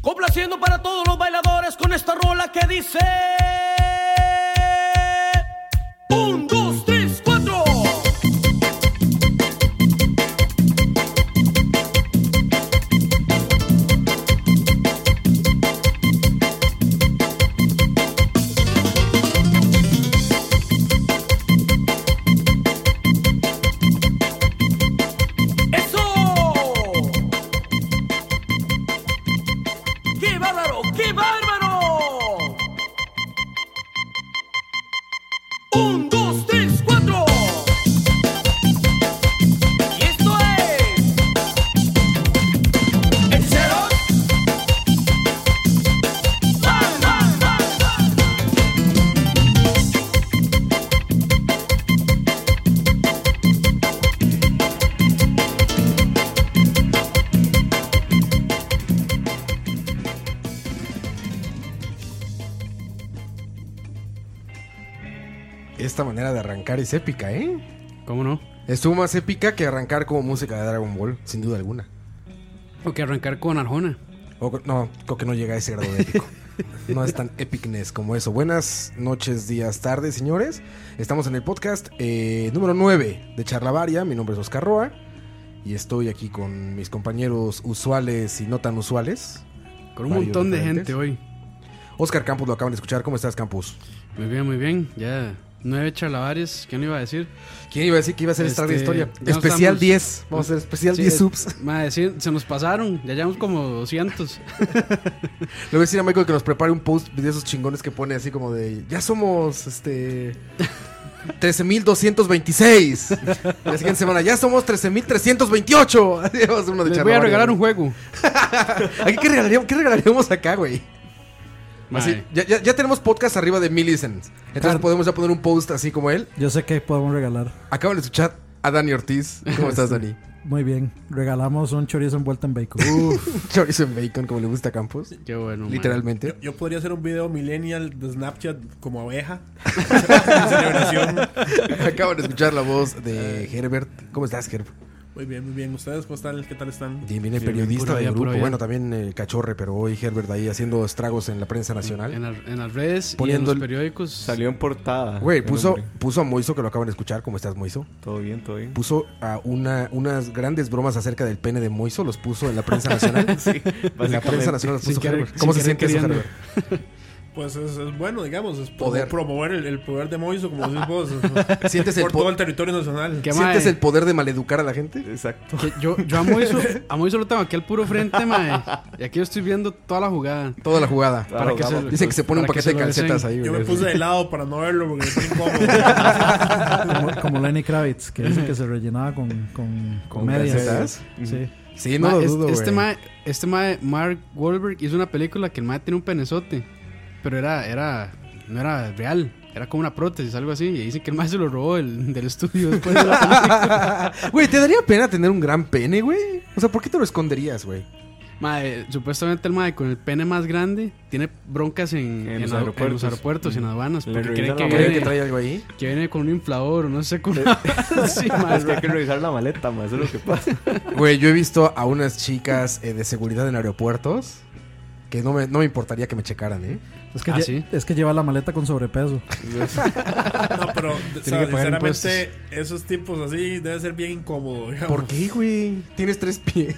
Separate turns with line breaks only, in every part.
Complaciendo para todos los bailadores con esta rola que dice. Un, dos, tres, cuatro. ¡Eso! ¡Qué bárbaro! ¡Qué bárbaro! Un, dos, tres, cuatro. Y esto es. El cero. ¡Bam, bam, bam, bam!
Esta manera de arrancar es épica, ¿eh?
¿Cómo no?
Estuvo más épica que arrancar como música de Dragon Ball, sin duda alguna.
O que arrancar con Arjona.
O co- no, creo que no llega a ese grado de épico. No es tan epicness como eso. Buenas noches, días, tardes, señores. Estamos en el podcast eh, número 9 de Charlavaria. Mi nombre es Oscar Roa. Y estoy aquí con mis compañeros usuales y no tan usuales.
Con un
Varios
montón de
diferentes.
gente hoy.
Oscar Campos lo acaban de escuchar. ¿Cómo estás, Campos?
Muy bien, muy bien. Ya nueve charlavares. ¿Quién lo iba a decir?
¿Quién iba a decir que iba a ser esta
Este,
historia?
ya
Especial
estamos-
10. Vamos a hacer especial
Sí,
10
eh,
subs.
ma, decir, se nos pasaron. Ya llevamos como 200.
Le voy a decir a Michael que nos prepare un post de esos chingones que pone así como de ya somos este 13226. La siguiente semana ya somos 13328. Así vamos a hacer uno de
Les voy a
Charlavaria,
regalar un
güey.
juego.
¿A qué, qué regalaríamos, qué regalaríamos acá, güey?
Ma,
Así, ya, ya- ya tenemos podcast arriba de mil listens. Entonces
Claro.
podemos ya poner un post así como él.
Yo sé que podemos regalar. Este,
Acaban de escuchar a Dani Ortiz. ¿Cómo estás, Dani?
Muy bien, regalamos un chorizo envuelto en bacon.
Uf, chorizo en bacon, como le gusta a Campos.
Qué bueno. ma.
Literalmente.
Yo, yo podría hacer un video millennial de Snapchat como abeja. En celebración.
Acaban de escuchar la voz de Herbert. ¿Cómo estás, Herbert?
Muy bien, muy bien. ¿Ustedes cómo están? ¿Qué tal están?
Bien, viene el
Bien,
periodista
puro
del
día,
grupo.
puro día.
Bueno, también el cachorre, pero hoy Herbert ahí haciendo estragos en la prensa nacional.
En, la- en las redes y
Poniendo
en
el-
los periódicos.
Salió en portada.
Güey,
el
puso,
hombre.
puso a Moiso, que lo acaban de escuchar. ¿Cómo estás, Moiso?
Todo bien, todo bien.
Puso a una, unas grandes bromas acerca del pene de Moiso, los puso en la prensa nacional. en la prensa nacional los
Sin
puso
querer-
Herbert. ¿Cómo se
sin
siente
querer
eso,
queriendo.
Herbert?
Pues es, es bueno, digamos, es pro-
Poder.
promover el, el poder de Moiso, como decís vos.
¿Sientes el
por todo
po-
el territorio nacional.
Qué
¿Sientes
mae.
el poder de maleducar a la gente?
Exacto.
Que yo, yo amo eso. Amo eso lo tengo aquí al puro frente, mae. Y aquí yo estoy viendo toda la jugada.
Toda la jugada.
Para que se-
Dicen que se pone un
para que
paquete de
se lo deseen.
calcetas ahí,
Yo
güey.
me puse de lado para no verlo porque estoy incómodo.
como, como Lenny Kravitz, que dice que se rellenaba con, con,
¿Con
comedias.
calcetas?
Sí.
Sí, no
Ma,
lo
es-
dudo,
este
güey.
mae, este mae, Mark Wahlberg hizo una película que el mae tiene un penezote, pero era, era, no era real, era como una prótesis, algo así, y dicen que el mae se lo robó del, del estudio después de la película.
Güey, ¿te daría pena tener un gran pene, güey? O sea, ¿por qué te lo esconderías, güey?
Mae, eh, supuestamente el mae con el pene más grande tiene broncas en,
En los
en adu- en los
aeropuertos.
aeropuertos, en aduanas,
Le
porque creen
revisan
que
la
¿Creen que
viene,
trae algo ahí?
que viene con un inflador, o no sé, con una- sí, mae,
Es que hay que revisar la maleta, más eso es lo que pasa.
Güey, yo he visto a unas chicas eh, de seguridad en aeropuertos que no me, no me importaría que me checaran, ¿eh?
Es que,
Ah,
lle-
sí.
es que lleva la maleta con sobrepeso.
No, pero o sea,
que pagar
sinceramente, esos tipos así debe ser bien incómodo. digamos.
¿Por qué, güey? Tienes tres pies.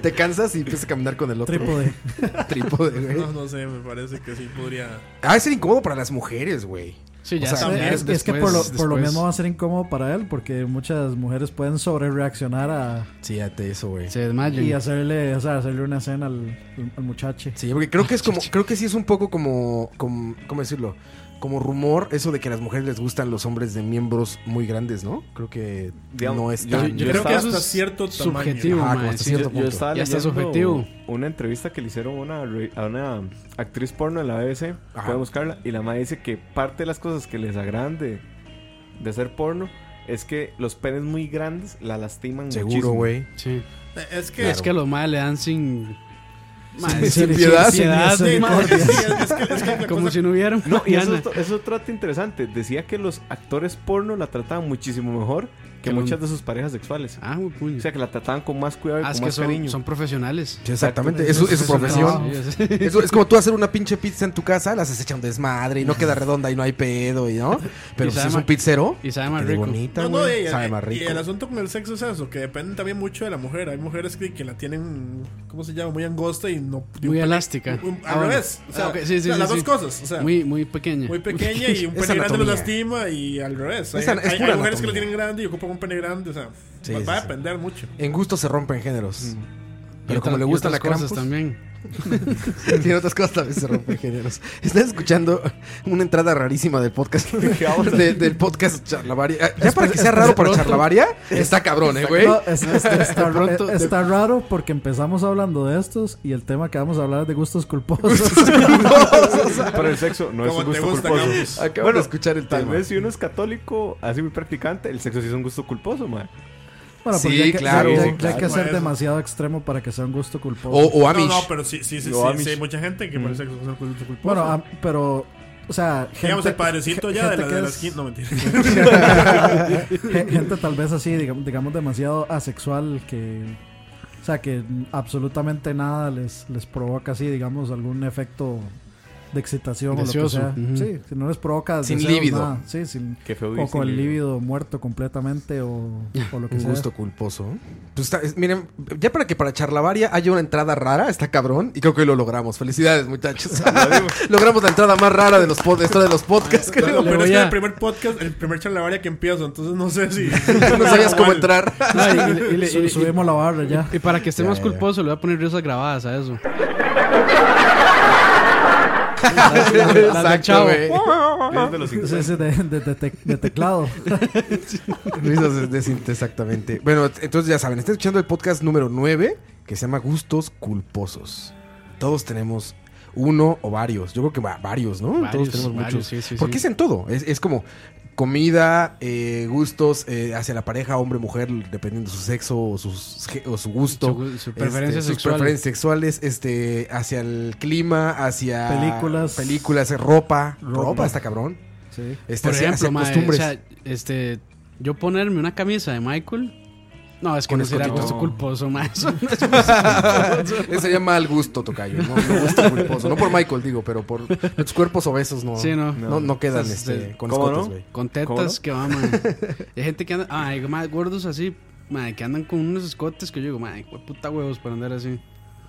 Te cansas y empiezas a caminar con el otro.
Trípode.
Trípode, güey.
No, no sé, me parece que sí podría.
Ah, es incómodo para las mujeres, güey.
sí, ya
O sea,
está, ya
es, es que
después-
por lo, por lo
después-
mismo va a ser incómodo para él, porque muchas mujeres pueden sobrereaccionar a,
Sí, ate eso, güey.
se desmayan.
y hacerle, o sea, hacerle una escena al, al muchacho.
Sí, porque creo que es como, creo que sí es un poco como, como, ¿cómo decirlo? Como rumor eso de que a las mujeres les gustan los hombres de miembros muy grandes, ¿no? Creo que
Digamos,
no es
yo-
tan...
Yo
Yo
creo que
estaba
eso
hasta
es
cierto tamaño.
subjetivo,
Ajá,
mae,
como hasta
sí.
cierto
Yo, yo
punto.
estaba
Ya está
leyendo
subjetivo.
una entrevista que le hicieron una re- a una actriz porno de la BBC.
Ajá.
Pueden buscarla. Y la madre dice que parte de las cosas que les agradan de, de hacer porno es que los penes muy grandes la lastiman
Seguro,
muchísimo.
güey.
Sí.
Es que.
Es que los madres le dan sin... Mae,
Sin- sin-
piedad.
sin
Piedad,
Sí,
misericordia.
madre, sí, es que- es que la
Como
cosa-
si no hubiera
No, y eso,
mañana.
es to- eso es otro dato interesante. Decía que los actores porno la trataban muchísimo mejor que
Que lo-
muchas de sus parejas sexuales.
Ah, muy puño.
O sea, que la trataban con más cuidado y
Ah, es
con
que
más
son,
cariño.
son profesionales.
Sí, exactamente, es,
Son
su- es su profesión.
profesionales, sí, es-
Eso es como tú hacer una pinche pizza en tu casa, las has hecho un desmadre y no queda redonda y no hay pedo y no. Pero
Y
si
sabe
es un
ma-
pizzero,
y sabe más
que quede
rico.
bonita,
No, no,
güey,
y, el-
sabe más
y
rico.
el asunto con el sexo es eso, que depende también mucho de la mujer. Hay mujeres que, que la tienen, ¿cómo se llama? Muy angosta y no. de un
Muy
pene-
elástica.
un- al
Ah, bueno.
revés. O sea,
Ah, ok, sí, sí,
o sea,
sí,
las
sí.
dos cosas. O sea, muy,
muy, muy pequeña.
pequeña y un
Es
pene grande lo
anatomía.
lastima y al revés. Hay,
Es an- es
hay- hay
pura
mujeres que lo tienen
anatomía.
grande y ocupan un pene grande. O sea,
Sí,
va,
sí,
va a
sí.
depender mucho.
En gusto se rompen géneros.
Mm. Y
Pero
otra-
como le
y
gusta la
otras
Krampus,
cosas también.
tiene otras cosas también se rompen géneros. Estás escuchando una entrada rarísima del podcast. de- del podcast Charlavaria. Ah, Ya para que sea raro para Charlavaria, está cabrón, eh, güey.
No, es- es- está,
pronto-
eh, está raro porque empezamos hablando de estos y el tema que vamos a hablar es de gustos culposos.
Pero el sexo no es un
Como te
gusto
gusta,
culposo.
Camus.
Acabo
Bueno,
de escuchar el
Tal
tema.
vez si uno es católico, así muy practicante, el sexo sí es un gusto culposo, man.
Bueno,
Sí,
porque hay que-
claro,
ya- ya- ya
claro.
hay que ser
Bueno.
demasiado extremo para que sea un gusto culposo.
O, o
No,
Amish.
no, pero sí, sí, sí,
Lo
sí,
Amish.
sí, hay mucha gente que por el sexo es un culto culposo.
bueno, ah, pero, o sea, gente,
digamos el padrecito ya de
gente
la,
que
de la
es-
esquina. No, mentira.
gen- gente tal vez así, digamos, digamos demasiado asexual que... O sea, que absolutamente nada les, les provoca así, digamos, algún efecto de excitación
Deseoso,
o lo que sea.
ujú.
Sí, si no les provoca
Sin
deseos,
líbido.
nada. Sí, sin,
Qué feo
o
dice,
con el
güey.
líbido muerto completamente o, o lo que
Un
sea.
gusto culposo. Pues está- es- miren, ya para que para Charlavaria haya una entrada rara, está cabrón. Y creo que hoy lo logramos. Felicidades, muchachos. logramos la entrada más rara de los, pod- de esto de los podcasts. creo.
No,
Le
pero
voy
es que
a-
el primer podcast, el primer charlavaria que empiezo, entonces no sé si.
No sabías cómo entrar.
Ah, y- y- y-
Su-
y- y-
subimos la barra ya.
Y para que esté
Ya,
más
ya, ya.
culposo, le voy a poner risas grabadas a eso.
Exacto,
chao.
güey.
Desde los cinco-
Sí, sí, de, de- de tec- de teclado.
Risas de- de cinta, exactamente. Bueno, t- entonces ya saben, está escuchando el podcast número 9 que se llama Gustos Culposos. Todos tenemos uno o varios. Yo creo que va- varios, ¿no?
Varios,
Todos tenemos
varios,
muchos.
sí, sí,
Porque
sí.
es en todo. Es, es como comida, eh, gustos eh, hacia la pareja, hombre, mujer, dependiendo de su sexo o, sus, ge- o su gusto.
Su
Este,
gu- su preferencia
sus
sexual.
preferencias sexuales, este, hacia el clima, hacia
Películas.
películas, eh, ropa. Ropa,
Ropa.
está cabrón.
Sí.
Este,
Por
hacia, hacia
ejemplo, mae, o
costumbres.
sea, este, yo ponerme una camisa de Michael. No, es que
Con
no será
escotilla.
gusto culposo, mae. Eso no es-
Ese sería mal gusto, Tocayo. No, no gusto culposo. No por Michael, digo, pero por tus cuerpos obesos no.
Sí, no.
No, no quedan
Estás,
este,
eh,
con
¿cómo
escotes,
no?
güey.
Con
¿Cómo no?
tetas que va, mae. Hay gente que anda. Ah, hay más gordos así, mae, que andan con unos escotes que yo digo, mae, hue- puta huevos para andar así.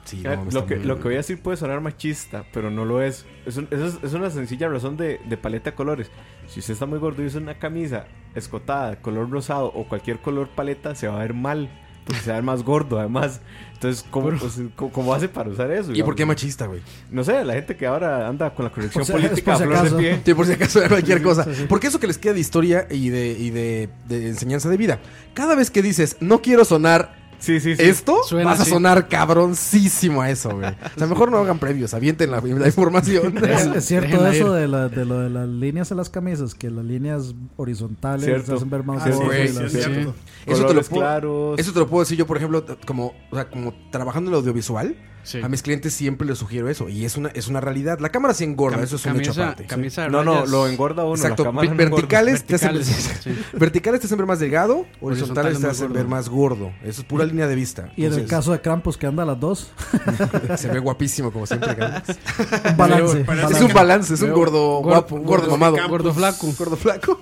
Sí,
Ah,
no,
lo, que,
están
lo
muy-
que voy a decir puede sonar machista, pero no lo es. Es, un- eso es- es una sencilla razón de, de paleta de colores. Si usted está muy gordo y usa una camisa escotada, color rosado o cualquier color paleta, se va a ver mal. Porque se va a ver más gordo, además. Entonces, ¿cómo, o sea, ¿cómo, cómo hace para usar eso?
¿Y
digamos?
por qué machista, güey?
No sé, la gente que ahora anda con la corrección
Por si-
política
por
a
si
flor de
acaso.
pie.
Sí, por si acaso era cualquier cosa.
sí, sí.
Porque eso que les queda de historia y de, y de, de enseñanza de vida. Cada vez que dices, no quiero sonar
Sí, sí, sí.
esto,
Suena
vas a
así.
sonar cabroncísimo a eso, güey. O sea, mejor no hagan previos, avienten la, la información.
Es,
Dejen-
es cierto
déjenla
eso
ir.
de, la- de lo de las líneas en las camisas, que las líneas horizontales
Cierto.
se hacen ver más
Ah, sí,
gordos
güey,
y las-
sí, es cierto.
Eso te lo
Colores
puedo-
claros.
Eso te lo puedo decir yo, por ejemplo, t- como, o sea, como trabajando en el audiovisual.
Sí.
A mis clientes siempre les sugiero eso. Y es una, es una realidad. La cámara se engorda,
Cam-
eso es un hecho
camisa-
aparte.
Camisa de
No, no,
rayas
lo engorda uno. la
Exacto.
cámara
Ve-
no engorda.
verticales, te hacen,
verticales, sí.
verticales te hacen ver más delgado, horizontales,
Horizontales
te
más
hacen
gordo.
ver más gordo. Eso es pura línea de vista.
Y en el
Entonces,
caso de Krampus, que anda a las dos,
se ve guapísimo, como siempre. cabrón.
un
Pero-
balance.
es
Balance.
un balance, es un
Veo-
gordo
gordo-
guapo, un gordo
gordo
mamado.
de campo.
Gordo flaco.
Gordo flaco.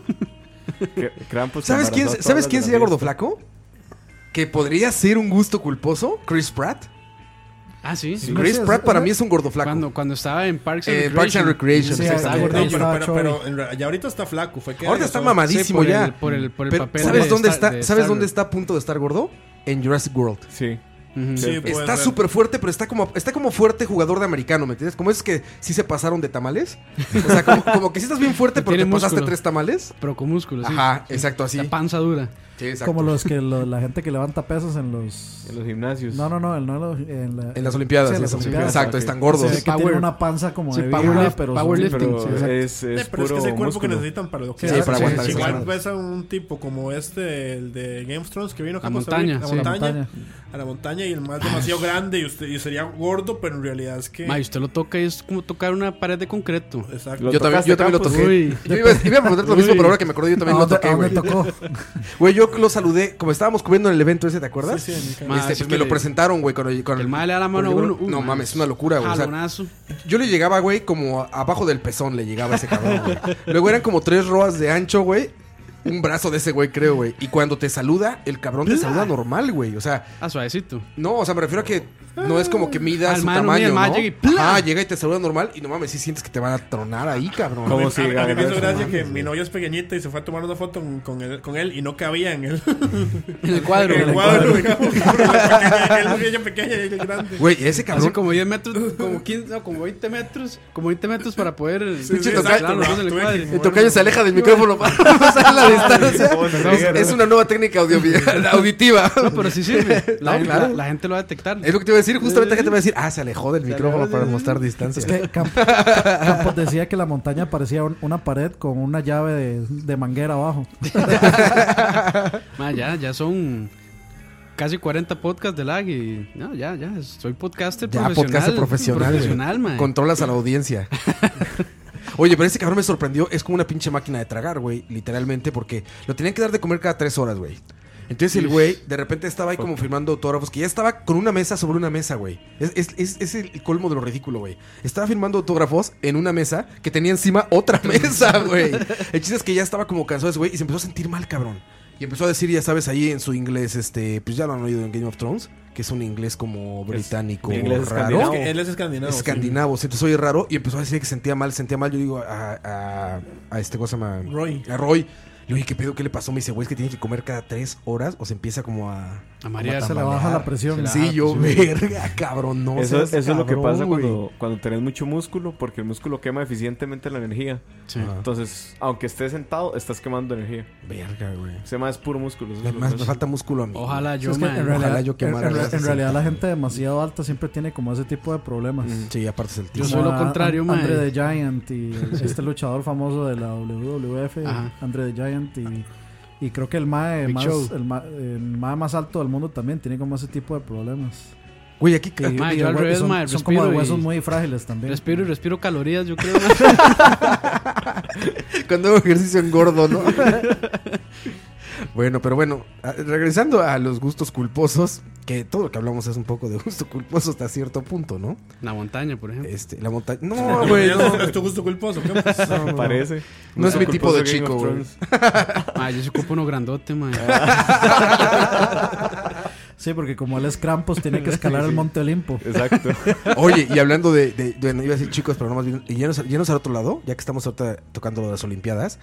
Que- Krampus
¿Sabes
te
quién,
abrazó
¿sabes
todas
quién
las
sería gordo
fiestas.
flaco? Que podría ser un gusto culposo, Chris Pratt.
Ah, sí.
Sí.
Chris
sí,
Pratt
sí,
para
sí.
mí es un gordo flaco.
Cuando, cuando estaba en Parks and
Eh,
Recreation.
Parks and Recreation,
Sí,
No,
exactamente.
ahorita
pero,
estaba
pero-
Choi.
pero en ra- ya ahorita está flaco. Fue que
Ahorita está
adelgazó.
mamadísimo
Sí, por
ya.
el- por el- por el papel
¿Sabes
de
dónde
Star-
está?
de
¿Sabes
Star
dónde
Wars.
está a punto de estar gordo? En Jurassic World.
Sí.
Ujú.
Sí, puede
Está
ser.
súper fuerte, pero está como, está como fuerte jugador de americano, ¿me entiendes? Como es que sí se pasaron de tamales. O sea, como, como que sí estás bien fuerte,
Que
pero te
tiene
pasaste
músculo.
tres tamales.
Pero con músculos. sí.
Ajá, exacto, así.
La panza dura.
Sí, exacto.
Como los que lo- la gente que levanta pesos en los...
En los gimnasios.
No, no, no, el- no, en, la-
En las Olimpiadas.
Sí, en
sí,
las
son-
Olimpiadas.
Exacto,
Ok.
están
Se
gordos.
ve que
Power.
tiene una panza como
Sí,
de
powerlift-
vieja, pero son-
powerlift.
Pero
Sí,
exacto.
es,
Sí,
es
pero es que
puro
ese cuerpo que
músculo.
necesitan para lo que
Sí,
hacen.
para aguantar esas
Igual
mamadas.
pesa un tipo como este, el de Game of Thrones que vino acá
La
a Costa Rica,
montaña,
la
sí.
la
montaña.
montaña.
a la montaña y el más demasiado grande y usted y sería gordo, pero en realidad es que.
Mae, usted lo toca y es como tocar una pared de concreto.
Exacto.
Lo
Yo también,
tocaste,
yo también lo
Campos.
toqué.
Uy.
Yo iba, iba a preguntarte lo mismo,
Uy.
pero ahora que me acordé, yo también
¿A
lo
dónde-
toqué,
a dónde
güey.
tocó?
Güey, yo lo saludé, como estábamos cubriendo en el evento ese, ¿te acuerdas?
Sí, sí, en
Ma,
Este,
Ah, sí
me
que
lo
le-
presentaron, güey, con, con
que el mae le da la mano a
con-
uno. Uy,
no
mae,
mames, es una locura, güey. o sea,
Jalonazo.
yo le llegaba, güey, como a- abajo del pezón le llegaba ese cabrón, güey. Luego eran como tres roas de ancho, güey. Un brazo de ese güey, creo, güey. Y cuando te saluda, el cabrón te saluda normal, güey. O sea,
Ah, suavecito.
no, o sea, me refiero a que no es como que mida
Al
su
mano,
tamaño,
mira, el
¿no?
man llega y ¡plá!
Ah, llega y te saluda normal y no mames, sí sientes que te van a tronar ahí, cabrón.
¿Cómo
A mí-
si
a, a mí me
agarras
hizo
un
gracia
mano,
que
sí.
mi novia es pequeñita y se fue a tomar una foto con, con él, con él y no cabía en el,
En el cuadro.
en el cuadro, digamos. Pequeña- él es ella pequeña y ella grande.
Güey, ese cabrón
Hace como 10 metros, como 15, no, como 20 metros, como 20 metros para poder eh,
Pinche
Sí,
tocayo.
exacto,
Claro, los dos en el
tuve que
cuadro.
El
moverme.
tocayo se aleja del micrófono para pasar la distancia.
Vamos a
Es,
ver.
es una nueva técnica audio auditiva.
No, pero sí sirve. La,
No,
gente-
claro.
la- la gente lo va a detectar.
Es lo que te iba a decir, justamente la gente va a decir, ah, se alejó del micrófono para mostrar distancia.
Es que Camp- Campos decía que la montaña parecía un- una pared con una llave de, de manguera abajo.
Ma, ya, ya son casi 40 podcasts de lag y no, ya, ya, soy podcaster
ya,
profesional.
podcast profesional. güey.
profesional, ma.
Controlas a la audiencia. Oye, pero ese cabrón me sorprendió. Es como una pinche máquina de tragar, güey. Literalmente, porque lo tenían que dar de comer cada tres horas, güey. Entonces el güey de repente estaba ahí como firmando autógrafos, que ya estaba con una mesa sobre una mesa, güey. Es, es- es- es el colmo de lo ridículo, güey. Estaba firmando autógrafos en una mesa que tenía encima otra mesa, güey. El chiste es que ya estaba como cansado ese güey y se empezó a sentir mal, cabrón. Y empezó a decir, ya sabes, ahí en su inglés, este, pues ya lo han oído en Game of Thrones, que es un inglés como británico,
mi inglés es
raro.
Es
escandinavo.
que él es escandinavo. sí.
Escandinavo, se entonces oye raro y empezó a decir que sentía mal, sentía mal. Yo digo a, a, a este cosa
Roy.
a Roy. Le digo, "Oye, ¿qué pedo? ¿Qué le pasó? Me dice, güey, es que tiene que comer cada tres horas o se empieza como a.
A marear.
como
Se le baja la presión.
Sí, yo, verga, cabrón, no.
Eso,
seas
eso es lo que
cabrón,
pasa
güey".
cuando, cuando tenés mucho músculo, porque el músculo quema eficientemente la energía.
Sí.
Entonces, aunque estés sentado, estás quemando energía.
Verga, güey.
Se llama es puro músculo. eso es lo
Además,
que
me
es.
falta músculo a mí.
Ojalá
Sí,
yo,
es que
ma.
en realidad,
ojalá yo
en-
quemara
en re-
grasa,
en
sí.
realidad la gente demasiado alta siempre tiene como ese tipo de problemas.
Mm. Sí, aparte es el tío.
Yo soy
Como
lo
a-
contrario,
An-
mae.
Andre the Giant y este luchador famoso de la WWF,
Ajá.
Andre the Giant y, y creo que el mae
Big
más
Show.
el ma- el mae más alto del mundo también tiene como ese tipo de problemas.
Güey, aquí que.
Ma,
Y
Pues, yo al
hue-
revés,
son,
ma,
son como de
respiro y-
huesos muy frágiles también.
Respiro y respiro calorías, yo creo.
Cuando hago ejercicio engordo, ¿no? bueno, pero bueno, a- regresando a los gustos culposos, que todo lo que hablamos es un poco de gusto culposo hasta cierto punto, ¿no?
la montaña, por ejemplo.
Este, la montaña. No, güey,
Ya
no.
Es tu gusto culposo. ¿qué? Pues,
Parece.
No es mi tipo de
Culposo Game
chico,
of
güey.
Thrones.
Ma, Ah, yo soy como uno grandote, ma.
Ah. Sí, porque como él es Krampus tiene que escalar el Monte Olimpo.
Exacto.
Oye, y hablando de, de, de- no iba a decir chicos, pero nomás bien, y yéndonos, yéndonos al otro lado, ya que estamos ahorita tocando lo de las Olimpiadas,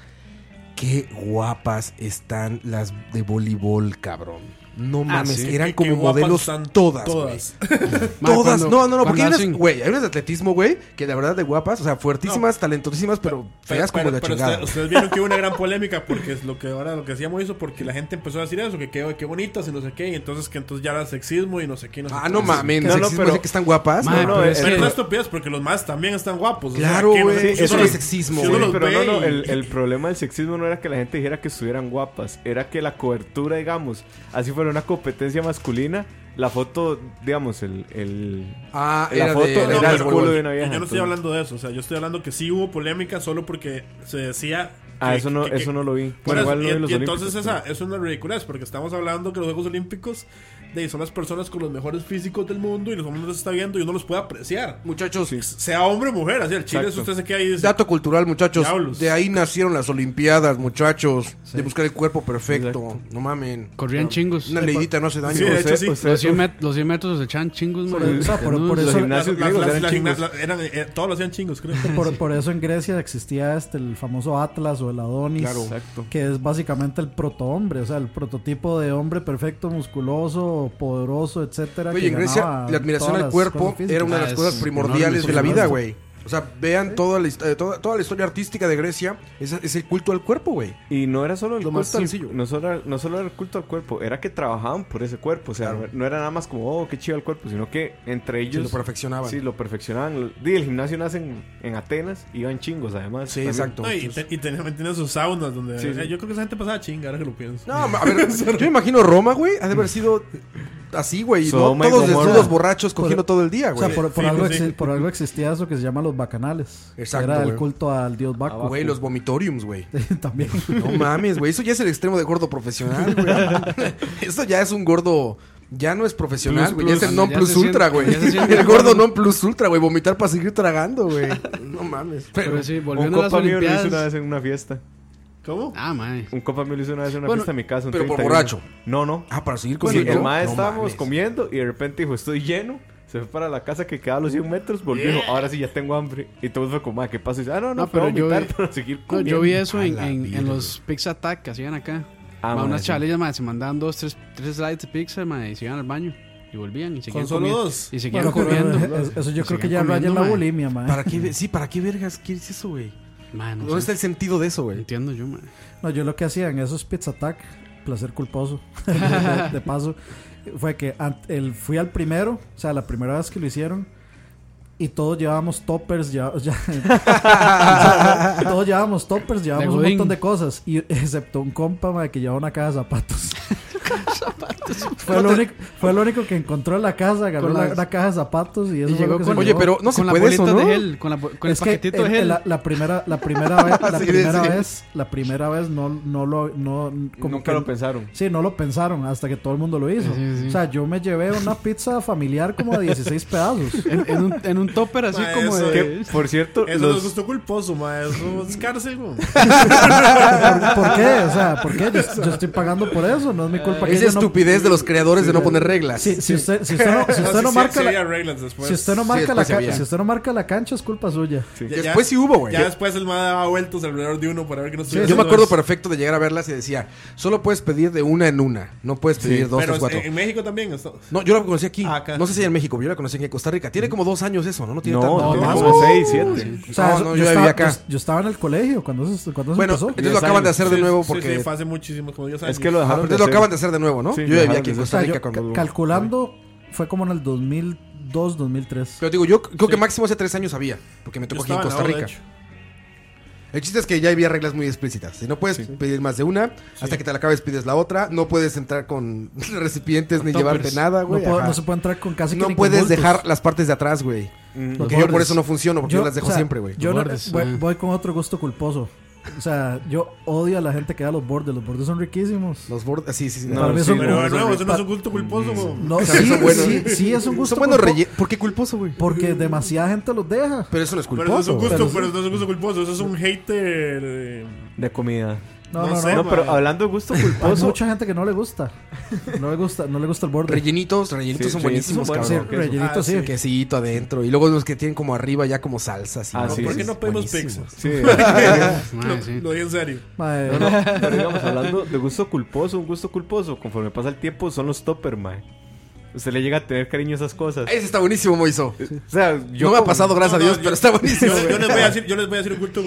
qué guapas están las de voleibol, cabrón. No mames,
sí.
eran
Ah, Qué-
como
qué guapas
modelos
están
todas.
todas.
güey.
Ma,
todas,
cuando-
no, no, no,
cuando
porque hay unas,
hacen-
güey, hay unas de atletismo, güey, que la verdad de guapas, o sea, fuertísimas, talentosísimas, pero feas como la
pero
chingada.
usted- ustedes vieron que hubo una gran polémica porque es lo que ahora lo que hacíamos hizo porque la gente empezó a decir eso, que qué, qué bonitas y no sé qué, y entonces que entonces ya era sexismo y no sé qué. No sé
ah,
qué.
no mames,
No, no,
sexismo
pero-
decir que están guapas.
Ma,
no,
no,
pero
es
es
Pero
que-
no es estupidez porque los más también están guapos. o sea,
Claro,
¿qué? No
güey.
sé,
Sí,
si
eso
uno
es
los-
sexismo,
si uno
güey.
los
pero
ve
no, no,
y-
el, el problema del sexismo no era que la gente dijera que estuvieran guapas, era que la cobertura, digamos, así fuera una competencia masculina, la foto, digamos, el... el
Ah,
la
era
foto
de,
no,
era el
pero-
culo de una
Yo
vieja.
no estoy
entonces-
hablando de eso, o sea, yo estoy hablando que sí hubo polémica solo porque se decía.
Ah,
que-
eso no,
que- que-
eso no lo vi.
Por
Bueno,
eso,
igual no vi los
y, y entonces
olímpicos,
esa, eso es una ridiculez, porque estamos hablando que los Juegos Olímpicos de, son las personas con los mejores físicos del mundo y los hombres los está viendo y uno los puede apreciar.
Muchachos,
Sea hombre o mujer, así el chile,
Exacto.
usted se queda ahí y dice,
Dato cultural, muchachos.
Diablos.
De ahí nacieron las Olimpiadas, muchachos. De buscar el cuerpo perfecto.
Exacto.
No mamen.
Corrían chingos.
Una leidita no hace daño.
Sí, de
Usted-
hecho, sí.
usted-
Los 100, met- los 100 metros se echaban chingos, ma.
Por el- o sea, por- por
los
eso-
las-
gimnasios
las-
griegos
las-
eran
las
chingos.
gimnas- eran, eh, todos lo hacían chingos, creo.
Por, por eso en Grecia existía este el famoso Atlas o el Adonis,
Claro.
Exacto.
que es básicamente el protohombre, o sea, el prototipo de hombre perfecto, musculoso, poderoso, etcétera.
Oye,
que
en Grecia,
ganaba
la admiración
todas
al
las
cuerpo
cosas físicas.
era una de las
Ah,
cosas
es enorme,
primordiales de la
por
vida,
supuesto.
güey. O sea, vean toda la, hist- eh, toda, toda la historia artística de Grecia. Es, es el culto al cuerpo, güey.
Y no era solo el
Lo más
culto, al-
sencillo.
no solo, era- no solo era el culto al cuerpo, era que trabajaban por ese cuerpo. O sea,
Claro.
no era nada más como, oh, qué chido el cuerpo, sino que entre
Que
ellos.
lo perfeccionaban.
Sí, lo perfeccionaban. Lo- Di, el gimnasio nace en, en Atenas, iban chingos además.
Sí,
también.
exacto.
No, y, te- y tenían tenían sus saunas donde...
Sí, sí.
eh, Yo creo que esa gente pasaba chinga, ahora que lo pienso.
No, a ver, yo me imagino Roma, güey. Ha de haber sido así, güey. No,
Sodoma y
todos
Gomorra.
desnudos, borrachos, cogiendo todo el día,
O
güey.
sea, por, por
Sí, pues
algo
sí,
exi-
sí.
por algo existía eso que se llama los bacanales. que
Exacto,
Era el
güey. Ah,
culto al dios Baco.
Güey, los vomitoriums, güey.
También.
No mames, güey. Eso ya es el extremo de gordo profesional, güey. Esto ya es un gordo. Ya no es profesional,
Plus,
güey. Ya es
plus.
el non
Ya se
plus
siente-
ultra, güey.
ya se siente-
El gordo non plus ultra, güey. Vomitar para seguir tragando, güey. No mames.
Pero sí,
Un
volviendo a las
copa mío lo hizo una
Olimpiadas.
vez en una fiesta.
¿Cómo?
Ah, mae.
Un copa mío lo hizo una vez en una
Bueno,
fiesta en mi casa. un
pero por
31.
borracho.
No, no.
Ah, para seguir con
Sí,
el
el
gordo?
mae
No
estábamos
mames.
comiendo y de repente dijo, estoy lleno. Se fue para la casa que quedaba a los 100 metros, volvió y dijo, ahora sí ya tengo hambre. Y todos fue como, "Ah, ¿qué pasa? Y dice, ah, no, no,
No,
pero
pero yo
vomitar
vi-
para seguir
No,
comiendo.
yo vi eso
A
en,
la
en- en
virgen.
los Pizza Attack que hacían acá.
Ah,
Ma,
mae,
unas
sí.
chalillas, mae, se mandaban dos, tres, tres slides de pizza, mae, y se iban al baño. Y volvían y seguían
¿Con solo
comiendo.
dos?
Y seguían
Bueno, pero
comiendo.
es- eh, eso yo
Y
creo que
seguían
ya raya en
comiendo,
la
mae.
bulimia, eh. man.
¿Para qué, ve- sí, ¿para qué vergas quieres eso, güey?
Mae, no
¿Dónde está
sé,
el sentido de eso, güey?
entiendo yo, mae.
No, yo lo que hacía en esos Pizza Attack, placer culposo, de, de- de paso, fue que an- el, fui al primero, o sea, la primera vez que lo hicieron, y todos llevábamos toppers, ya, ya- o sea, todos llevábamos toppers, llevábamos un
Godín.
montón de cosas, y excepto un compa mae, que llevaba una caja de zapatos. fue, lo único, fue lo único que encontró en la casa, agarró
Con
la,
las-
una caja de zapatos y eso
Y
fue lo
llegó
que
con
se
Oye,
llevó.
pero no se
con la
puede eso,
bolita
¿no?
de gel, con, la, bo- con el
Es que
paquetito
el-
de gel.
la, la primera la primera vez la
Sí,
primera
sí.
vez la primera vez no no lo no como
Nunca
que-
lo pensaron.
Sí, no lo pensaron hasta que todo el mundo lo hizo.
Sí, sí.
O sea, yo me llevé una pizza familiar como de 16 pedazos.
En, en un, en un topper así
Ma,
como
eso-
Que,
de...
por cierto,
Eso nos
los,
gustó culposo, ma. Eso es cárcel, güey.
¿Por, por qué? O sea, ¿por qué? Yo, yo estoy pagando por eso, no es mi culpa. que
Esa
yo no-
estupidez de los creadores de no poner reglas.
Si, si usted, si usted no, si
No,
usted no
sí,
marca
sí, sí,
la,
arreglas después.
si usted no marca la
después
cancha,
había.
si usted no marca la cancha es culpa suya.
Ya-
Después
ya-
sí hubo, güey.
Ya después el ma daba vueltas alrededor de uno para ver que no estuviera
Yo
haciendo
me acuerdo
eso.
perfecto de llegar a verlas y decía, solo puedes pedir de una en una, no puedes pedir dos,
Pero
tres, cuatro.
en- en México también. esto-
No, yo la conocí aquí.
Acá.
No sé si en México, pero yo la conocí aquí en Costa Rica. Tiene como dos años eso, ¿no? No tiene
no,
tanto.
tiene
no.
como 6, 7.
O sea,
No,
eso-
no,
yo,
yo ya
estaba, pues,
viví acá.
yo- yo estaba en el colegio cuando eso, cuando eso
Bueno,
empezó.
entonces lo acaban de hacer de
Sí,
nuevo
sí,
porque...
Sí, fue hace muchísimos, como 10 años.
Es que lo
Ah, pero
dejaron de
ustedes lo
hacer.
acaban de hacer de nuevo, ¿no?
Sí,
yo ya vivía
dejaron
aquí en
de
O sea,
Costa
yo
Rica cuando...
ca- calculando fue como en el 2002, 2003.
Pero digo, yo creo que máximo hace tres años había, porque me
Yo
tocó aquí en
estaba la
Costa
hora, de
Rica.
hecho.
El chiste es que ya había reglas muy explícitas. Si no puedes pedir más de una, hasta que te la acabes pides la otra. No puedes entrar con recipientes ni llevarte
toppers.
nada,
No,
güey.
puedo-
ajá.
no se puede entrar con casi que
No
ni con
puedes
bultos.
dejar las partes de atrás, güey.
Los
Mm, Que yo por
bordes.
eso no funciono, porque yo, las dejo
o sea,
siempre, güey.
Yo
Los
no-
bordes,
voy,
ah.
voy con otro gusto culposo. O sea, yo odio a la gente que da los bordes. Los bordes son riquísimos.
Los bordes, sí, sí, sí.
No,
Para mí
sí,
son
Pero de
como-
nuevo, eso no es un culto culposo, güey.
No,
O sea,
sí,
son buenos.
sí, sí es un gusto
Son buenos
culpo-
relle- ¿Por qué culposo, güey?
Porque demasiada gente los deja.
Pero eso no es
Pero eso es
culposo.
un gusto,
Pero-
pero eso no es un gusto culposo. Eso es un hater. eh,
De comida.
No,
No
no, no.
sé,
No, pero
ma.
hablando de gusto
Hay
culposo,
mucha gente que no le gusta. No le gusta, no le gusta el borde.
Rellenitos, rellenitos
Sí, rellenitos
son
son
buenísimos,
buenos,
Sí,
cabrón.
queso.
rellenito,
Ah,
sí.
sí.
Quesito adentro. Y luego los que tienen como arriba ya como salsa. Así,
Ah, sí,
¿Por
sí,
qué
sí,
no pedimos pizza?
buenísimos.
sí,
Mae, sí.
Lo digo en serio.
Mae,
No, no, pero digamos, hablando de gusto culposo, un gusto culposo, conforme pasa el tiempo, son los topper, mae. Usted le llega a tener cariño a esas cosas.
Ese está buenísimo, Moiso.
O sea, yo
no me ha
como-
pasado, gracias
No,
a
no,
Dios,
yo-
pero está buenísimo.
Yo, yo
güey.
les voy a decir, yo les voy a decir un, culto,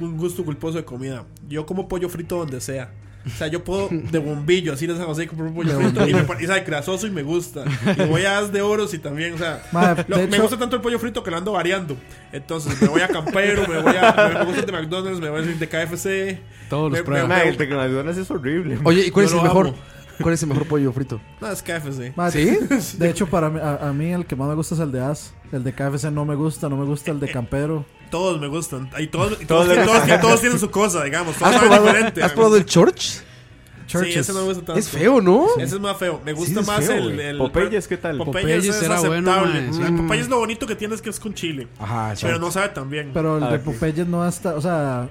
un gusto culposo de comida. Yo como pollo frito donde sea. O sea, yo puedo de bombillo, así les hago así, compro un pollo frito y me pare- y sabe grasoso y me gusta. Y voy a As de Oros y también, o sea,
Ma, de
lo- me
hecho-
gusta tanto el pollo frito que lo ando variando. Entonces, me voy a Campero, me voy a me, me gusta el de McDonald's, me voy a ir de KFC.
Todos los
Me-
pruebas.
me-
Mae, el de McDonald's es horrible. mae.
Oye, ¿y
Yo
cuál es el
lo
mejor?
amo.
¿Cuál es el mejor pollo frito?
No, es KFC.
mae,
¿Sí?
De hecho, para mí, a, a mí el que más me gusta es el de As. El de KFC no me gusta, no me gusta el de Campero.
Todos me gustan. Y todos, y
Todos
todos,
le
todos-
gustan.
todos tienen su cosa, digamos. Todos
¿Has
saben
probado,
diferente.
¿has
digamos.
probado el church?
Sí, ese no me gusta tanto.
Es feo, ¿no?
Ese es más feo. Me gusta
es
más
feo,
el,
güey. Mm.
el-
Popeyes, ¿qué tal?
Popeyes,
Popeyes
es
era bueno,
aceptable.
mae,
El
sí.
Popeyes lo bonito que tiene es que es con chile.
Ajá,
Pero
church.
no sabe tan bien.
Pero el
Ah,
de
ok.
Popeyes no hasta, o sea,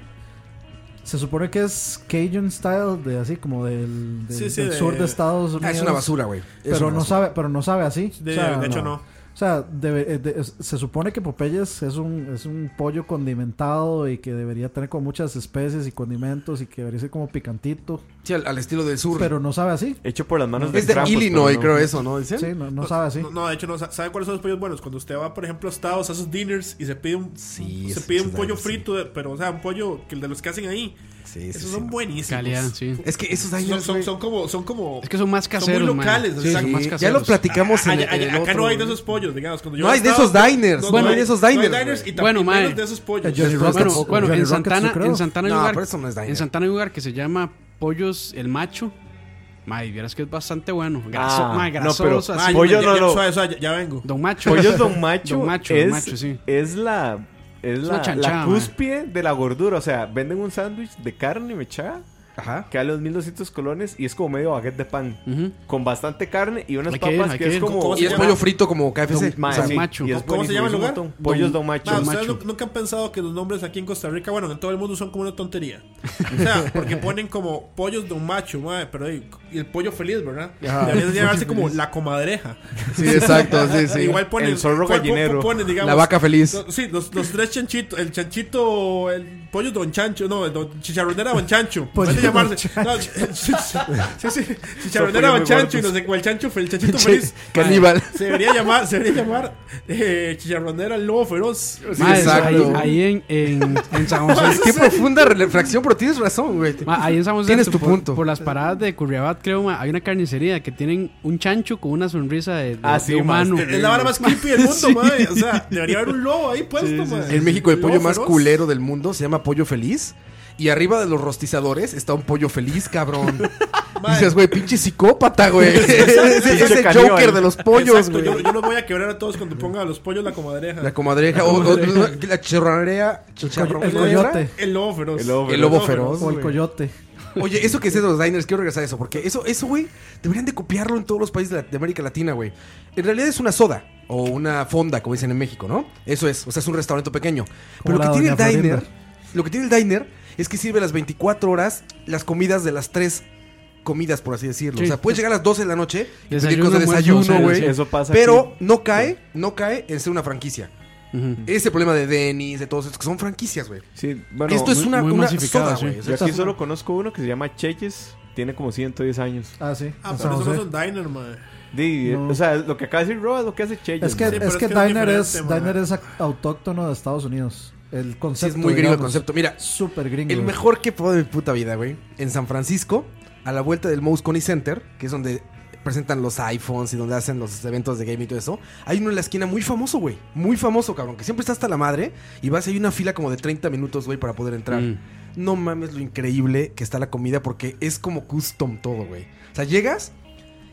se supone que es Cajun style de así como del, del-
Sí, sí,
del
de-
sur de Estados Unidos.
Ah, es una basura, güey. Es
Pero
una
no
basura.
sabe, pero no sabe así.
De,
O sea,
de hecho, no.
O sea, debe- eh, de- es- se supone que Popeyes es un es un pollo condimentado y que debería tener como muchas especies y condimentos y que debería ser como picantito,
Sí, al, al estilo del sur.
pero no sabe así.
Hecho por las manos de
es de
Krampus,
Illinois,
pero no.
creo eso, ¿no? Dicen.
Sí, no, no sabe así.
No, no, de hecho, no. Sa- ¿Sabe cuáles son los pollos buenos? Cuando usted va, por ejemplo, a Estados, a sus dinners y se pide un,
Sí,
se
esos
pide un
chilaquiles,
pollo
sí.
frito, de- pero, o sea, un pollo que el de los que hacen ahí.
Sí, sí,
Esos
sí.
son buenísimos.
Calidad, sí.
Es que esos
Son,
daños,
son,
güey.
son como, son como.
Es que son más caseros,
Son muy
mae.
locales.
Sí,
o sea,
son
Sí,
como-
más
ya
caseros.
lo platicamos en,
Allá-
en
allá-
el
acá no
otro,
hay de
güey.
esos pollos, digamos. Cuando yo
No hay de
estaba-
esos diners,
Bueno,
hay de esos
no hay
diners,
diners
güey.
y también
Bueno, mae.
menos de esos pollos.
Eh, Johnny Rockets
Bueno,
tampoco.
bueno,
Johnny
en
Rockets,
Santana,
yo creo.
en Santana hay
No,
un lugar,
pero eso no es diner.
en Santana hay un lugar que se llama Pollos El Macho, Mae, vieras que es bastante bueno. Graso,
Ah,
mae,
no,
grasoso,
pero-
Ah,
así.
ya-
Pollo
ya-
no
ya-
lo-
suave, suave, ya, ya vengo.
Don Macho.
Pollos Don Macho,
Don Macho,
es,
Don Macho, sí.
es la es la,
una chanchada,
la
mae.
cúspide de la gordura. O sea, venden un sándwich de carne mechada
Ajá.
que vale los 1200 colones y es como medio baguette de pan.
Ujú.
Con bastante carne y unas
Hay que ir,
papas
hay
que,
que
es
ir.
como.
¿Cómo
Y
se
es
llama?
pollo frito como KFC.
Mae,
o sea,
sí,
macho.
y es
¿Cómo se llama el
buenísimo,
lugar?
un montón. Pollos
Don-
Ah, Don Macho.
Ma,
Don
ustedes
Macho.
nu- nunca han pensado que los nombres aquí en Costa Rica, bueno, en todo el mundo son como una tontería. O sea, porque ponen como pollos de un macho, mae, pero ey, y el pollo feliz, ¿verdad?
Ajá.
Debería de llamarse como la comadreja.
Sí, exacto, sí, sí.
Igual ponen
El zorro
pon- pon-
gallinero.
ponen, digamos,
La vaca feliz.
lo- Sí, los, los tres chanchitos, el chanchito, el pollo don chancho, no, el don, chicharronera don chancho.
Pollo
Puede
Don
llamarse. No, sí, sí, sí, chicharronera
Son
don
pollos
chancho y
muy
no sé cuál chancho, fue el chanchito feliz.
pues. Caníbal.
Se debería llamar, se debería llamar eh, chicharronera el lobo feroz.
Mae,
exacto.
Ahí, ahí en, eh, en, en San José.
Qué profunda reflexión, pero tienes razón, güey.
Ma, ahí en San José,
Tienes tu
por-
punto.
Por las paradas de Curriabat, creo, ma, hay una carnicería que tienen un chancho con una sonrisa de, de-
Ah, sí,
de
ma,
humano.
Es la vara más creepy del mundo, mae. O sea, debería haber un lobo ahí puesto, mae.
En México el
Lobo
pollo más
feroz.
culero del mundo se llama pollo feliz. Y arriba de los rostizadores está un pollo feliz, cabrón. Dices, güey, pinche psicópata, güey. Ese
Pinche
ese
caníbal.
Joker de los pollos,
Exacto,
güey.
yo, yo los voy a quebrar a todos cuando ponga a los pollos la comadreja.
La comadreja, o, o- la chicharronera,
El
La-
chicharronera.
coyote.
El lobo feroz.
El lobo
El lobo feroz.
O el coyote.
Oye, eso que es de los diners, quiero regresar a eso, porque eso, eso, güey, deberían de copiarlo en todos los países de, la- de América Latina, güey. En realidad es una soda o una fonda, como dicen en México, ¿no? Eso es, o sea, es un restaurante pequeño. Pero
Como
lo que
la
tiene el
Doña
diner,
Florinda.
lo que tiene el diner es que sirve las 24 horas las comidas de las tres comidas, por así decirlo.
Sí.
O sea, puedes llegar a las 12 de la noche y pedir
Desayuno,
cosas de
almuerzo,
desayuno,
cena,
güey.
sí.
Eso pasa
Pero
aquí.
no cae, no cae en ser una franquicia.
Ujú.
Ese problema de Denis, de todos estos, que son franquicias, güey.
Sí, bueno,
Esto es
muy-
una,
muy
una
masificado,
soda,
sí.
güey. O sea,
yo aquí solo conozco uno que se llama Cheyes. Tiene como 110 años.
Ah, sí.
Ah, pero
en San
eso no
José.
es un diner, mae.
Di, eh,
No.
O sea, lo que acaba de decir Roa es lo que hace Cheyes.
Es que,
Sí, pero
es
es
que,
que es
Diner, es,
diferente,
Diner
man.
es ac- autóctono de Estados Unidos. El
Sí,
concepto.
es muy gringo el
digamos.
concepto. Mira,
Súper gringo.
El mejor que he probado de mi puta vida, güey. En San Francisco, a la vuelta del Mouse Coney Center, que es donde presentan los iPhones y donde hacen los eventos de game y todo eso. Hay uno en la esquina muy famoso, güey. Muy famoso, cabrón. Que siempre está hasta la madre. Y vas y hay una fila como de 30 minutos, güey, para poder entrar.
Mm.
No mames lo increíble que está la comida porque es como custom todo, güey. O sea, llegas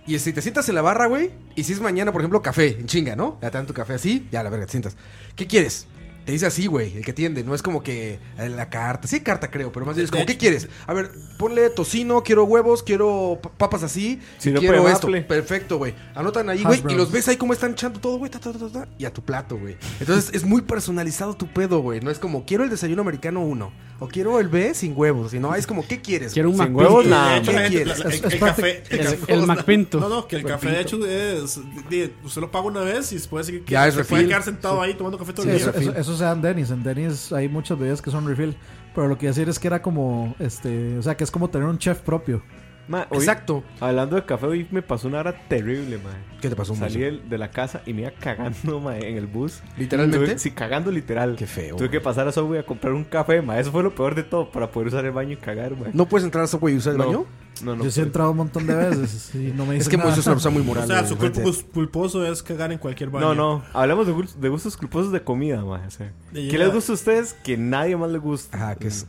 y si te sientas en la barra, güey, y si es mañana, por ejemplo, café, en chinga, ¿no? Ya te dan tu café así, ya la verga, te sientas. ¿Qué quieres? Te dice así, güey, el que atiende. No es como que eh, la carta. Sí, hay carta creo, pero más bien es como,
De
¿qué
hecho-
quieres? A ver, ponle tocino, quiero huevos, quiero pa- papas así,
Sirope
quiero
de
esto.
maple.
Perfecto, güey. Anotan ahí,
Hash
güey, y
browns.
los ves ahí cómo están echando todo, güey, ta, ta, ta, ta, ta, y a tu plato, güey. Entonces es muy personalizado tu pedo, güey. No es como, quiero el desayuno americano uno, o quiero el B sin huevos, sino ah, es como, ¿qué quieres?
Quiero un
Sin
McPinto.
huevos,
De
nada.
hecho,
¿qué
la gente, la-
quieres?
la-
Es-
el,
es
café, el
El-
café-
el McPinto.
No, no, que el café de hecho es. di, Usted lo paga una vez y después que
Ya es
se puede
refil.
quedar sentado ahí tomando café todo
Sí,
el
eso,
día.
eso, eso se da en Dennis. En Dennis hay muchas bebidas que son refill. Pero lo que iba a decir es que era como. este O sea, que es como tener un chef propio.
Ma, hoy-
Exacto.
Hablando de café, hoy me pasó una hora terrible, madre.
¿Qué te pasó,
Salí
Monse?
del- de la casa y me iba cagando, mae, en el bus.
¿Literalmente?
Tuve- sí, cagando literal.
Qué feo,
Tuve que
güey.
pasar a Subway a comprar un café, mae. Eso fue lo peor de todo, para poder usar el baño y cagar, mae.
¿No puedes entrar a Subway y usar el
No,
baño?
No, no.
Yo sí he entrado un montón de veces y no me dicen
Es que
nada.
pues, es una persona muy
O
moral.
sea,
güey,
su
la
cuerpo
gente.
pus- pulposo es cagar en cualquier baño.
No, no. Hablamos de, gust- de gustos culposos de comida, mae. o sea,
De
¿Qué
llegar-
les gusta a ustedes que nadie más Mm. les gusta?
Ajá, que es...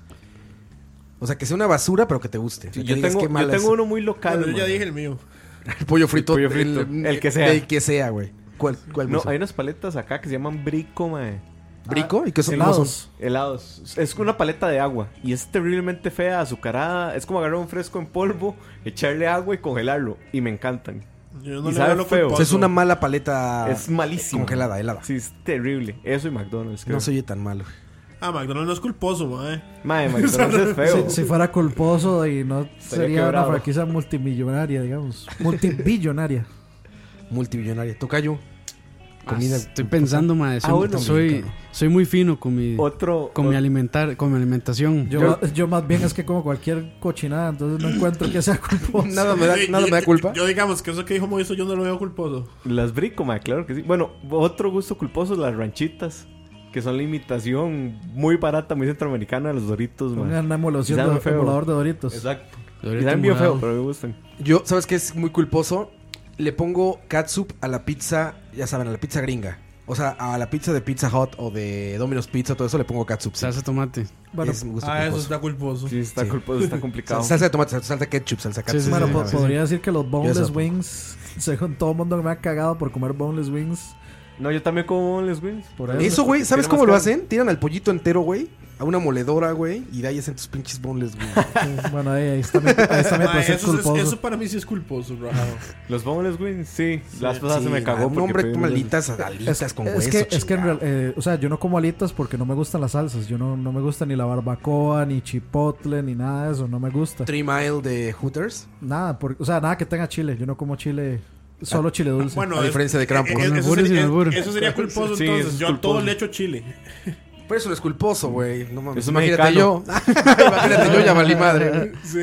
O sea, que sea una basura, pero que te guste. O sea,
Sí,
que
yo,
digas,
tengo,
"Qué
yo
mala
tengo
es".
uno muy local.
Bueno, yo ya
mae.
dije el mío.
El pollo frito.
pollo frito, el que sea.
El que sea, güey. ¿Cuál, cuál
No,
gusto?
hay unas paletas acá que se llaman brico, mae.
Ah,
¿Brico? ¿Y qué son? ¿Cómo son?
Helados.
Helados. Es una paleta de agua. Y es terriblemente fea, azucarada. Es como agarrar un fresco en polvo, echarle agua y congelarlo. Y me encantan.
Yo no
Y
le
sabe
veo lo
feo.
O
culposo.
sea, es una mala paleta
es malísimo.
congelada, helada.
Sí, es terrible. Eso y McDonald's. creo.
No se oye tan malo.
Ah, McDonald's no es culposo, mae.
Mae, McDonald's es feo.
Si, si fuera culposo y no sería una
quebrado.
franquicia multimillonaria, digamos. Multibillonaria.
Multimillonaria. Tocayo.
Ah,
Comida.
Estoy pensando, ma, soy,
Ah, bueno,
soy,
mexicano.
soy muy fino con mi,
Otro.
con mi
o-
alimentar, con mi alimentación.
Yo,
Yo-
yo más bien es que como cualquier cochinada, entonces no encuentro que sea culposo.
Nada me da,
Yo-
nada
yo-
me da culpa.
Yo, digamos que eso que dijo Moiso yo no lo veo culposo.
Las brico, mae, claro que sí. Bueno, otro gusto culposo, las ranchitas. Que son la imitación muy barata, muy centroamericana de los doritos, mae.
Una emulación
Sabe
de
feo.
volador de Doritos.
Exacto.
Dorito
Y saben bien
morado.
feo, pero me gustan.
Yo, ¿sabes qué es muy culposo? Le pongo catsup a la pizza, ya saben, a la pizza gringa. O sea, a la pizza de Pizza Hut o de Domino's Pizza, todo eso le pongo catsup. sí.
Salsa tomate.
Bueno,
Es un gusto
Ah, eso
culposo.
está culposo.
Sí, está,
Sí.
culposo, está
Sal-
complicado.
Salsa de tomate, sal- salsa ketchup, salsa
sí,
catsup.
sí,
bueno,
sí,
po-
sí.
podría decir que los boneless
apo-
wings, según todo el mundo me ha cagado por comer boneless wings.
No, yo también como boneless wings.
Por eso.
Eso, güey, ¿sabes
Tiene
cómo
más
lo
carne.
hacen? Tiran al pollito entero, güey, a una moledora, güey, y de ahí hacen tus pinches boneless, güey.
bueno, ahí, ahí está mi, ahí está
pues,
mi
Ma,
placer
eso, es-
culposo.
eso para mí sí es culposo, rajado.
Los boneless wings, sí. Las cosas se
Sí,
me cagó.
Un
porque
hombre
pedí
come
unos-
alitas, alitas con
es
hueso,
que, es que en
chingada.
real- eh, o sea, yo no como alitas porque no me gustan las salsas. Yo no, no me gusta ni la barbacoa, ni chipotle, ni nada de eso. No me gusta.
Three Mile de Hooters.
Nada, por- o sea, nada que tenga chile. Yo no como chile, solo chile dulce.
Bueno,
A
es-
diferencia de
eh,
Krampus.
eh, Eso
Con
albures y
sería,
albur.
eso sería culposo
Sí, eso
entonces.
es
Yo a todo
culposo.
le echo chile.
Por eso no es culposo, güey. No mames.
Es un
Imagínate
mexicano.
yo. Imagínate yo, ya valí madre. güey.
Sí.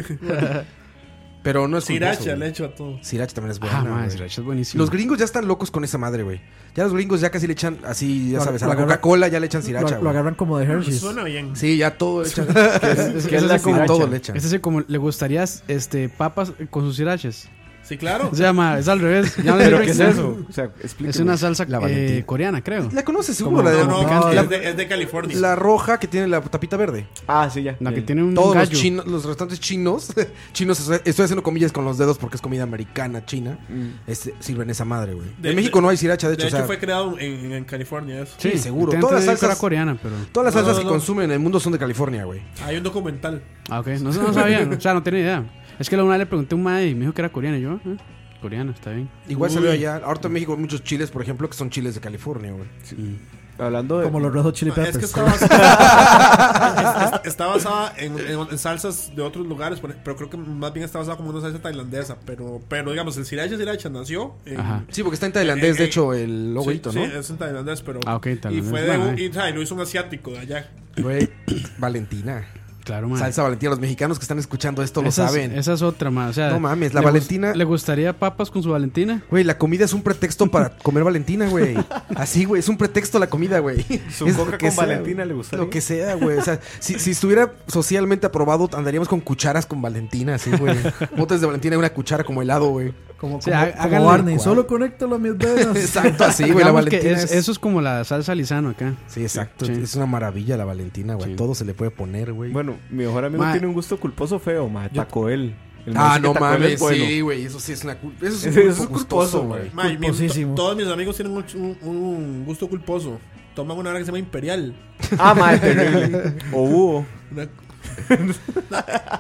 Pero no es culposo.
Sriracha
güey.
le echo a todo.
Sriracha también es buena.
Ah, madre,
güey.
sriracha es buenísimo.
los gringos ya están locos con esa madre, güey. Ya los gringos ya casi le echan así, ya
Lo-
sabes, a
lo
la
agarra-
Coca-Cola ya le echan
lo,
sriracha,
lo
güey.
agarran como de Hershey's.
Suena bien.
Sí, ya todo le echan.
Ese-
¿Qué es
ese
la
es como-
sriracha?
todo le echan.
Ese es como le gustarías este, papas con sus sirachas.
Sí, claro.
O sea, ma, es al revés. Ya no
¿Pero
sé
qué es
qué
eso? O sea, explícame.
Es una salsa
La
eh,
Valentina.
coreana, creo.
La conoces seguro, la de
No, no,
picante.
es, de, es de California.
la roja que tiene la tapita verde.
Ah, sí, ya.
La que
Bien.
tiene un
Todos los
gallo.
chinos, los restantes chinos, chinos, estoy estoy haciendo comillas con los dedos porque es comida americana, china,
Mm.
este, sirven esa madre, güey.
De-
En México
de-
no hay sriracha, de
de
hecho,
hecho,
o sea,
fue creado en, en California. Eso.
Sí, seguro.
Intento
Todas las
decir que era
salsas-
coreana, pero.
todas las
No,
salsas
no, no.
que consumen en el mundo son de California, güey.
Hay un documental.
Ah, ok. No, no sabía. o sea, no tenía idea. Es que la una vez le pregunté a un madre y me dijo que era coreana. Y yo, ah, coreana, está bien.
Igual
Uy.
salió allá. Ahorita en México hay muchos chiles, por ejemplo, que son chiles de California, güey.
Hablando de.
Como los Red Hot Chili
Ah,
Peppers.
Es que está basada, es- es- está basada en, en- en salsas de otros lugares, por- e, pero creo que más bien está basada como una salsa tailandesa. Pero, pero digamos, el sriracha sriracha nació en,
Ajá.
Sí, porque está en tailandés,
Eh, eh,
de hecho, el logoito,
sí,
¿no?
Sí, es en tailandés, pero.
Ah, ok, tailandés.
Y fue de
Bueno,
un,
eh.
y, ay, lo hizo un asiático de allá.
Güey, Valentina.
Claro, madre.
Salsa Valentina. Los mexicanos que están escuchando esto lo
Esa es-
saben.
Esa es otra, madre. O sea,
No mames, la
le gus-
Valentina-
¿Le gustaría papas con su Valentina?
Güey, la comida es un pretexto para comer Valentina, güey. Así, güey, es un pretexto la comida, güey.
Su
Es lo
coca
que
con
sea,
Valentina
güey.
le ¿eh? gustaría.
Lo que sea, güey. O sea, si, si estuviera socialmente aprobado, andaríamos con cucharas con Valentina, así, güey. Botes de Valentina y una cuchara como helado, güey.
como,
Sí,
como-
há-
como
háganle
Barney,
cual.
solo conéctalo a mis venas.
Exacto, así, güey. La
Digamos que
Valentina
es-
es,
Eso es como la salsa lisano acá.
Sí, exacto.
Sí.
Es una maravilla la Valentina, güey.
Sí.
Todo se le puede poner, güey.
Bueno, mi mejor amigo
Ma-
tiene un gusto culposo feo, ma. Taco él. El man
ah,
dice que
no
Taco Bell
mames,
es bueno.
sí, güey. Eso sí es una culpa. Eso es, un
Eso es
culpo
culposo,
gustoso, güey.
güey.
Ma, y mi-
Culposísimo.
to- todos mis amigos tienen un, un- un gusto culposo. Toman una hora que se llama Imperial.
Ah, ma, es terrible. O búho.
Una-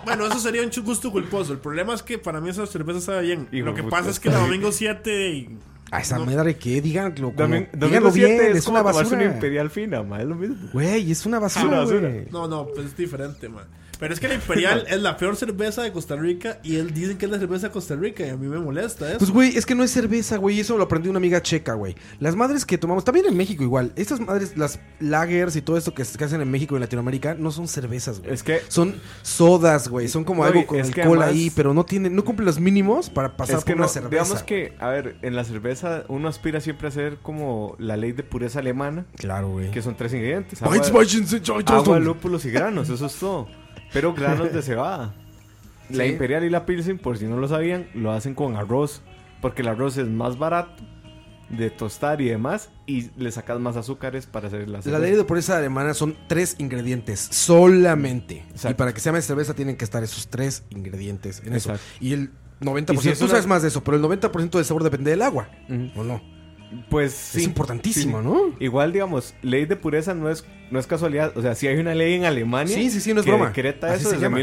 bueno, eso sería un chu- gusto culposo. El problema es que para mí esa cerveza sabe bien.
Hijo
Lo que
de puta,
pasa es que el domingo 7 y-
A esa
No.
madre que díganlo, como-
Domingo
díganlo bien, es,
es,
una
como tomarse una
basura.
imperial fina, ma. Es lo mismo.
Güey, es una
Es una
basura,
Ah, basura.
güey.
No, no, pues es diferente, man. Pero es que la Imperial es la peor cerveza de Costa Rica y él dicen que es la cerveza de Costa Rica y a mí me molesta eso.
Pues, güey, es que no es cerveza, güey. Eso lo aprendí una amiga checa, güey. Las madres que tomamos, también en México igual. Estas madres, las lagers y todo esto que, se- que hacen en México y en Latinoamérica, no son cervezas, güey.
Es que-
Son sodas, güey. Son como
No, y
algo con
es que
alcohol
además-
ahí, pero no tienen, no cumplen los mínimos para pasar
Es que
por una
no,
cerveza.
digamos
güey.
que, a ver, en la cerveza uno aspira siempre a hacer como la ley de pureza alemana,
Claro, güey.
que son tres ingredientes. Agua, agua,
Agua,
lúpulos y granos, eso es todo. Pero granos de cebada. La
Sí.
imperial y la pilsen, por si no lo sabían, lo hacen con arroz, porque el arroz es más barato de tostar y demás, y le sacas más azúcares para hacer la
la
cerveza.
ley de pureza alemana son tres ingredientes solamente.
Exacto.
Y para que se llame cerveza tienen que estar esos tres ingredientes en eso.
Exacto.
Y el 90%,
Y si es
tú
una-
sabes más de eso, pero el 90% del sabor depende del agua. ¿O no?
Pues sí,
es importantísimo,
sí.
¿no?
Igual, digamos, ley de pureza no es, no es casualidad. O sea, si hay una ley en Alemania.
Sí, sí, sí, no es
que
broma.
decreta
Así
eso
se
desde
llama.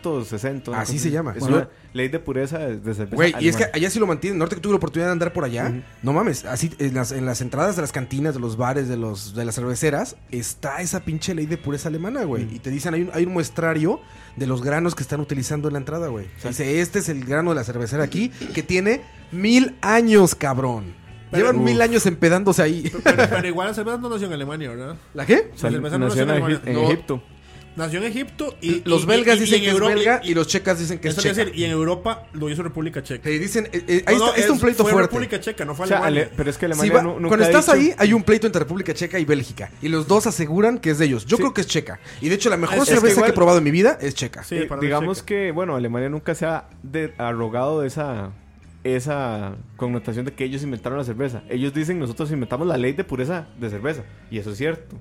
1860. una
Así
cosa
se llama.
Es
Bueno.
una ley de pureza de de cerveza
Güey, y es que
alemana.
allá sí lo mantienen. Norte que tuve la oportunidad de andar por allá. No mames, así en las, en las entradas de las cantinas, de los bares, de los de las cerveceras, está esa pinche ley de pureza alemana, güey. Y te dicen, hay un, hay un muestrario de los granos que están utilizando en la entrada, güey. Dice, este es el grano de la cervecera aquí, que tiene mil años, cabrón.
Pero-
Llevan mil años empedándose ahí.
Pero, pero igual la cerveza no nació en Alemania, ¿verdad?
¿La qué?
O sea,
La cerveza no
nació en,
nació en
Egip- en
Alemania. No.
Egipto.
Nació en Egipto y...
Los
y-
belgas
y- y
dicen
en
que es
Euro-
belga
y-
y los checas dicen que es
eso quiere
checa.
decir, y en Europa lo hizo República Checa.
Eh, dicen, eh, eh, ahí
No, no,
está, ahí está un
es-
pleito
fue
fuerte.
República Checa, no fue
O sea,
Alemania.
Ale- pero es que
Si
Alemania
va-
nu- nunca
cuando
ha
estás
dicho-
ahí, hay un pleito entre República Checa y Bélgica. Y los dos aseguran que es de ellos. Yo creo que es checa. Y de hecho, la mejor
Es- es que
cerveza que,
igual-
he probado en mi vida es checa.
Sí,
eh,
para mí
digamos
checa.
que, bueno, Alemania nunca se ha de- arrogado de esa esa connotación de que ellos inventaron la cerveza. Ellos dicen, nosotros inventamos la ley de pureza de cerveza. Y eso es cierto.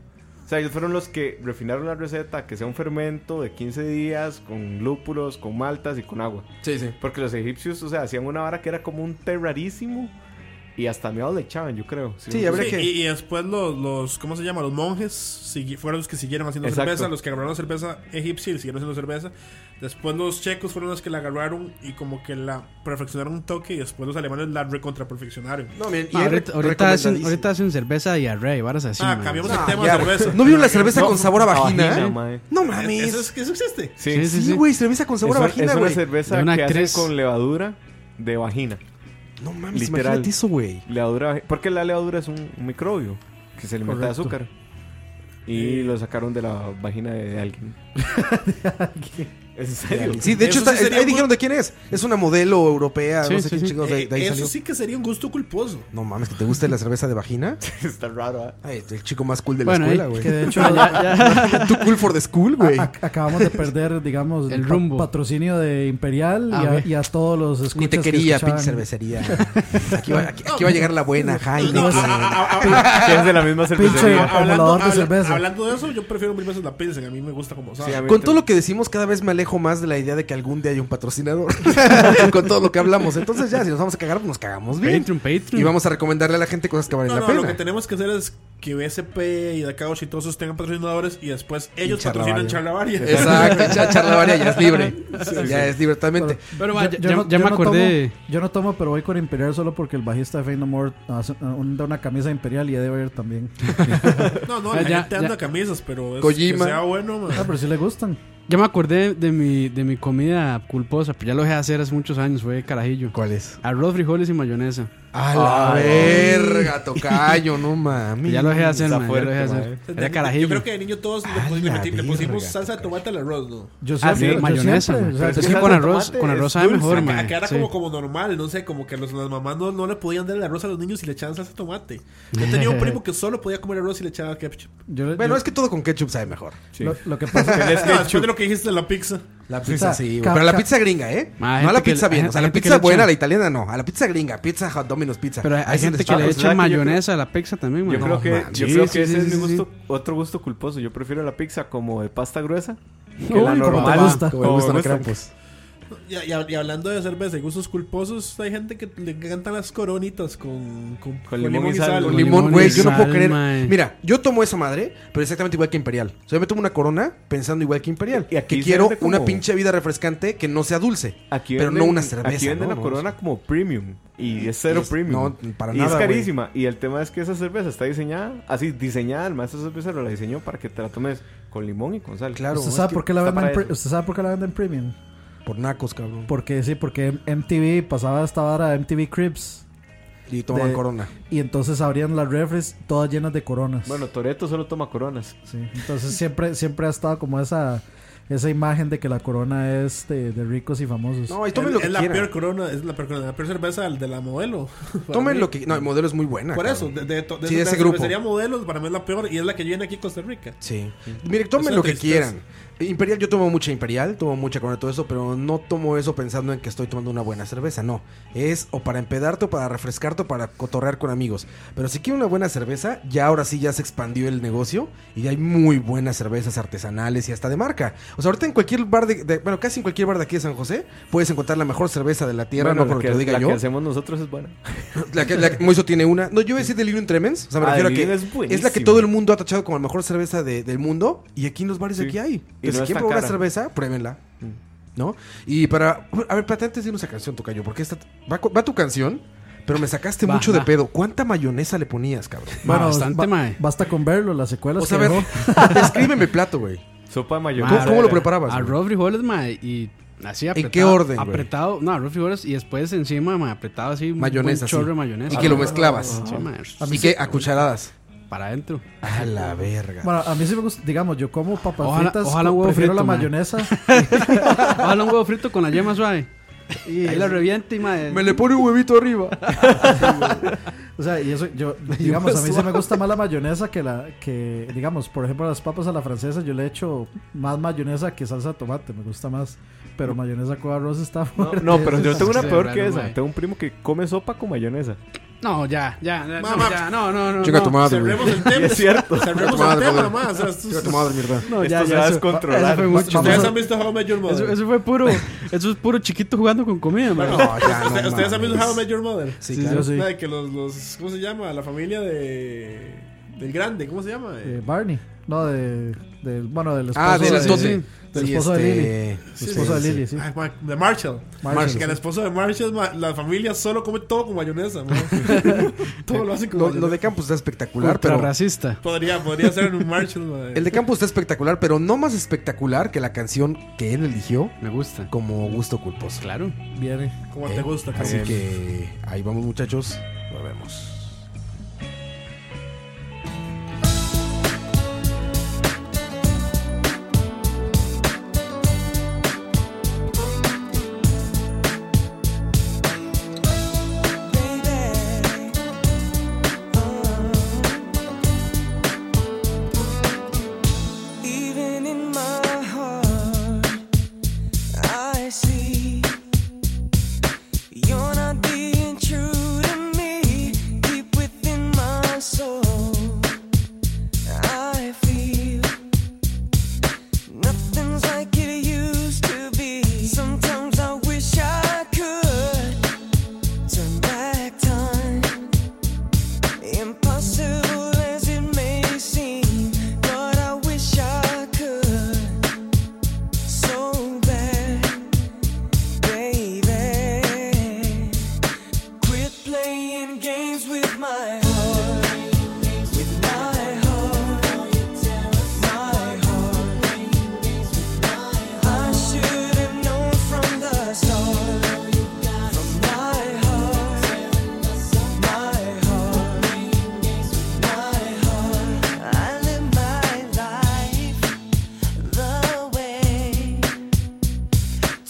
O sea, ellos fueron los que refinaron la receta, que sea un fermento de 15 días, con lúpulos, con maltas y con agua.
Sí, sí.
Porque los egipcios, o sea, hacían una vara que era como un té rarísimo y hasta meados le echaban, yo creo. Si
Sí,
no-
a ver. Habría
Sí,
que-
y, y después los, los, ¿cómo se llama? Los monjes sigui- fueron los que siguieron haciendo
Exacto.
cerveza, los que agarraron la cerveza egipcia y siguieron haciendo cerveza. Después los checos fueron los que la agarraron y como que la perfeccionaron un toque y después los alemanes la recontraperfeccionaron.
No, miren, y
Ma,
Ah,
es
ahorita, ahorita
re-
hacen,
recomendadísimo.
ahorita hacen cerveza diarrea y varas así.
ah,
ma.
cambiamos
Ah,
el tema
ya,
de
güey.
cerveza.
¿No vieron la cerveza
No,
con sabor a vagina?
vagina,
eh?
mae.
No
¿Eso, es,
mames.
eso existe.
Sí,
Sí,
Sí, güey, cerveza con
es,
sabor a
una-
vagina,
es una
güey.
cerveza
De una
que
actriz.
hacen con levadura de vagina.
No mames,
Literal.
imagínate eso, güey.
Levadura, vagi- porque la levadura es un, un microbio que se alimenta
Correcto.
de azúcar. Y lo sacaron de la vagina de alguien. ¿Es en serio?
Sí, de hecho,
Eso sí
está- es-
sería
ahí
un-
dijeron de quién es. Es una modelo europea,
Sí,
no sé
sí,
quién
sí.
chingados de,
Eh,
de ahí
eso
salió.
sí que sería un gusto culposo.
No mames, ¿que te guste la cerveza de vagina?
Está raro, ¿eh?
Ay, el chico más cool de la
Bueno,
escuela,
eh,
güey.
Que de hecho,
Too cool for the school, güey.
a- a- acabamos de perder, digamos,
El
pa-
rumbo.
patrocinio de Imperial y,
Ah,
a,
ve.
y a todos los escuchas
Ni te
que
quería,
escuchaban.
pinche cervecería. Aquí va, aquí- aquí va a llegar la buena, Jaime.
No, a- a- a- a-
Que es de la misma cervecería.
Pinche-
Hablando,
Acumulador de
habla-
cerveza.
hablando de eso, yo prefiero mil veces la Pilsen. A mí me gusta como sabe.
Sí, a mí
Con
te-
todo lo que decimos, cada vez me alejo más de la idea de que algún día hay un patrocinador. Con todo lo que hablamos. Entonces ya, si nos vamos a cagar, pues nos cagamos bien.
Patreon, Patreon.
Y vamos a recomendarle a la gente cosas que valen
No,
la
no,
pena.
lo que tenemos que hacer es que BSP y Dakaoshi y todos esos tengan patrocinadores y después ellos patrocinan
Charlavaria.
Charlavaria.
Exacto, ya charlavaria ya es libre. ya es libertamente.
Pero ma,
Yo-
ya,
yo
ya-
no-
ya
yo
me
no
acordé.
tomo- yo no tomo, pero voy con Imperial solo porque el bajista de Fade No More hace- uh, un- da una camisa de Imperial y debe ir también.
No, no,
Ah,
la
ya,
gente
ya.
anda camisas, pero es
Kojima.
que sea bueno, man.
Ah, pero sí le gustan.
Ya me acordé de mi, de mi comida culposa, pero ya lo dejé de hacer hace muchos años, fue carajillo.
¿Cuál es?
Arroz, frijoles y mayonesa.
A la verga, tocayo, no mami.
Ya lo dejé de hacer,
Está
man, ya lo dejé de
fuerte,
hacer.
O sea,
Era
de-
carajillo.
Yo creo que de niño todos le,
A
pus- le
la
metí- le
verga,
pusimos salsa de tomate al arroz, ¿no?
Yo
Ah,
siempre-
sí,
yo
mayonesa.
siempre, o sea,
Pero es
sí,
que con
salsa de
arroz,
tomate
con
es
arroz sabe mejor,
Acá-
man.
Acá era
Sí.
como, como normal, no sé, como que los, las mamás no, no le podían dar el arroz a los niños si le echaban salsa de tomate. Yo tenía un primo que solo podía comer arroz si le echaba ketchup.
yo le-
Bueno,
yo-
es que todo con ketchup sabe mejor.
lo, lo que pasa
No, después de lo que dijiste de la pizza.
La pizza
O sea,
sí, güey.
ca-
Pero la
ca-
pizza gringa, ¿eh?
Ma, hay
no a la
gente que
pizza
le-
bien.
hay
O sea, la
gente que
pizza
le
buena,
echa-
la italiana no. A la pizza gringa, pizza hot Domino's pizza.
Pero hay,
Ahí sí
gente
les
que
echa-
le
¿sabes
echa
que yo creo-
mayonesa a la pizza también, man.
Yo creo
No,
que,
man.
yo
Sí,
creo
sí,
que
sí,
ese es
sí,
mi
sí.
gusto, otro gusto culposo. Yo prefiero la pizza como de pasta gruesa que
Uy,
la
como te
normal.
gusta.
Como le gustan a
me gusta.
Krampus.
Pues. Y, y- y hablando de cerveza y gustos culposos, hay gente que le encantan las coronitas con, con, con
limón y sal.
Con
Con
limón,
limón
güey,
y
yo no
sal,
puedo creer.
mae.
Mira, yo tomo esa madre, pero exactamente igual que Imperial. O sea, yo me tomo una corona pensando igual que Imperial.
Y aquí
que
se
quiero
vende como-
una pinche vida refrescante que no sea dulce.
Aquí
pero
venden-
no una cerveza.
Aquí venden la
¿no? No,
corona como premium. Y es cero
Y es-
premium.
no, para
y
nada,
es
güey.
carísima. Y el tema es que esa cerveza está diseñada, así, diseñada, el maestro cervecero la diseñó para que te la tomes con limón y con sal.
Claro,
¿Usted
es
sabe,
que
por qué la
está
venden
para
pre-
eso.
¿Usted sabe por qué la venden premium?
por nacos, cabrón.
Porque sí, porque M- MTV pasaba esta vara MTV Cribs
Y toman
de-
corona.
y entonces abrían las refres todas llenas de coronas.
Bueno, Toreto solo toma coronas.
Sí, entonces siempre, siempre ha estado como esa, esa imagen de que la corona es de, de ricos y famosos.
No, y
Es,
tomen lo que
es la
quieran.
peor corona, es la peor corona, la peor cerveza de la modelo. Para
Tomen
mí.
lo que. No, el modelo es muy buena.
Por eso,
cabrón.
de, de, to- de
Sí, de
esa
ese grupo.
cervecería modelos, para mí es la peor y es la que viene aquí a Costa Rica.
Sí. Mire, tomen
Es
lo
una
que
tristeza.
quieran. Imperial, yo tomo mucha Imperial, tomo mucha corona, todo eso, pero no tomo eso pensando en que estoy tomando una buena cerveza, no. Es o para empedarte, o para refrescarte, o para cotorrear con amigos. Pero si quiero una buena cerveza, ya ahora sí ya se expandió el negocio y ya hay muy buenas cervezas artesanales y hasta de marca. O sea, ahorita en cualquier bar de, de- bueno, casi en cualquier bar de aquí de San José, puedes encontrar la mejor cerveza de la tierra,
Bueno,
no
la
porque
que-
lo diga
la
yo.
que hacemos nosotros es buena.
La que, la que- Moiso tiene una. No, yo iba a decir Delirium Tremens. O sea, me
Ah,
refiero a que
Delirium es
es,
buenísima.
la que todo el mundo ha tachado como la mejor cerveza de- del mundo. Y aquí en los bares de
Sí.
aquí hay.
Y
Entonces,
no es
si quieren
tan
probar una
cara.
cerveza, pruébenla.
Mm.
¿No? Y para. A ver, para antes de irnos a canción, Tocayo, porque esta va, co- va tu canción, pero me sacaste
Va,
mucho de
va.
pedo. ¿Cuánta mayonesa le ponías, cabrón?
Bueno, bastante,
ba-
mae.
basta con verlo, las secuelas
O sea, a
que
ver,
dejó.
descríbeme el plato, güey.
Sopa de
Ma,
mayonesa.
¿Cómo, cómo lo
Era-
preparabas? güey?
Arroz, frijoles, ma, y así apretado.
qué orden, güey?
Apretado, no, arroz, frijoles y después encima, ma, apretado así. un
Mayonesa,
buen
sí.
chorro de mayonesa.
Y que lo
Ah,
mezclabas.
sí, ma,
Y que a cucharadas.
Para adentro.
A la verga.
Bueno, a mí sí me gusta, digamos, yo como papas
Ojalá-
fritas,
ojalá huevo
prefiero la
frito, mae.
mayonesa.
Ojalá un huevo frito con la yema suave. Y ahí la revienta y, ma.
Me le pone un huevito arriba.
O sea, y eso, yo, digamos,
pues,
a mí sí me gusta más la mayonesa que la, que, digamos, por ejemplo, las papas a la francesa, yo le echo más mayonesa que salsa de tomate, me gusta más. Pero mayonesa con arroz está
No,
fuerte. Este,
no, pero yo tengo una
Sí,
peor
raro,
que esa.
mae.
Tengo un primo que come sopa con mayonesa.
No, ya, ya, ya,
Mamá.
no, ya, no, no, no.
Chica
no.
tu madre, güey.
Cerremos el tema.
Es cierto.
Cerremos el
Madre,
tema,
madre.
nomás. O sea, esto-
Chica tu madre, mierda.
No,
Esto se va a descontrolar.
Eso fue
Va-
mucho.
vamos
Ustedes
a-
han visto How I Met Your Mother.
Eso, eso fue puro, eso es puro chiquito jugando con comida, man.
Bueno,
No, ya, no
¿ustedes- ¿Ustedes han visto
mames.
How I Met Your Mother?
Sí,
Sí,
claro.
yo sí.
La de que los, los- ¿Cómo se llama? La familia de. Del grande, ¿cómo se llama?
Eh, Barney, no, de, del- bueno, del esposo
Ah, del
de,
estote.
sí.
del esposo de Lily.
Sí,
esposo
sí,
de
sí.
Lily, sí.
Ay, ma- Ah, de Marshall.
Marshall,
Que el
sí.
esposo de Marshall, ma- la familia solo come todo con mayonesa. ma. todo lo hacen con
Lo, lo
mayonesa.
de Campus está espectacular,
Ultra
pero...
racista.
Podría, podría ser un Marshall. ma.
El de Campus está espectacular, pero no más espectacular que la canción que él eligió
Me gusta.
como gusto culposo.
Claro.
Viene.
Como
¿Eh?
te gusta.
Así
cabrón.
que ahí vamos muchachos, nos vemos.
Even in my heart, I see you're not being true to me. Deep within my soul, I feel nothing's like it used to be. Sometimes I wish I could turn back time. Impossible as it may seem, but I wish I could so bad, baby. Quit playing games with my heart, with my heart, my heart. I should have known from the start, from my heart, my heart. I live my life the way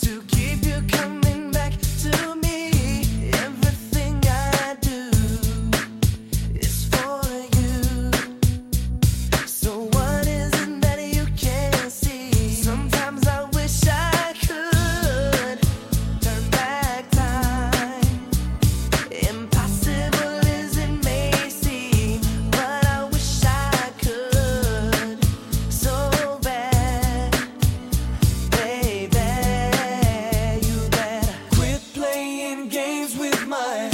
to keep you coming back to me. Everything I do
Oh,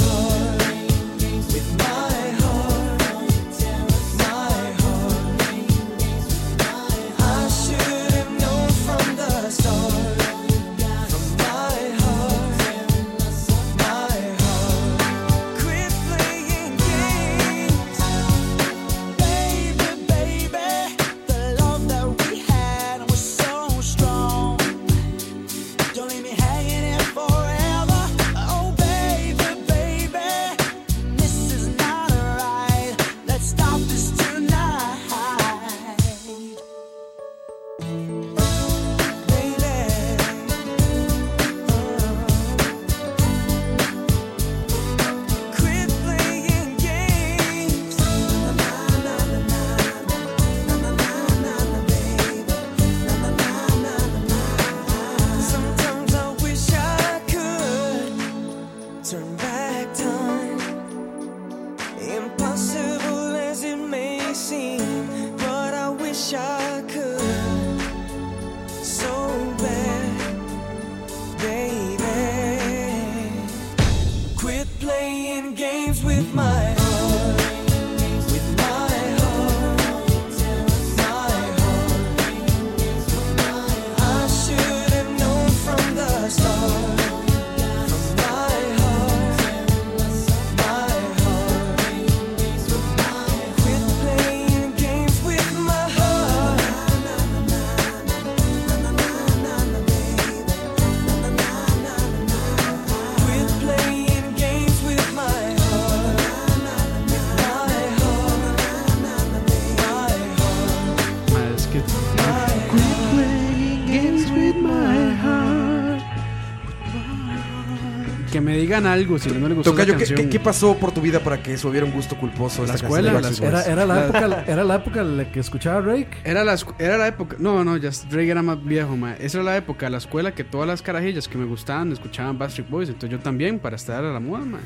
que me digan algo si no me le gustó
Tocayo,
la
¿qué,
canción.
qué, qué pasó por tu vida para que eso hubiera un gusto culposo? a
La
esta
escuela,
canción de Backstreet
Era,
Boys?
era, la época, era la época en la que escuchaba Drake.
Era la, escu- era la época. No, no, ya Drake era más viejo, ma. Esa era la época, la escuela que todas las carajillas que me gustaban escuchaban Backstreet Boys. Entonces yo también, para estar a la moda, ma.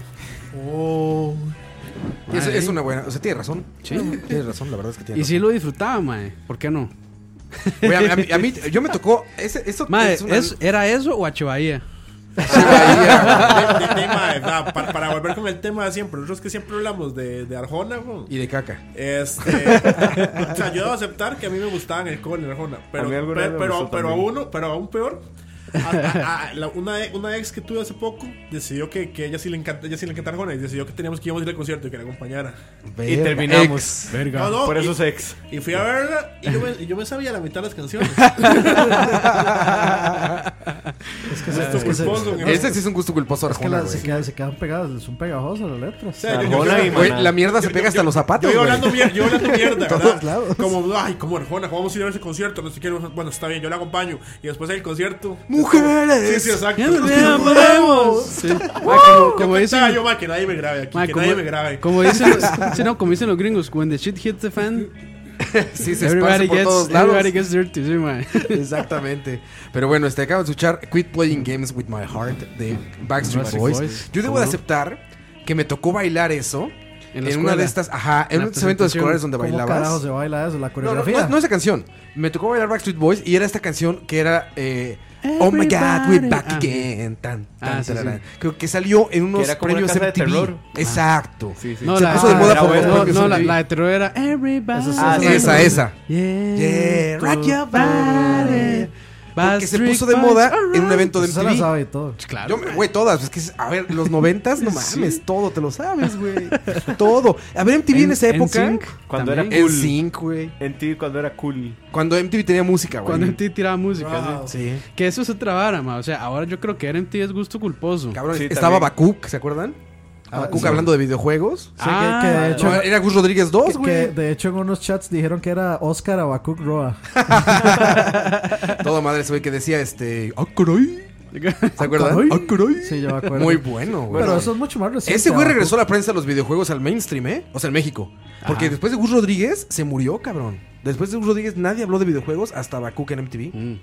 Oh.
Es,
Ay.
es una buena. O sea, tiene razón.
Sí.
Tiene razón, la verdad es que tiene
Y
razón.
sí lo disfrutaba, ma. eh. ¿Por qué no?
Güey, a, mí- a mí, yo me tocó. Ese, eso
Ma,
una-
¿es- ¿era eso o Achevaía?
De- de- de- mae, va, pa- para, volver con el tema de siempre, nosotros que siempre hablamos de, de Arjona, weón.
Y de caca.
Este, o sea, yo debo aceptar que a mí me gustaban el cover de Arjona, pero,
A mí alguna
pe-
vez me
pero,
gustó
pero a
también.
uno, pero aún peor. a- a- a- la- una, e- una ex que tuve hace poco decidió que, que ella sí le encanta, ella sí le encanta Arjona y decidió que teníamos que íbamos a ir al concierto y que la acompañara.
Y terminamos.
No, no,
Por
y-
eso es ex.
Y fui a verla y yo me, y yo me sabía la mitad de las canciones.
Es que,
Gusto
es que se-
culposo,
es
güey.
Ese sí es un gusto culposo
que
arjona,
las- se,
güey.
quedan, se quedan pegadas, son pegajosas las letras.
O sea, yo- yo-
Arjona
yo-
y
Güey,
Maná.
la mierda se
yo-
pega
yo-
hasta los
Yo
zapatos,
iba
güey.
hablando mierda, yo iba hablando mierda,
Todos
¿verdad?
lados.
Como, ay, como Arjona, vamos a ir a ese concierto, no sé qué, bueno, está bien, yo le acompaño. Y después del concierto. Sí,
¡Mujeres!
sí, exacto.
¡Ya nos vemos! Sí.
Ah,
Ma, como, como
Yo
dicen,
pensaba yo, ma, que nadie me grabe aquí,
ma,
que
Ah, como-
nadie me grabe.
como dicen los- sí, no, como dicen los gringos, when the shit hits the fan,
Sí, se esparce
everybody
por
gets,
todos lados.
everybody gets dirty, sí, ma.
Exactamente. Pero bueno, este acabo de escuchar Quit Playing Games with My Heart de Backstreet,
Backstreet
Boys.
Boys.
Yo debo de aceptar que me tocó bailar eso en,
la
una
escuela.
de estas, ajá,
En
en
la
uno de estos eventos
presentación.
escolares donde
¿Cómo
bailabas.
carajo se baila eso?
No,
La
no,
coreografía.
no, no esa canción. Me tocó bailar Backstreet Boys y era esta canción que era eh, Oh my God, we're
Everybody.
back
Ah.
again. Tan, tan,
Ah, sí,
tararán.
sí. Ah.
Creo que salió en unos
Que era como una
previos
casa de
MTV.
terror.
Exacto.
Sí, sí.
No,
Se
la,
puso de moda
ah,
por
la-
los
no,
propios
no, la,
MTV.
la de terror era Everybody.
Ah, sí,
esa,
sí.
esa. Yeah,
Yeah,
rock your body.
body.
Porque se
Backstreet
puso de
Boys,
moda
alright.
en un evento de
Se la
MTV.
sabe y todo.
Claro.
Yo, me- güey, todas. Es que, es- a ver, los noventas, no mames, todo te lo sabes, güey. Todo. A ver, MTV en, esa época.
NSYNC
Cuando
también.
era-
En
Cool.
Sync, güey.
En ti cuando era cool.
Cuando MTV tenía música, güey.
Cuando MTV tiraba música,
Wow.
sí.
Sí.
Que eso es otra vara, ma. O sea, ahora yo creo que MTV es gusto culposo.
Cabrón,
Sí,
estaba
también.
Bakuk, ¿se acuerdan? Bakuk hablando de videojuegos. Ah,
O sea, que, que de hecho,
No, era Gus Rodríguez 2,
que- que
güey.
de hecho en unos chats dijeron que era Oscar Abacuc Roa.
Toda madre ese güey que decía, este... ¡Ah, caray! ¿Se acuerdan?
caray.
¡Ah, caray!
Sí, yo me acuerdo.
Muy bueno, güey.
Pero eso es mucho más reciente.
Ese güey
Abacuc.
regresó a la prensa de los videojuegos al mainstream, ¿eh? O sea, en México. Porque después de Gus Rodríguez se murió, cabrón. Después de Gus Rodríguez nadie habló de videojuegos hasta Bakuk en MTV.
Mm.
Mm.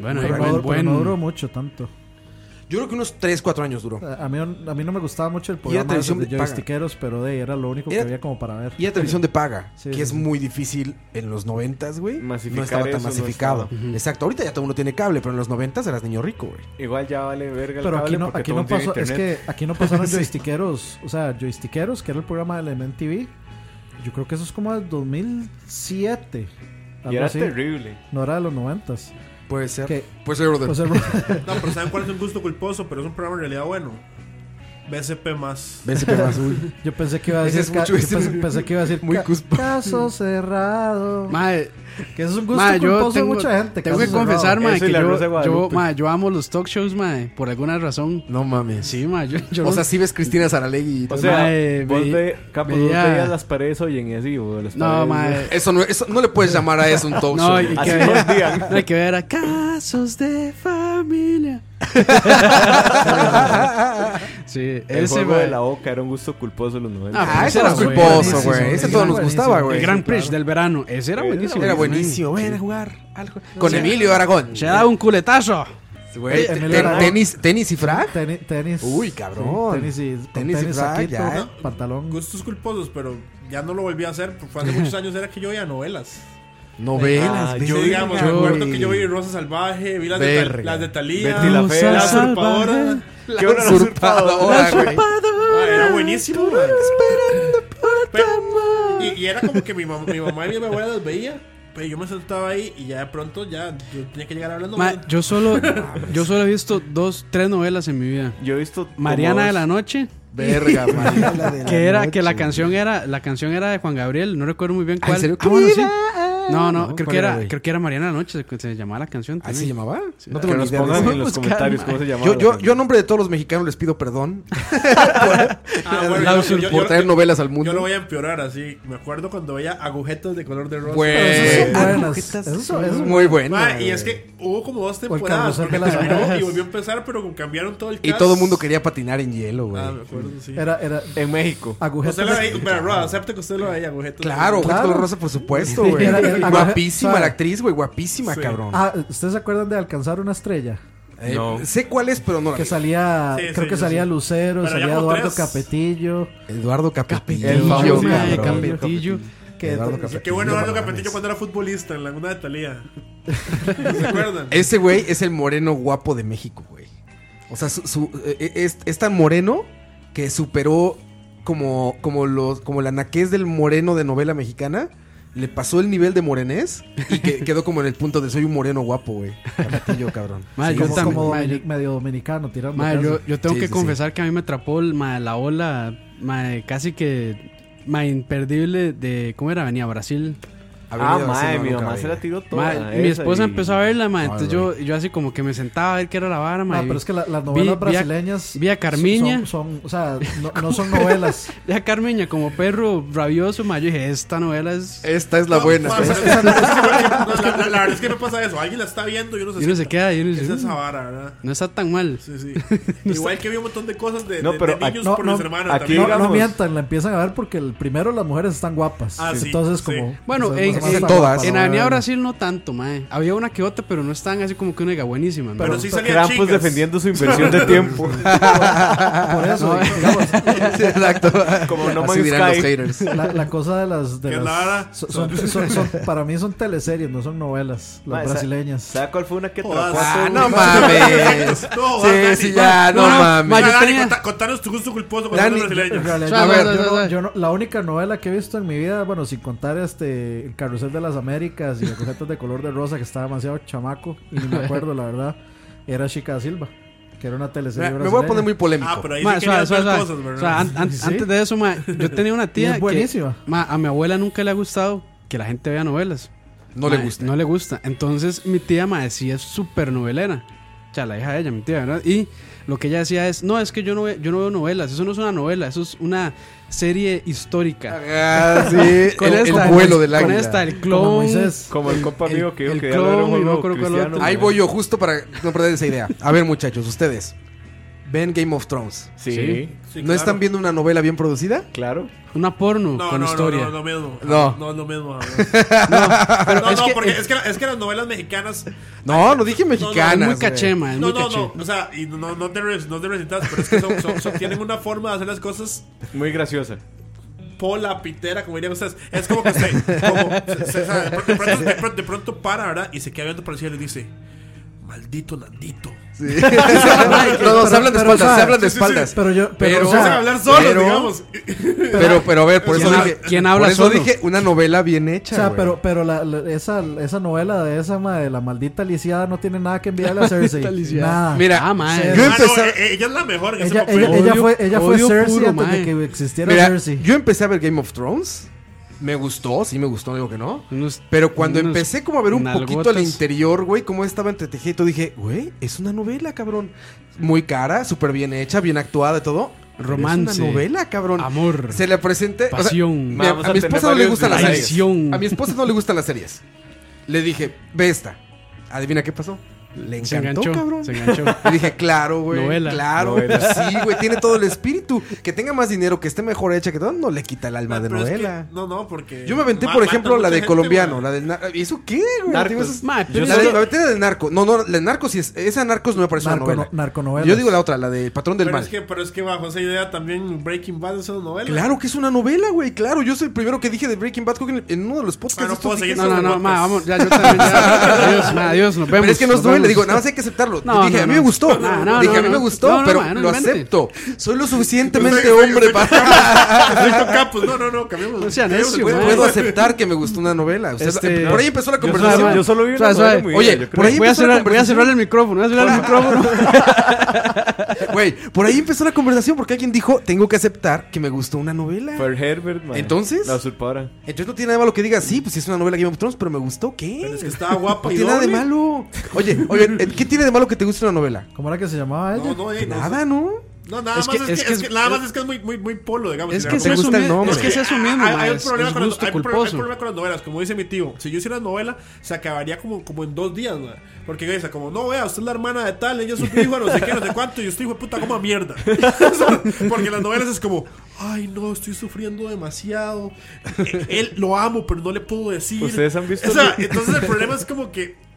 Bueno,
Pero
ahí
no,
va el
pero no duró
buen.
mucho tanto.
Yo creo que unos 3, 4 años duró.
A mí, a mí no me gustaba mucho el programa
televisión
de
de paga.
joystickeros, pero de, era lo único que
Era-
había como para ver.
Y la televisión de paga,
Sí,
que
sí,
es
sí.
muy difícil en los noventas, güey. No
Masificar
estaba tan
eso, no
masificado.
estaba.
Exacto, ahorita ya todo uno tiene cable, pero en los noventas eras niño rico, güey.
Igual ya vale verga el
Pero aquí
cable
no,
porque
aquí
todo
no
tiene
pasó, es
internet.
que aquí no pasaron joystickeros, o sea, joystickeros, que era el programa de Element TV. Yo creo que eso es como del 2007.
Y
algo
era
así.
terrible.
No era de los 90. s
Puede ser.
¿Qué?
Puede ser, brother.
O sea,
No, pero ¿saben cuál es un gusto culposo? Pero es un programa en realidad bueno. BCP más.
BCP más, güey.
yo pensé que iba a
Ese
decir,
es mucho-
ca- yo
ese
pensé,
es
pensé que iba a decir
muy
ca-
cuspo.
caso cerrado.
Ma,
que eso es un gusto
ma, yo
culposo de
tengo,
mucha gente.
tengo que
caso cerrado.
confesar, ma,
Eso y
que
la Rosa de
yo, yo,
Guadalupe.
ma, yo amo los talk shows, ma, por alguna razón.
No mames.
Sí, ma, yo, yo
O
no-
sea, si ves Cristina Saralegui y
O
todo.
sea,
Mae,
vos
ve-
ve, Campos, vos
veía-
veías las paredes hoy en así, o las
no,
paredes,
ma,
güey.
Eso no, eso no le puedes llamar a eso un talk show.
no, y
güey.
que
Así
ver-
nos digan.
no, hay que ver a casos de familia.
Ah,
sí,
El
ese,
juego
ma,
de la boca era un gusto culposo de los 90.
Ah,
Ah,
ese
eso era
era
culposo,
buenísimo,
güey. Ese
sí,
todo nos
buenísimo.
gustaba, güey.
el Grand Prix del verano. Ese era buenísimo.
Era buenísimo. Ven a jugar. al jue- Con Emilio Aragón.
Se daba un culetazo.
Güey,
Emilio
te-
Aragón.
tenis, tenis y frag.
Teni- tenis.
Uy, cabrón.
Sí, tenis y con
Tenis
tenis,
y frac,
saquito,
ya, ¿eh?
pantalón.
Gustos Pues culposos, pero ya no lo volví a hacer. porque Fue hace muchos años era que yo veía novelas.
Novelas.
Ah,
Sí,
verga,
digamos, me
güey.
acuerdo que yo vi Rosa Salvaje, vi las de,
Verga.
Tal- las de Talía,
Betty la
Rosa
fea.
la
Salvaje.
usurpadora.
Qué buena la usurpadora.
Usurpadora, güey.
Ah, era buenísimo, man. Pero- y, y era como que mi, mam- mi mamá y mi abuela las veía. Pero yo me sentaba ahí y ya de pronto ya yo tenía que llegar hablando.
Ma, yo solo yo solo he visto dos, tres novelas en mi vida.
Yo he visto. como
Mariana de
dos-
la noche,
Verga, man.
que era que la canción era la canción era de Juan Gabriel, no recuerdo muy bien
Ah, ¿en
cuál.
serio?
Ah, bueno, sí. No, no,
No,
creo,
¿cuál
que
era,
era,
güey?
creo que era Mariana la Noche, se- se llamaba la canción.
¿Así se
también.
llamaba?
Sí. pues,
Que
No tengo ni
nos
idea.
pongan
güey.
en los
Buscar,
comentarios
mae.
cómo se llamaba.
Yo,
la
yo,
canción.
yo a nombre de todos los mexicanos les pido perdón
Ah, bueno,
La
yo-
usurp-
yo- yo-
por traer novelas al
Yo
mundo.
lo voy a empeorar así. Me acuerdo cuando veía agujetas de color de rosa.
Pues,
Esas son buenas. Esas son- esas son-
muy bueno.
Ma, y es que hubo como dos
el
temporadas
carrusel
porque
de las
terminó
abejas.
y volvió a empezar, pero cambiaron todo el
Y
cast.
todo el mundo quería patinar en hielo, güey.
Ah, me acuerdo, sí.
Era, era
En México.
agujetas.
Usted la veía, pero Roa, acepta que usted lo veía, agujetas.
Claro,
Claro.
Color Rosa, por supuesto, güey.
Era- era-
guapísima
¿sabe?
la actriz, güey. Guapísima,
Sí.
cabrón.
Ah, ¿ustedes se acuerdan de alcanzar una estrella?
Eh,
No.
Sé cuál es, pero no la
Que
vi.
salía,
Sí,
creo
sí,
que
sí,
salía
sí.
Lucero,
Pero ya
salía
como
Eduardo
tres.
Capetillo.
Eduardo Capetillo.
El
Yo,
famoso,
mae,
cabrón.
Capetillo.
Capetillo.
Que
Eduardo
te-
Capetillo.
Qué bueno Eduardo
mames.
Capetillo cuando era futbolista en la laguna de Talía. ¿Se acuerdan?
Ese güey es el moreno guapo de México, güey. O sea, su, su- eh, es, es tan moreno que superó como, como, los, como el anaqués del moreno de novela mexicana. Le pasó el nivel de morenés y que, quedó como en el punto de soy un moreno guapo, güey. Capetillo, cabrón.
Mae, yo
como,
también,
como
mae, yo-
domini- medio dominicano tirando.
Mae,
casi.
yo, yo tengo
Sí,
que
sí,
confesar que a mí me atrapó el, mae, la ola mae, casi que mae, imperdible de. ¿Cómo era? Venía a Brasil.
Ah,
Avenida
mae,
Barcelona,
mi
nunca
mamá
vi.
se la tiró toda.
Mae, mi
esa
esposa
y-
empezó a verla, mae,
Ay,
entonces yo,
güey.
yo así como que me sentaba a ver qué era la vara.
Ah,
mae,
pero
y-
es que la- las novelas
vi a-
brasileñas.
vi a Carmiña.
Son, son- o sea, no, no son novelas.
Ya Carmiña, como perro rabioso, ma, yo dije, esta novela es...
Esta es la
No,
buena.
pasa- es que- es que- no, la- la- La verdad es que me pasa eso. Alguien la está viendo y uno se,
Y uno se queda, y uno
sienta.
dice,
Esa es
"Mm,
esa vara, ¿verdad?
no está tan mal.
Sí, sí. Igual que vi un montón de cosas de,
No,
de-
pero
de niños
aquí-
no,
por
no,
mis hermanos.
aquí
también.
No, no
Digamos.
mientan, la empiezan a ver porque el primero las mujeres están guapas.
Ah, sí,
Entonces,
sí.
como.
Bueno,
entonces,
en,
más
en-
para-
todas.
para
en Avenida
ver.
Brasil no tanto, mae. Había una que otra, pero no están así como que una diga buenísima,
Pero
mae.
sí salían
Krampus
chicas.
pues, defendiendo su inversión de tiempo.
Por eso, digamos,
Sí, exacto.
Como No
Así
Man's
dirán los
Sky.
haters.
la, la cosa de las. De
Que
las-
nada.
son- son- son- son- para mí son teleseries, no son novelas. Las
Mae, sa-
brasileñas.
¿Sabe cuál fue una que
Jodas.
atrapó a todo
Ah,
el
no
mundo?
mames.
No,
Sí,
Dani,
sí, ya, no
no, no,
mames.
Yo
Dani,
tenía-
contá- contanos tu gusto culposo con
Dani,
los brasileños.
En realidad,
A
yo-
ver,
yo
a
no-
ver.
yo no- la única novela que he visto en mi vida, bueno, sin contar este El Carrusel de las Américas y las cojetas de color de rosa, que estaba demasiado chamaco, y ni me acuerdo, la verdad, era Chica da Silva, que era una teleserie.
Me voy a poner muy polémico.
Ah, pero ahí
Ma,
sí
suave,
querías ver
suave, suave.
cosas,
O sea,
¿verdad?
an- an-
Sí.
Antes de eso, ma, yo tenía una
Y
tía
es buenísima.
que ma, a mi abuela nunca le ha gustado que la gente vea novelas.
No le
Ma,
gusta.
No le gusta. Entonces mi tía ma, decía es súper novelera. O sea, la hija de ella, mi tía, ¿verdad? Y lo que ella decía es, no, es que yo no, ve- yo no veo novelas, eso no es una novela, eso es una serie histórica.
Ah, sí. El, el vuelo del
con
águila.
esta, el
Como
clon.
Moisés.
Como el compa
el-
mío que dijo
el
que ya lo era
clon,
un
y no
juego
creo que el
cristiano.
otro.
Ahí
güey.
voy yo, justo para no perder esa idea. A ver, muchachos, ustedes. ¿Ven Game of Thrones?
Sí,
Sí,
¿No
claro.
están viendo una novela bien producida?
claro.
Una porno
No,
con
no,
historia.
No, no, no, mismo.
No.
No, no mismo. No, no, no, porque es que, es que las novelas mexicanas.
No, no dije
no,
mexicana.
no,
Es muy caché, ma, es
No,
muy
no,
caché.
no. O sea, y no, no te, re- no te resientas, pero es que son, son- son- tienen una forma de hacer las cosas
Muy graciosa.
pola, pitera, como dirían ustedes. Es como que usted. Como, se- se- se- de, pronto, de pronto- de pronto- de pronto para, ¿verdad? Y se queda viendo para el cielo y dice: Maldito Nandito.
no, no, se hablan de
Pero,
espaldas, se
¿sabes?
hablan de
Sí, sí, sí.
espaldas.
Pero yo, pero,
Pero-
o
Vamos
sea,
a hablar solos,
pero-
digamos.
Pero, pero a ver, por eso
¿Quién ha-
dije.
quién habla
por eso
solo?
dije una novela bien
o
hecha.
sea,
güey.
pero, pero la- la- esa, esa novela de esa, ma, de la maldita lisiada, no tiene nada que enviarle a Cersei.
Maldita lisiada.
nada.
Mira,
Ah, ma,
yo
Ah, no,
empecé.
eh, ella es la mejor en ese
ella,
papel.
ella- ella
Odio-
fue, ella fue
odio
Cersei
puro,
antes
mae.
de que existiera
Mira,
Cersei.
yo empecé a ver Game of Thrones. Me gustó, sí me gustó, no digo que no.
Unos-
Pero cuando
unos
empecé como a ver un poquito al
nalgotas.
interior, güey, cómo estaba entretejida y todo, dije, güey, es una novela, cabrón. Muy cara, súper bien hecha, bien actuada y todo. pero Es
Romance.
una novela, cabrón.
Amor.
Se le presenté. o sea,
Pasión.
me-
Vamos
a,
a
mi
tener
esposa no le
varios
gustan las
detalles.
series.
Pasión.
A mi esposa no le gustan las series. Le dije, ve esta. Adivina qué pasó. Le encantó,
Se enganchó,
cabrón.
se enganchó.
Y dije, claro, güey.
Novela.
Claro,
Novela.
sí, güey. Tiene todo el espíritu. Que tenga más dinero, que esté mejor hecha, que todo, no le quita el alma
Ma,
de
Ah, pero es que-
novela.
no, no, porque.
Yo me aventé,
ma-
por
mata
ejemplo, la
mucha
de
gente,
colombiano,
ma.
la del nar- ¿Eso qué, güey?
Narcos.
Digo, esas-
Ma, pero es
la de,
que-
la aventura de narco. No, no, la de narcos sí es. Esa narcos no me parece
Narco-
una novela.
narconovelas.
Yo digo la otra, la de patrón del
Pero
mal.
es, que, pero es que bajo esa idea también Breaking Bad es una novela.
Claro que es una novela, güey. Claro, yo soy el primero que dije de Breaking Bad creo que en, en uno de los podcasts.
Ah, no
estos
puedo
dije
seguir
eso.
No, no, no,
Podcast.
ma, vamos, ya, yo también, ya. Adiós, ma, adiós, nos vemos.
Pero es que nos,
vemos,
duele, le digo, nada más hay que aceptarlo.
No,
dije,
no,
a mí
no.
me gustó.
No, no,
dije,
no,
a mí
no.
me gustó,
No, no,
pero
ma, no
lo
invente.
acepto. Soy lo suficientemente
Soy- soy-
hombre
soy
para.
Perfecto, Campos. No, no, no, cambiemos.
No sean
cambiemos de
necios,
tema.
ma.
Puedo aceptar que me gustó una novela. O sea,
Este-
por ahí empezó la
Yo,
conversación.
solo- yo solo vi una
Suave,
novela
suave.
muy
Oye,
bella, yo
por
creo.
ahí
Voy a,
empezó la
cerrar, voy a cerrar el micrófono, voy a cerrar el micrófono.
Güey, por ahí empezó la conversación porque alguien dijo, tengo que aceptar que me gustó una novela.
Fue Herbert, ma.
¿Entonces?
La usurpadora.
Entonces no tiene nada de malo que digas, sí, pues sí es una novela Game of Thrones, pero me gustó,
Pero
¿qué?
es que estaba
No
guapa y
tiene nada de
doble.
malo. Oye, oye, ¿qué tiene de malo que te guste una novela?
¿Cómo era que se llamaba ella?
No, no, eh, no,
Nada, ¿no?
No, nada
Es
más
que-
es que-
es que
es que
es-
nada más es que es muy, muy, muy polo, digamos.
Es
si
que
la
es eso
gusta el
mismo.
nombre.
Es que es eso mismo,
Hay,
ma,
hay un
es-
problema
es
con las-
gusto
hay un pro- hay un
culposo.
problema con las novelas, como dice mi tío. Si yo hiciera novela, se acabaría como, como en dos días, ma. Porque dice, como, no, vea, usted es la hermana de tal, ella es un hijo, de no sé qué, no sé cuánto, y usted hijo de puta, como mierda. Porque las novelas es como, ay, no, estoy sufriendo demasiado. Eh, Él lo amo, pero no le puedo decir.
Ustedes han visto
O sea,
el-
entonces el problema es como que.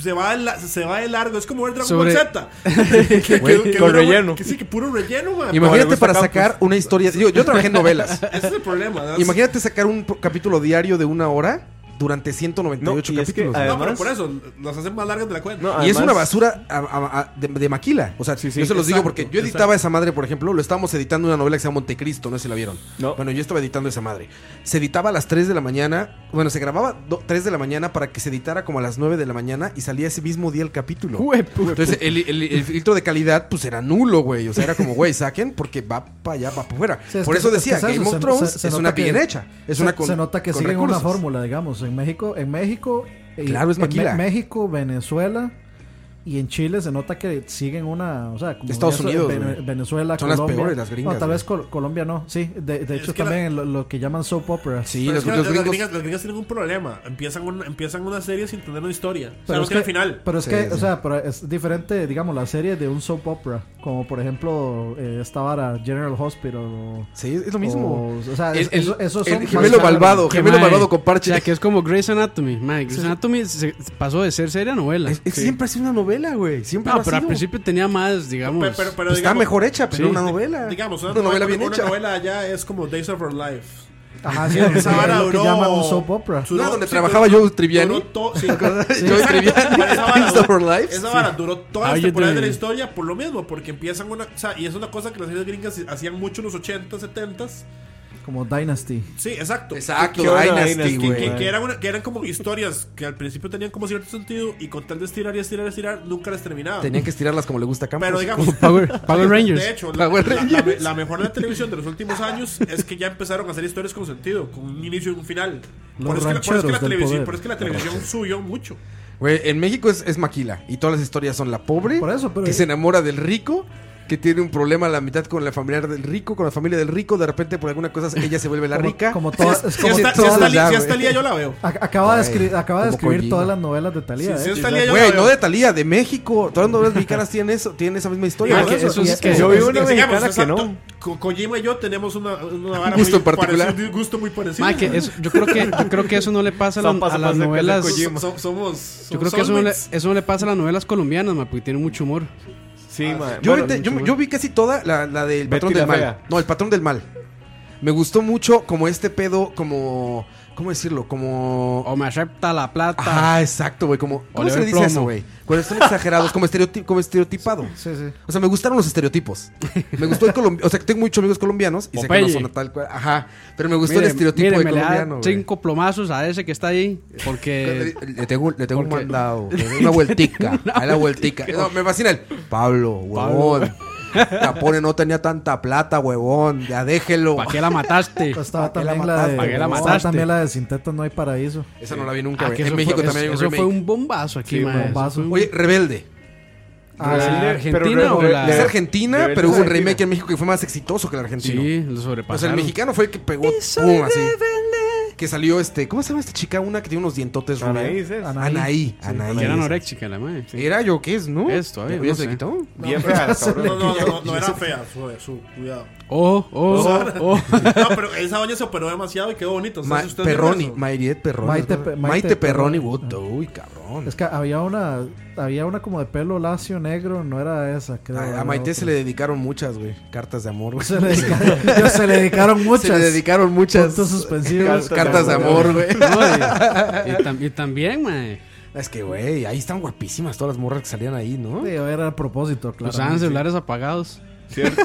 Se va, de la- se va de largo, es como ver Dragon
Sobre-
Ball Z. Que- que-
Güey,
que
con
dura-
relleno.
que sí, que puro relleno, ma.
Como le
Imagínate
gusta
para
Campos.
sacar una historia. Yo, yo trabajé en novelas.
pues, Ese es el problema. ¿no?
Imagínate sacar un po- capítulo diario de una hora durante
No,
198
y es que
capítulos.
No,
¿no?
pero
además-
por eso, las hacen más largas de la cuenta.
No,
y es
además-
una basura a- a- a- de, de maquila. O sea,
Sí, sí,
yo se los digo
exacto,
porque yo editaba esa madre, por ejemplo. Lo estábamos editando una novela que se llama Montecristo, no sé si la vieron.
No.
Bueno, yo estaba editando esa madre. Se editaba a las 3 de la mañana. Bueno, se grababa do- 3 de la mañana para que se editara como a las 9 de la mañana y salía ese mismo día el capítulo.
Jue- pu-
Entonces, el, el- el filtro de calidad, pues era nulo, güey. O sea, era como, güey, saquen porque va para allá, va para afuera.
Sí, es
Por
que-
eso
es que
decía,
es eso,
Game
se-
of Thrones
se- se
es
nota
una
que-
bien hecha. Es
se,
una con-
se nota que
con
siguen
recursos.
una fórmula, digamos. En México, en México, eh,
Claro, es
en Me-
maquila.
México, Venezuela y en Chile se nota que siguen una, o sea, como
Estados
eso,
Unidos,
Vene-
güey.
Venezuela,
Son las
Colombia.
peores, las gringas,
No, tal
güey.
vez Col- Colombia no, sí. De, de hecho
Es que
también lo, lo que llaman soap opera.
Sí,
Pero
los,
es que
los
las, las
gringos.
gringas, las gringas tienen un problema. Empiezan una, empiezan una serie sin tener una historia. o sea,
Pero
no
es
tiene
que-
final.
Pero es
Sí,
que,
sí.
o sea, pero es diferente, digamos, la serie de un soap opera. Como por ejemplo, eh, esta vara General Hospital. o-
Sí, es lo mismo.
O, o sea,
El-
es- eso,
el-
esos
el
son
gemelo
más caros.
malvado, gemelo
mae,
malvado con parche.
O sea, que es como Grey's Anatomy. mae, Grey's
Sí, sí.
Anatomy se- se pasó de ser serie a novela.
Es- es- Siempre ha sido una novela, güey. Siempre
No,
lo ha
pero al
sido.
principio tenía más, digamos.
Pero, pero, pero
Pues está
digamos-
mejor hecha, pero
sí.
una novela.
Digamos,
una novela bien
una
hecha.
novela allá es como Days of Our Life.
Ajá, sí, es
Esa vara
lo que
duró-
llaman un soap opera.
duró-
No, donde
sí,
trabajaba
duró-
Joe Triviani.
duró to- sí.
Yo
Exacto,
escribía
pero esa vara-
Days of Our Lives.
Esa vara duró todas
Ah,
las
yo
temporadas de
te-
la historia por lo mismo, porque empiezan una. O sea, y es una cosa que las series gringas hacían mucho en los 80, 70s.
Como Dynasty.
Sí, exacto.
Exacto,
Qué buena
Dynasty,
Dynasty,
que, que-
güey.
que eran una- que eran como historias que al principio tenían como cierto sentido y con tal de estirar y estirar y estirar, nunca las terminaban.
Tenían que estirarlas como le gusta a Campos.
Pero digamos,
Power, Power Rangers.
de hecho, la,
Power
la- la-
Rangers.
la mejor de la televisión de los últimos años es que ya empezaron a hacer historias con sentido, con un inicio y un final.
Los
Por eso, que la, por eso que la
rancheros del
televisión,
poder.
por eso que la televisión subió mucho.
Güey, en México es, es maquila y todas las historias son la pobre
Por eso, pero-
que se enamora del rico, que tiene un problema a la mitad con la familiar del rico, con la familia del rico, de repente por alguna cosa ella se vuelve la
Como-
rica.
Como todas. es
Si
como
está, si
todas
está
las-
Lía-
las-
si está Lía, yo la veo.
a- Acaba de,
Güey,
escri- acaba de
como
escribir
Kojima.
todas las novelas de Talía. ¿eh?
Si- si está Lía, yo la
Güey, no
veo.
de Talía, de México. Todas las novelas mexicanas tienen eso, tienen esa misma historia.
Ah,
por
que
eso,
eso
y-
es que
Es-
Yo vi
es-
una
es-
mexicana
digamos,
que
exacto,
no.
Ko- Kojima y yo tenemos una, una vara
Gusto
muy
en particular.
parecida, un gusto muy parecido.
Mae, que eso- yo, creo que, yo creo que eso no le pasa a, la-
Son paso
a las
paso de casa
novelas.
con Jim.
So- so- somos.
Yo creo que eso no, le, eso no le pasa a las novelas colombianas, ma, porque tienen mucho humor.
Ah, Sí, ma.
Yo,
Bueno,
ahorita- yo- yo vi casi toda la, la del
Betty
patrón
la
del mal.
Fea.
No, el patrón del mal. Me gustó mucho como este pedo, como... ¿Cómo decirlo? Como...
O me acepta la plata.
Ah, exacto, güey. Como, ¿Cómo
Oliver
se le dice
Plomo.
eso, güey? Cuando están exagerados, como, estereoti- como estereotipado.
Sí, sí.
O sea, me gustaron los estereotipos. Me gustó el colombiano. O sea, que tengo muchos amigos colombianos y sé que no
Popeye.
son tal cual. Ajá. Pero me gustó
Mire,
el estereotipo
mire,
de
me le da
colombiano. güey.
cinco plomazos a ese que está ahí, porque...
Le- Le tengo, le tengo un
Porque-
mandado. le doy Una vueltica. A la vueltica. No, me fascina el Pablo, huevón. Capone no tenía tanta plata, huevón. Ya déjelo.
¿Para qué la mataste?
Estaba
¿Para qué la
también la de.
mataste?
¿Para qué la
estaba
mataste?
también la de Sin Tetas No Hay Paraíso.
Esa no la vi
Ah,
nunca. güey.
que
En
eso
México
fue,
también hay
eso-
un
eso
remake.
fue un bombazo aquí,
Sí,
ma, eso
bombazo.
fue un-
Oye, Rebelde.
Ah,
Rebelde,
¿la Argentina
pero-
o la-
Es
Rebelde.
Argentina,
Rebelde
pero hubo un
Argentina.
remake en México que fue más exitoso que el argentino.
Sí, lo
O sea, el
sobrepasaron.
mexicano fue el que pegó pum, así. Que salió este, ¿cómo se llama esta chica? Una que tiene unos dientotes rubia.
Anaís es.
Ana-
Anaí, Anaí.
Que era anoréxica la madre.
Era yo qué es, ¿no?
Es todavía,
¿Ya
no
se
sé.
quitó?
Bien fea, la
se le-
No,
cabrona.
no, no, no era fea. Su, su- cuidado.
Oh, oh, oh.
No, pero esa doña se operó demasiado y quedó bonito. o sea,
Ma-
si usted
Perroni,
mira eso.
Mayriet Perroni.
Maite
¿no?
Pe- Maite
Maite Perroni,
Perroni.
puta, uy, cabrón.
Es que había una. Había una como de pelo lacio negro. No era esa. creo,
a,
era
a Maite se
otra.
le dedicaron muchas, güey, cartas de amor. güey.
Se le dedicaron, Dios, se le dedicaron muchas.
Se le dedicaron muchas
Puntos suspensivos.
cartas de amor, güey.
No, y, y tam- y también, mae.
Es que, güey, ahí están guapísimas todas las morras que salían ahí, ¿no?
Sí, era a propósito, claro.
Usaban celulares apagados.
¿Cierto?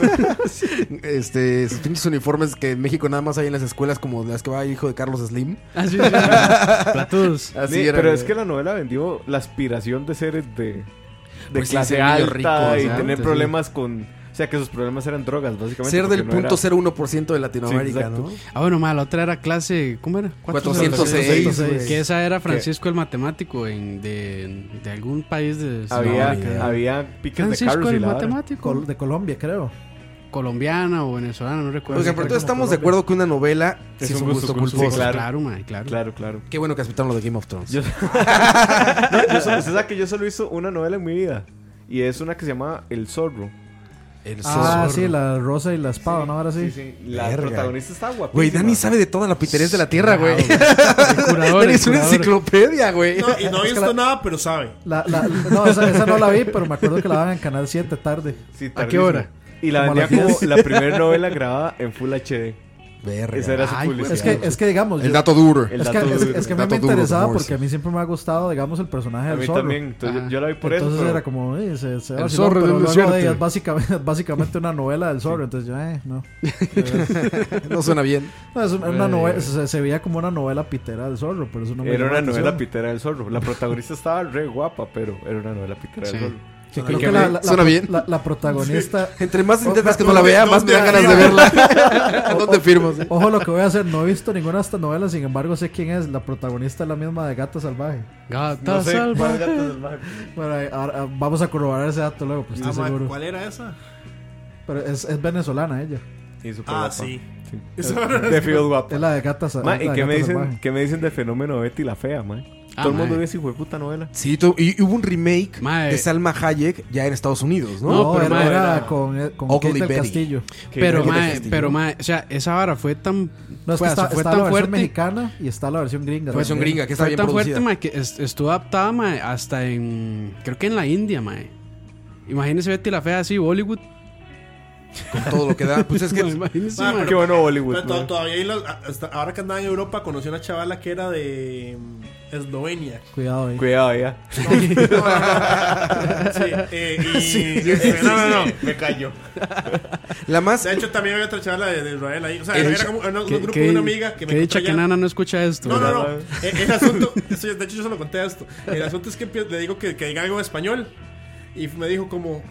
Este, esos pinches uniformes que en México nada más hay en las escuelas como las que va el hijo de Carlos Slim.
Así es. Platus.
Así
Sí,
era,
pero
güey.
es que la novela vendió la aspiración de ser este, de, de
Pues sí,
clase
ser medio
alta
rico,
y
exacto,
tener
sí.
problemas con... O sea, que sus problemas eran drogas, básicamente.
ser
porque
del
no
punto
era-
0.01% de Latinoamérica,
exacto.
¿no?
Ah, bueno, ma, la otra era clase, ¿cómo era?
406, güey.
Que esa era Francisco el matemático en- de, de algún país de
Había,
No,
había piques de
Francisco
carros y
el
la vara.
matemático.
Col- de Colombia, creo.
colombiana o venezolana, Ah, no recuerdo.
Oiga, pero entonces estamos de acuerdo que una novela sí es, un gusto, culposo.
sí,
claro,
claro.
claro, ma, claro.
Claro, claro.
Qué bueno que aceptaron lo de Game of Thrones.
Yo, yo solo- usted sabe que yo solo hizo una novela en mi vida. Y es una que se llama El Zorro.
El
Ah,
zorro.
sí, la rosa y la espada, ¿no? Ahora sí.
La
Verga.
protagonista está guapísima.
Güey, Dani sabe de toda la piterés de la tierra, güey.
El curador,
Dani
el
es una
curador.
enciclopedia, güey.
No, y no he
Es que
visto
la-
nada, pero sabe.
La, la- no, esa, esa no la vi, pero me acuerdo que la daban en Canal 7 tarde.
Sí,
¿A qué hora?
tardísimo. Y la
Como a
vendía
las
como
10.
la primera novela grabada en Full HD.
Verga.
Esa era su
Ay,
publicidad.
Es que, es que digamos.
El
yo-
dato duro.
El
es, que,
dato
es-
duro.
es que a mí me
Dato duro,
interesaba
Morse.
porque a mí siempre me ha gustado, digamos, el personaje
a
del
mí
zorro.
también. Entonces,
Ajá.
yo, yo la vi por
entonces
eso.
era como, "Ey, se, se va
El
a
zorro
pero
del
luego de ahí
desierto.
es básicamente, básicamente una novela del zorro. Entonces yo, eh, no.
No suena bien.
No, es una, una novela, se, se veía como una novela pitera del zorro, pero eso no me
Eh. Era
llamó la
una novela
atención.
pitera del zorro. La protagonista estaba re guapa, pero era una novela pitera
Sí.
del zorro.
Que creo
que
que
me-
la, la-
Ah, suena
la-
bien.
La, la protagonista. Oh,
Entre más intentas que no
¿dónde-
la vea, más me dan
dónde
ganas de verla. ¿A dónde firmo? sí?
Ojo lo que voy a hacer, no he visto ninguna de estas novelas, sin embargo sé quién es. La protagonista es la misma de Gata Salvaje.
Gata
No sé, ¿cuál
salva.
gato salvaje?
Bueno, ahí- ahora, ah, vamos a corroborar ese dato luego, pues
Ah,
estoy
ma,
seguro.
¿Cuál era esa?
Pero es, es venezolana ella.
Sí, súper
Ah,
guapa.
sí.
Sí.
Esa-
De Field guapa.
Es la de Gata Sa-
Ma,
es la
¿y
de
qué
Gata
me, dicen,
Salvaje.
qué me dicen de Fenómeno Betty la Fea, man?
Ah,
Todo el mundo
ma.
ve esa hijo de puta novela.
Sí, tu- y hubo un remake
Mae.
de Salma Hayek ya en Estados Unidos, ¿no?
No,
No, pero
era,
ma,
era
era-
con, eh, con
Ugly
Kate del
Betty.
Castillo.
Pero,
Kate del
mae,
Castillo.
pero, mae, o sea, esa vara fue tan,
No, es que
fue-
está,
fue tan
está la versión
fuerte,
mexicana y está la versión gringa.
Fue versión
también.
Pues, gringa que está
fue
bien
tan
producida.
fuerte, mae, que es- estuvo adaptada, mae, hasta en, creo que en la India, mae. Imagínese Betty la fea así, Bollywood.
con todo lo que da. Pues es que
Mae, imagínese,
Ma,
mae.
pero-
Qué bueno Bollywood.
Pero to-
ma.
todavía hay las- hasta ahora que andaba en Europa conocí a una chavala que era de mm, Eslovenia.
Cuidado ahí.
Cuidado ya.
Sí, eh, y, eh, no, no, no, me callo.
la más
De hecho, también había otra chavala de, de Israel ahí. O sea,
Qué
era,
dicha-
como era un
Qué-
grupo
qué-
de una amiga que me
qué
encontré
dicha que
allá.
Nana no escucha esto.
No, no, no.
¿verdad?
Eh, El, asunto, eso- de hecho yo se lo conté a esto. El asunto es que empie- le digo que, que diga algo en español. Y me dijo como,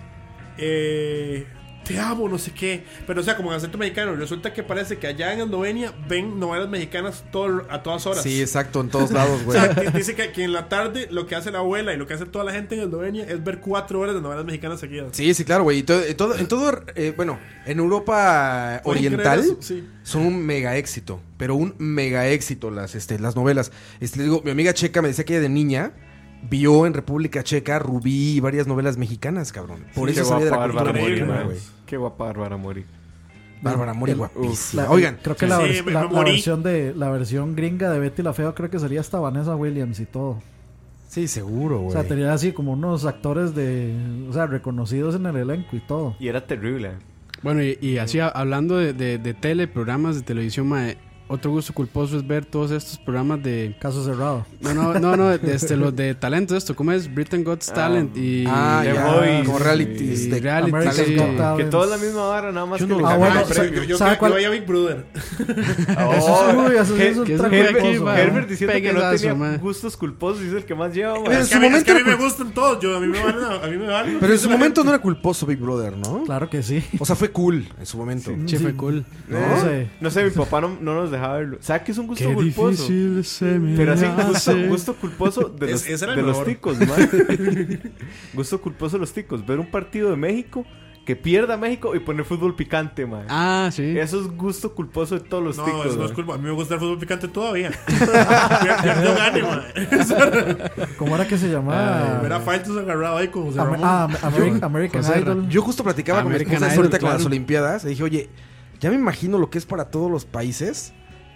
eh, te amo, no sé qué. Pero o sea, como en acento mexicano. Resulta que parece que allá en Eslovenia ven novelas mexicanas todo- a todas horas.
Sí, exacto, en todos lados,
O
güey.
sea, di- dice que, que en la tarde lo que hace la abuela y lo que hace toda la gente en Eslovenia es ver cuatro horas de novelas mexicanas seguidas.
Sí, sí, claro, güey. Y todo- En todo, en todo, eh, bueno, en Europa
¿Pueden creer
Oriental
eso? Sí.
son un mega éxito, pero un mega éxito las, este, las novelas. Este, les digo, mi amiga checa me decía que ella de niña vio en República Checa Rubí y varias novelas mexicanas, cabrón. Por
Qué
eso sabía de la
guapa
cultura
Bárbara Mori,
mexicana,
ma.
güey.
Qué guapa Bárbara Mori.
Bárbara Mori,
El-
guapísima.
La-
Oigan,
creo que
Sí,
la,
sí,
vers-
me-
la-
me
la
morí.
versión de la versión gringa de Betty la Fea creo que salía hasta Vanessa Williams y todo.
sí, seguro,
O
güey.
sea, tenía así como unos actores de, o sea, reconocidos en el elenco y todo.
Y era terrible. eh.
Bueno, y, y así ha- hablando de, de, de tele, programas de televisión, mae, otro gusto culposo es ver todos estos programas de.
Caso cerrado.
No, no, no, no, de este, los de talento, esto, ¿cómo es? Britain Got Talent y.
Ah,
The
ya,
Voice,
como reality,
y
este,
reality,
talento.
sí.
Got Talent.
Que todo es la misma vara, nada más
Yo
que
no
le
lo-
cambiaron
No,
Ah,
el
bueno,
pero
premio.
yo, yo,
¿sabe
yo,
cuál?
veía Big Brother.
Eso es- uy, eso
Her-
es un
que-
trago
Herbert,
culposo,
Herbert
man.
diciendo que no
Peguedazo,
tenía
man.
gustos culposos y es el que más lleva, man.
Pero
Es
en
que, a
su
mí, es que
momento
a mí
era
me
cul-
gustan todos. Yo, a mí me valen. A mí me valen.
Pero en su momento no era culposo Big Brother, ¿no?
Claro que sí.
O sea, fue cool en su momento.
Che, fue cool.
No,
¿No?
sé.
No sé, mi papá no, no nos dejaba verlo. ¿Sabes que es un gusto culposo? Pero así, gusto, gusto culposo de
Es-
los,
ese era el
de los
mejor.
ticos, man. gusto culposo de los ticos. Ver un partido de México, que pierda México y poner fútbol picante, man.
Ah, sí.
Eso es gusto culposo de todos los
No,
ticos.
eso no es
man.
culpa. A mí me gusta el fútbol picante todavía. ya, ya yo gane, Ah, man.
¿Cómo era que se llamaba?
Ver a Faltos agarrado ahí con José
Am-
Ramón.
ah, Am- Ameri- American
José Ra-
Idol.
Yo justo platicaba con mi
American
esposa eso
Idol,
ahorita con
claro.
las Olimpiadas. Le dije, oye, ya me imagino lo que es para todos los países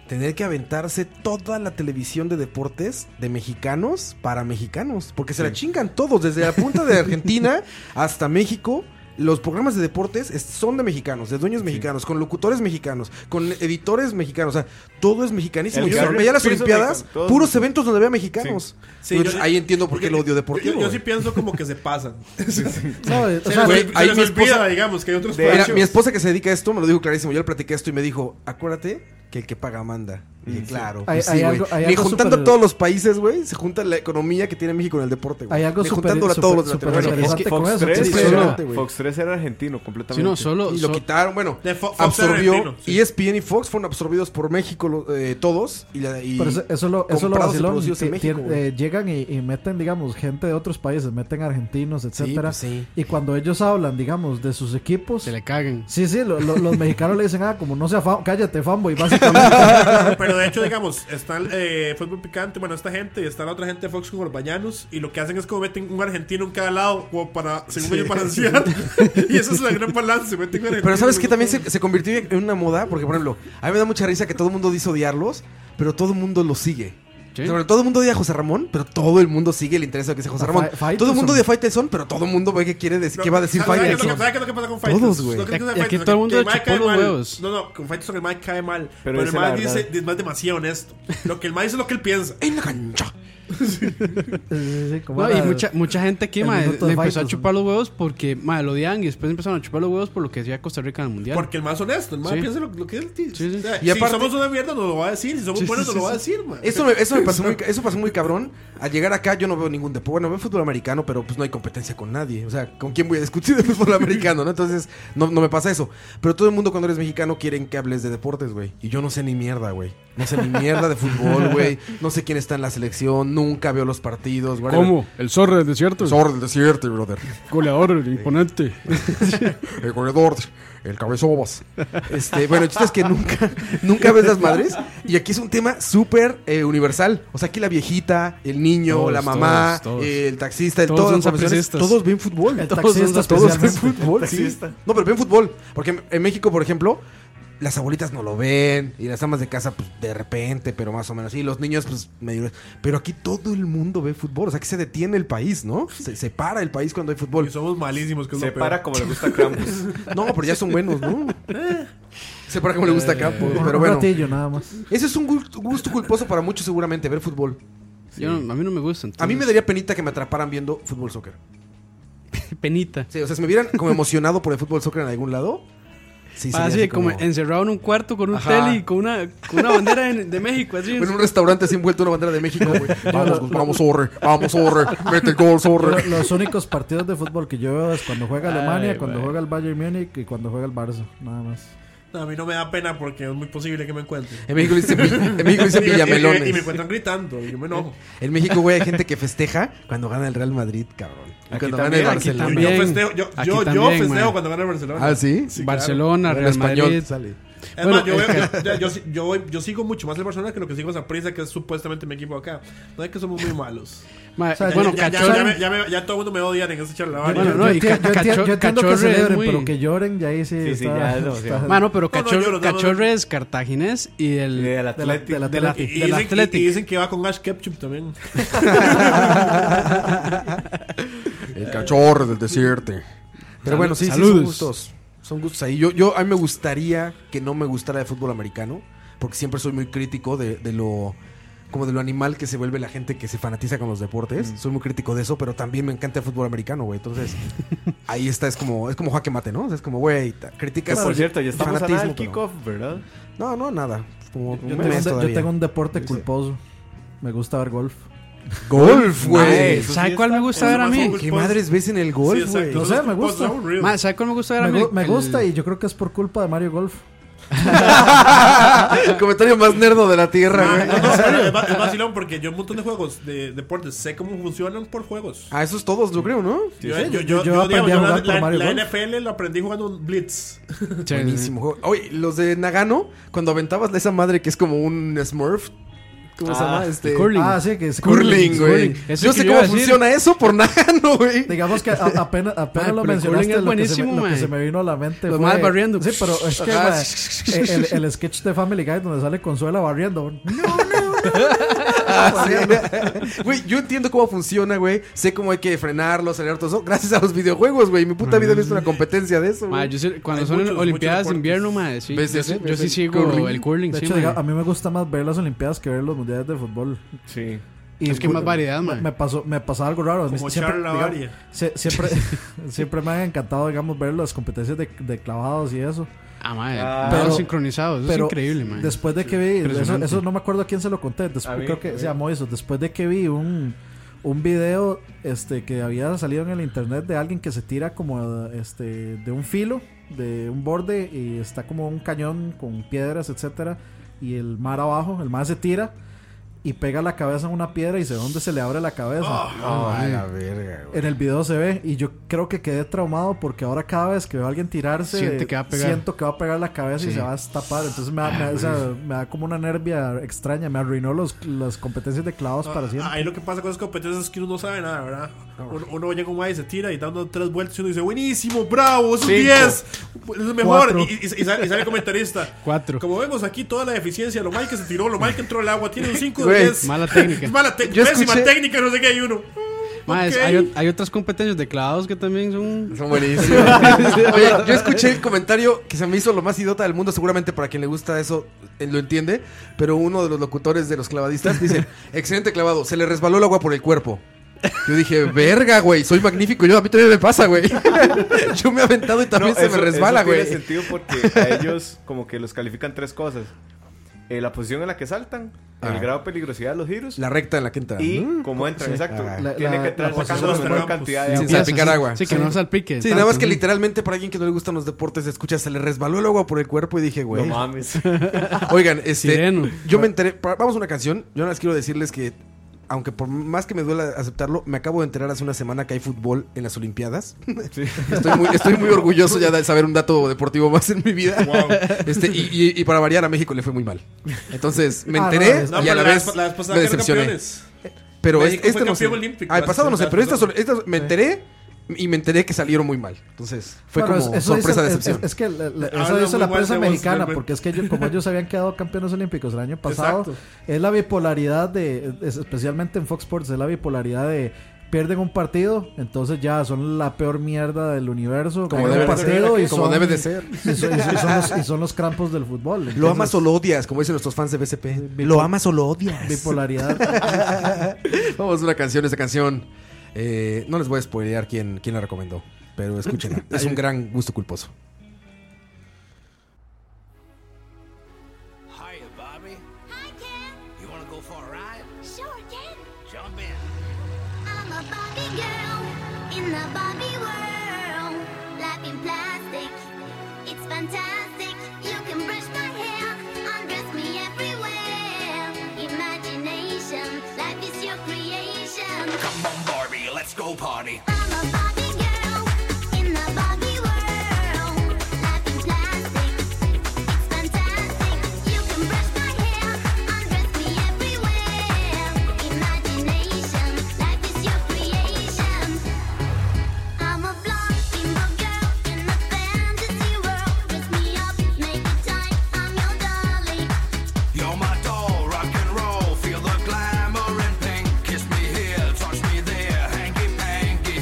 tener que aventarse toda la televisión de deportes de mexicanos para mexicanos. Porque se la chingan todos, desde la punta de Argentina hasta México. los programas de deportes es- son de mexicanos, de dueños mexicanos, con locutores mexicanos, con editores mexicanos. O sea, todo es mexicanísimo.
El
Yo
Gary
veía las
Pearson,
Olimpiadas,
Mexican, todos.
puros eventos donde había mexicanos.
Sí,
Entonces,
yo-
ahí entiendo por qué el odio deportivo.
Yo, yo sí
güey.
pienso como que se pasan.
No, o
Se les-
sea,
güey,
se
ahí
les
mi
olvida,
esposa-
digamos, que hay otros
De-
Mira,
precios.
mi esposa que se dedica a esto me lo dijo clarísimo. Yo le platiqué esto y me dijo, acuérdate que el que paga manda. Y dije, claro,
Hay-
pues sí,
hay
güey.
algo- hay
Ni
algo
juntando
súper-
a todos los países, güey, se junta la economía que tiene México en el deporte, güey.
Hay algo
Ni
súper
juntándola a todos los
súper
latinoamericanos.
interesante con
Fox
eso.
3,
Sí,
sí,
sí,
era,
sí, güey.
Fox 3 era argentino
Sí,
completamente.
no, solo.
Y lo
so-
quitaron, bueno,
De Fo- Fox
absorbió E
Argentino, sí.
ESPN y Fox fueron absorbidos por México lo- eh, todos y, la- y
Pero eso, eso lo, eso lo
comprados y
vacilón.
producidos en
Ti-
México,
ti-
güey.
eh, llegan y, y meten, digamos, gente de otros países, meten argentinos, etcétera.
pues sí.
Y cuando ellos hablan, digamos, de sus equipos,
Se le cagan.
sí, sí, lo- lo- los mexicanos le dicen, ah, como no sea fan, cállate, fanboy, básicamente.
Pero de hecho, digamos, está el eh, fútbol picante, bueno, esta gente y está la otra gente de Fox con los bañanos. Y lo que hacen es como meten un argentino en cada lado, como para, según ellos, balancear. y eso es la gran balance, meten un
Pero sabes que
argentino,
también se, se convirtió en una moda, porque por ejemplo, a mí me da mucha risa que todo el mundo dice odiarlos, pero todo el mundo los sigue.
Sí.
Sobre todo el mundo odia a José Ramón, pero todo el mundo sigue el interés de lo que dice José
A
Ramón.
Fa- Faitelson.
todo el mundo odia a Faitelson, pero todo el mundo ve que quiere decir,
No,
que va a decir
¿sabes qué es lo que-
Faitelson.
¿Sabes qué es lo que pasa con
Todos,
Fighters?
güey.
Lo que pasa
Y
con
aquí
Fighters,
todo el mundo
que Mike
chupó
cae
los
mal.
huevos.
No, no, con Fighters el Mike cae mal. Pero, el
esa es la
Mike dice,
verdad.
el Mike es demasiado honesto. Lo que el Mike dice es lo que él piensa.
En la cancha.
Sí, sí, como
No, y
era-
mucha, mucha gente aquí
el
mae,
minuto
le
de
empezó a
Faitelson.
chupar los huevos porque mae, lo odiaban y después empezaron a chupar los huevos por lo que decía Costa Rica en el mundial.
Porque el más honesto, el más
Sí.
piensa lo, lo que él dice.
Sí, sí.
O sea,
Y
si
aparte-
somos una mierda, nos lo va a decir. Si somos
Sí, sí,
buenos, nos
sí,
lo va a
sí.
decir, man.
Eso, me- eso me pasó muy, ca- eso pasó muy cabrón. Al llegar acá yo no veo ningún deporte. Bueno, veo fútbol americano, pero pues no hay competencia con nadie. O sea, ¿con quién voy a discutir de fútbol americano? ¿no? Entonces, no, no me pasa eso. Pero todo el mundo cuando eres mexicano quieren que hables de deportes, güey. Y yo no sé ni mierda, güey. No sé ni mierda de fútbol, güey. No sé quién está en la selección. Nunca veo los partidos. whatever.
El zorro del desierto.
Zorro del desierto, brother.
Goleador, imponente.
El corredor, el cabezobas. Este, bueno, el chiste es que nunca, nunca ves las madres. Y aquí es un tema súper eh, universal. O sea, aquí la viejita, el niño,
Todos,
la mamá, eh,
todos, todos.
el taxista, el
Todos
todas
son
las profesiones,
sapricistas.
todos ven fútbol.
El
todos
taxista
todos ven
especialmente.
fútbol. sí. No, pero ven fútbol. Porque en- en México, por ejemplo, las abuelitas no lo ven. Y las amas de casa, pues de repente, pero más o menos. Y los niños, pues medio. Pero aquí todo el mundo ve fútbol. O sea, que se detiene el país, ¿no? Se, se para el país cuando hay fútbol.
Y somos malísimos, que es
Se
lo peor.
para como le gusta a Krampus.
No, pero ya son buenos, ¿no? Sé para cómo le gusta a Campos,
Un-
pero
un
bueno.
ratillo nada más.
Ese es un gu- gusto culposo para muchos seguramente, ver fútbol.
Yo no- a mí no me gusta.
A mí me
entonces,
daría penita que me atraparan viendo fútbol soccer.
penita.
Sí, o sea, si me vieran como emocionado por el fútbol soccer en algún lado. Sí, sería
Ah, sí,
así
como
como,
encerrado en un cuarto con un
Ajá.
tele y con una, con una bandera de, de México. Así
En un restaurante así envuelto una bandera de México, güey. Vamos, Gus, vamos, Ah, zorre, vamos, zorre, mete el gol,
Lo-
zorre.
los únicos partidos de fútbol que yo veo es cuando juega Alemania,
Ay,
cuando
güey.
juega el Bayern Múnich y cuando juega el Barça, nada más.
No, a mí no me da pena porque es muy posible que me encuentren.
En México le dicen, vi- en México le dicen
Y- y-
villamelones.
Y, me encuentran gritando y yo me enojo.
En México, güey, hay gente que festeja cuando gana el Real Madrid, cabrón. Y
Aquí
cuando
también,
gana el
aquí
Barcelona.
Yo
Bien.
festejo, yo,
Aquí
yo, yo
también,
festejo
man.
cuando gana el Barcelona.
Ah, sí.
Sí, claro.
Barcelona,
En
Real
español
Madrid.
sale.
Es
Bueno,
más, yo, veo-
es
yo, yo- yo sí- yo voy- yo sigo mucho más el Barcelona que lo que sigo a prisa que es supuestamente mi equipo acá. No es que somos muy malos.
Mae,
O sea,
bueno,
ya, ya,
cachorro.
ya me- ya me- ya todo el mundo me odia en ese charlavaria.
Bueno, no,
yo,
y ca-
enti- yo enti-
cacho-
yo entiendo que
cachorro es
celebren,
muy-
pero que lloren, ya ahí sí.
Sí, sí, ya es demasiado.
Mano, pero
No, no,
cachorro,
lloro, no, no,
cachorro
no.
es cartaginés y del.
Del
del
Atlético.
del
del
y,
Atlético.
y
del
dicen,
Athletic.
y- y dicen que va con Ash Ketchum también.
El cachorro del desierto. Pero
Salud-
bueno, sí, sí, son
saludos.
gustos. Son gustos ahí. Yo, yo, a mí me gustaría que no me gustara el fútbol americano, porque siempre soy muy crítico de, de lo... Como de lo animal que se vuelve la gente que se fanatiza con los deportes. Soy muy crítico de eso, pero también me encanta el fútbol americano, güey. Entonces, ahí está, es como, es como jaque mate, ¿no? O sea, es como, güey, ta-
Que
criticas.
por
el
cierto, ya estamos a nada del
fanatismo, pero-
kickoff, ¿verdad?
No, no, nada. Como un
Yo tengo,
mes
un de- yo
todavía.
tengo un deporte culposo. Me gusta ver golf.
Golf, güey.
Nice.
¿Sabe
sí
cuál me
está-
gusta
eso
ver a
es más
mí?
fútbol.
¿Qué madres ves en el
Sí,
golf,
exacto.
güey?
No sé, me gusta.
Son aburridos.
Mae, ¿Sabe cuál me gusta ver a
Me,
mí?
gu- me
El-
gusta y yo creo que es por culpa de Mario Golf.
El comentario más nerdo de la tierra,
Ah,
güey.
no, no, pero es, va- es vacilón porque yo un montón de juegos de deportes sé cómo funcionan por juegos.
A Ah, esos todos, yo creo, ¿no?
Yo, eh,
sí,
yo,
yo-
yo,
yo
yo,
aprendí
digamos,
a
yo
jugar por
la,
Mario
la
Golf.
NFL la aprendí jugando un Blitz.
Sí,
Buenísimo juego. Oye, los de Nagano, cuando aventabas esa madre que es como un Smurf. ¿Cómo se
Ah,
llama? Este.
Curling.
Ah, sí, que es
Curling, güey.
curling. Eso
Yo
es
sé
que iba
cómo
a decir.
funciona eso por Nagano, güey.
Digamos que a- apenas, apenas
Mae, pero
lo
el curling es
mencionaste, lo que, se me,
buenísimo,
lo que
mae.
se me vino a la mente.
Los
fue-
maes barriendo.
Sí, pero es que eh,
Ajá.
mae, el, el sketch de Family Guy donde sale Consuela barriendo. No, no,
Ah, Güey, yo entiendo cómo funciona, güey. Sé cómo hay que frenarlo, acelerar todo eso. Gracias a los videojuegos, güey. Mi puta vida he
Mm.
visto una competencia de eso.
Ma,
güey.
yo sé- cuando
Hay
son
muchos,
Olimpiadas
muchos
de invierno, ma, sí,
¿Ves
yo,
ese?
sí- yo
¿Ves
sí
el
sigo
curling?
el curling.
De
sí,
hecho,
ma.
diga- a mí me gusta más ver las Olimpiadas que ver los mundiales de fútbol.
Sí.
Y
Es que hay más variedad,
me,
man.
me pasó me pasaba algo raro.
Como charla
digamos,
varia.
se- siempre, siempre me han encantado, digamos, ver las competencias de, de clavados y eso.
Ah, madre,
Ah.
pero,
Pero-
sincronizados, eso
Pero
es increíble, man.
Después de que vi, eso,
Impresionante.
eso no me acuerdo a quién se lo conté, después,
A mí,
creo
a
que
mí.
se llamó eso, después de que vi un, un video este, que había salido en el internet de alguien que se tira como este, de un filo, de un borde y está como un cañón con piedras, etcétera Y el mar abajo, el mar se tira y pega la cabeza en una piedra y se ve dónde se le abre la cabeza.
No, a Ah, la verga, güey.
En el video se ve y yo creo que quedé traumado porque ahora cada vez que veo a alguien tirarse
Siente que va a pegar.
siento que va a pegar la cabeza y
Sí.
se va a destapar. Entonces me da, me da- o sea, me da como una nervia extraña, me arruinó los, las competencias de clavos para siempre.
Ah, Ahí lo que pasa con esas competencias es que uno no sabe nada, ¿verdad?
Ah,
Uno, uno llega un y se tira y dando tres vueltas y uno dice, buenísimo, bravo, es un
Cinco.
10, es el mejor.
Cuatro.
Y, y- y sale, y sale el comentarista.
Cuatro.
Como vemos aquí, toda la deficiencia, lo mal que se tiró, lo mal que entró el agua, tiene un 5 de
Güey,
10.
mala técnica.
Es mala te-
Yo
pésima
escuché-
técnica, no sé qué, hay uno.
Ma, es-
ok.
hay, o- hay otras competencias de clavados que también son...
Son buenísimos. Oye, yo escuché el comentario que se me hizo lo más idiota del mundo. Seguramente para quien le gusta eso eh, lo entiende. Pero uno de los locutores de los clavadistas dice: Excelente clavado, se le resbaló el agua por el cuerpo. Yo dije, verga, güey, soy magnífico. Yo, a mí también me pasa, güey. Yo me he aventado y también
No,
se
eso-
me resbala,
eso
güey.
Tiene sentido porque a ellos como que los califican tres cosas. Eh, la posición en la que saltan,
Ajá.
el grado de peligrosidad de los giros
La recta en la Mm, quinta.
y cómo entran, exacto.
Ajá.
La-
Tiene
la-
que entrar
la
sacando la
posición de
menor
los
cantidad de agua.
campos. Sin salpicar
Sí,
agua.
Sí, que
Ah. Sí.
no salpique.
Sí, nada más
tanto,
que
¿no?
literalmente para alguien que no le gustan los deportes, escucha, se le resbaló el agua por el cuerpo y dije,
No
güey.
mames.
Oigan, este,
Sireno.
yo me enteré, pa- vamos a una canción, yo nada más quiero decirles que, aunque por más que me duela aceptarlo, me acabo de enterar hace una semana que hay fútbol en las Olimpiadas. Estoy, muy, estoy muy orgulloso ya de saber un dato deportivo más en mi vida. Este, y, y- y para variar, a México le fue muy mal. Entonces, me
Ah, no,
enteré
es-
No,
y a
pero
la
la,
vez
la vez pasada
me
que eran
decepcioné.
campeones.
Pero es-
México fue
este no sé.
campeón olímpico,
Ah, el pasado no sé,
las
pero estas,
pasadas.
estas me enteré y me enteré que salieron muy mal. Entonces, fue
Bueno,
como
es- eso
sorpresa,
dice- es-
decepción.
Es, es que la-
Habla
la- eso dice
Ah, muy
la
mal
prensa
de vos,
mexicana,
Herbert.
porque es que yo- como ellos habían quedado campeones olímpicos el año pasado,
Exacto.
es la bipolaridad de, es- especialmente en Fox Sports, es la bipolaridad de pierden un partido, entonces ya son la peor mierda del universo,
Como
ganan
debe de
un
ser,
partido y
como
son-
debe de ser.
Y son, y son- y son los, y son los crampos del fútbol.
Lo
entonces,
amas o lo odias, como dicen nuestros fans de BCP. Lo amas o lo odias.
Bipolaridad.
Vamos a una canción, esta canción. eh, no les voy a spoilear quién, quién la recomendó, pero escúchenla. es un gran gusto culposo.
Hiya, Bobby.
Hi, Ken.
You wanna go for a ride?
Sure, Ken.
Jump in.
I'm a Barbie girl in the Barbie world. Life in plastic, it's fantastic. You can brush my hair, undress me everywhere. Imagination, life is your creation.
Come on, Barbie, let's go party.
I'm a Barbie girl in the Barbie world. Life in plastic, it's fantastic. You can brush my hair, undress me everywhere. Imagination, life is your creation. I'm a blonde single girl in the fantasy world. Dress me up, make it tight. I'm your darling.
You're my doll, rock and roll. Feel the glamour and pink. Kiss me here, touch me there. Hanky panky.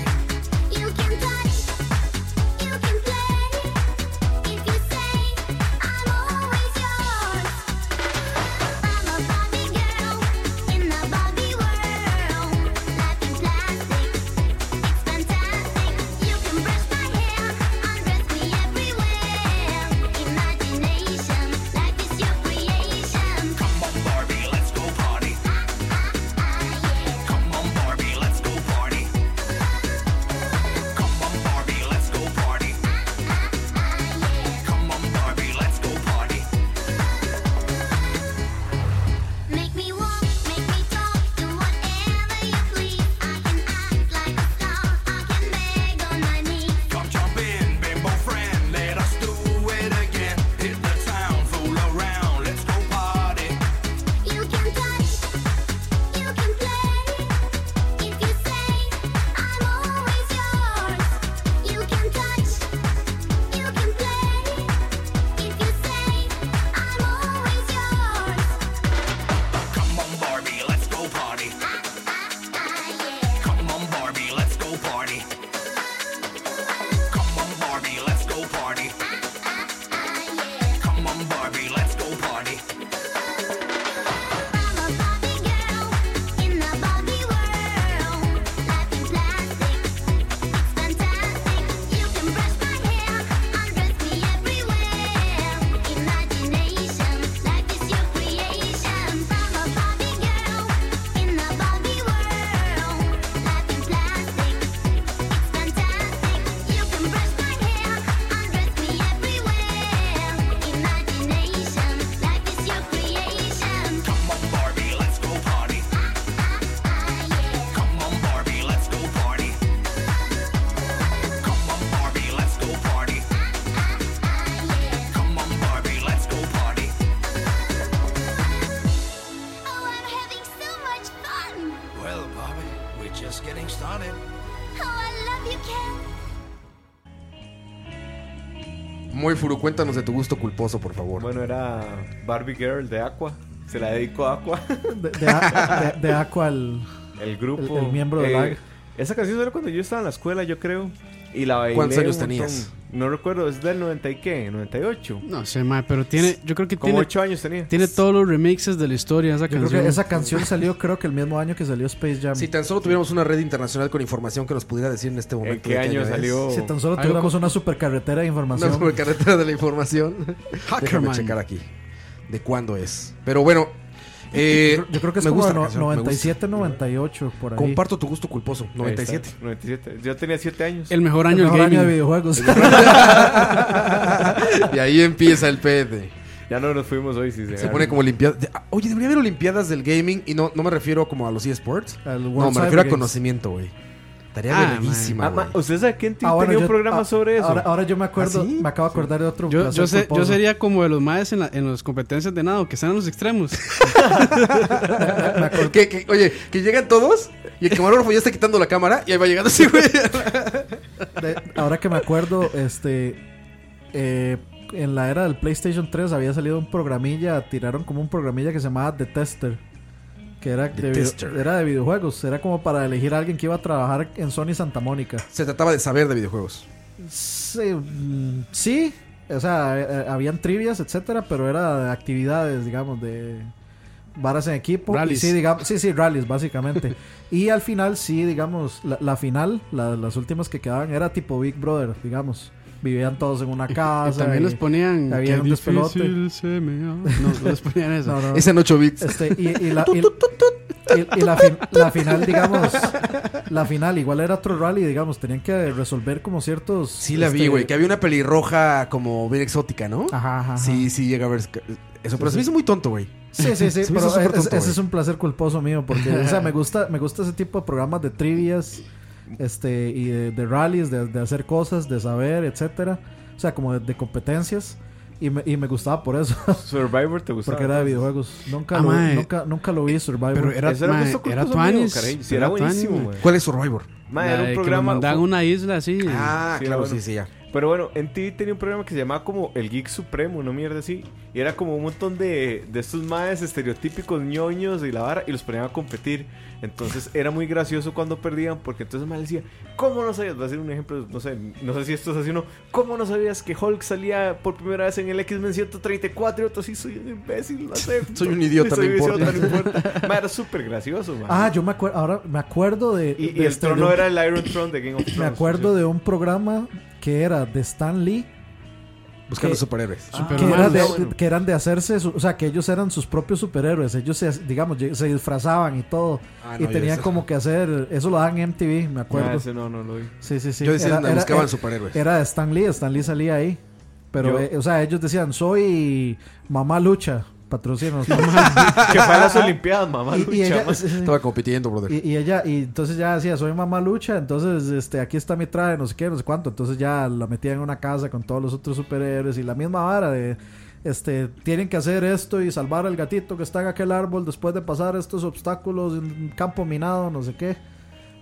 Oh,
Sonic.
Oh, I love you, Ken.
Muy Furu, cuéntanos de tu gusto culposo, por favor.
Bueno, era Barbie Girl de Aqua. Se la dedico a Aqua,
De, de A- de- de Aqua al.
el grupo. Eh,
El- el miembro de la-
Esa canción era cuando yo estaba en la escuela, yo creo. Y la bailé
¿Cuántos años
un montón.
tenías?
No recuerdo, es del 90 y qué, 98.
No sé, mae, pero tiene. Yo creo que
Como
tiene,
8 años tenía.
tiene todos los remixes de la historia esa
Yo creo
canción.
que esa canción salió, creo que el mismo año que salió Space Jam.
Si tan solo tuviéramos una red internacional con información que nos pudiera decir en este momento.
¿En qué
de
año
es.
salió?
Si tan solo
Algo
tuviéramos una supercarretera de
Una
información.
supercarretera de la información. Déjame
Hackerman.
checar aquí. ¿De cuándo es? Pero bueno. eh,
Yo creo que es
me
como
gusta la
no-
canción, me gusta.
97, 98, por ahí.
Comparto tu gusto culposo.
Ahí está,
97.
97. Yo tenía 7 años.
El mejor año
el
del
mejor
gaming.
año de videojuegos.
y ahí empieza el PD.
Ya no nos fuimos hoy, si se,
Se pone como limpiadas. Oye, debería haber Olimpiadas del gaming y no, no me refiero como a los eSports.
Al World
No, me
Cyber
refiero a
Games.
conocimiento, güey. Estaría
Ah,
verguísima,
Ah, ma,
güey.
¿Ustedes saben quién
Ah, bueno,
tenía un
yo-
programa
ah,
sobre eso?
Ahora, ahora yo me acuerdo,
¿Ah, sí?
me acabo de acordar de otro.
Yo,
placer
yo, sé, yo
culposo.
sería como de los maes en, la- en los competencias de nado, que están en los extremos.
Que- que- oye, que llegan todos y el camarógrafo ya está quitando la cámara y ahí va llegando así, güey.
De- ahora que me acuerdo, este. eh, en la era del PlayStation 3 había salido un programilla, tiraron como un programilla que se llamaba The Tester. Que era,
The
de, video-
Tester.
era de videojuegos, era como para elegir a alguien que iba a trabajar en Sony Santa Mónica.
Se trataba de saber de videojuegos.
Sí, mm, sí, o sea, eh, eh, habían trivias, etcétera, pero era de actividades, digamos, de varas en equipo. Y
Rallies.
Sí, digamos, sí, sí, rallies, básicamente. y al final, sí, digamos, la, la final, la- las últimas que quedaban, era tipo Big Brother, digamos. Vivían todos en una
Y
casa.
también
y-
les ponían.
había
"Qué
un despelote".
difícil se me ha-". No, no les ponían eso.
No, no, no.
Es en 8 bits.
Este, y, y la, y- y- y la fin- la final, digamos, la final igual era otro rally, digamos, tenían que resolver como ciertos...
Sí la vi,
este,
güey. Que había una pelirroja como bien exótica, ¿no?
Ajá, ajá, ajá.
Sí, sí, llega a ver eso. Pero se me hizo muy tonto, güey.
Sí, sí, sí,
Se me
pero
hizo súper
es-
tonto,
ese
güey.
es un placer culposo mío porque, o sea, me gusta, me gusta ese tipo de programas de trivias, este, y de, de rallies, de, de hacer cosas, de saber, etcétera, o sea, como de, de competencias y me, y me gustaba por eso,
Survivor te gustaba.
porque era de videojuegos. Nunca,
Ah,
lo,
mae. Eh,
nunca, nunca lo vi Survivor.
Pero era,
Eso era
mae,
gusto
era
culposo mío,
Tuanis.
carajo. Sí, era buenísimo, güey.
¿Cuál es Survivor?
Ma, era un
Que nos
programa.
mandaban a una isla así.
Ah,
sí, era
claro,
bueno.
sí, sí, ya.
Pero bueno, en TV tenía un programa que se llamaba como El Geek Supremo, no mierda así. Y era como un montón de, de estos maes estereotípicos ñoños y la vara y los ponían a competir. Entonces era muy gracioso cuando perdían porque entonces más decía, ¿cómo no sabías? Va a ser un ejemplo, no sé, no sé si esto es así o no. ¿Cómo no sabías que Hulk salía por primera vez en el X-Men 134? Y otro sí, soy un imbécil, no sé.
Soy un idiota, no
no
importa.
importa. Ma, era súper gracioso, ma.
Ah, yo me acuerdo, ahora me acuerdo de...
y,
de
y el
este-
trono
de-
era el Iron Throne de Game of Thrones.
Me acuerdo de un programa que era de Stan Lee
Buscando
¿Qué?
superhéroes.
que,
Superman.
era de-
Ah, bueno.
que eran de hacerse, su- o sea, que ellos eran sus propios superhéroes, ellos se, digamos, lleg- se disfrazaban y todo,
Ah,
y
no, yo
tenían
ese-
como que hacer, eso lo daban en MTV, me
Ah,
acuerdo.
ese no, no lo vi.
sí, sí, sí.
Yo decía,
Era-
me
era-
buscaban
era-
superhéroes.
Era Stan Lee, Stan Lee salía ahí, pero,
Yo-
eh, o sea, ellos decían, soy mamá lucha, patrocínanos. mamá".
que fue a las Olimpiadas, mamá.
y,
lucha,
y ella,
ma.
sí, sí, sí.
Estaba compitiendo, brother.
Y, y ella, y entonces ya decía, soy mamá lucha, entonces este, aquí está mi traje, no sé qué, no sé cuánto. Entonces ya la metía en una casa con todos los otros superhéroes y la misma vara de, este, tienen que hacer esto y salvar al gatito que está en aquel árbol después de pasar estos obstáculos en un campo minado, no sé qué.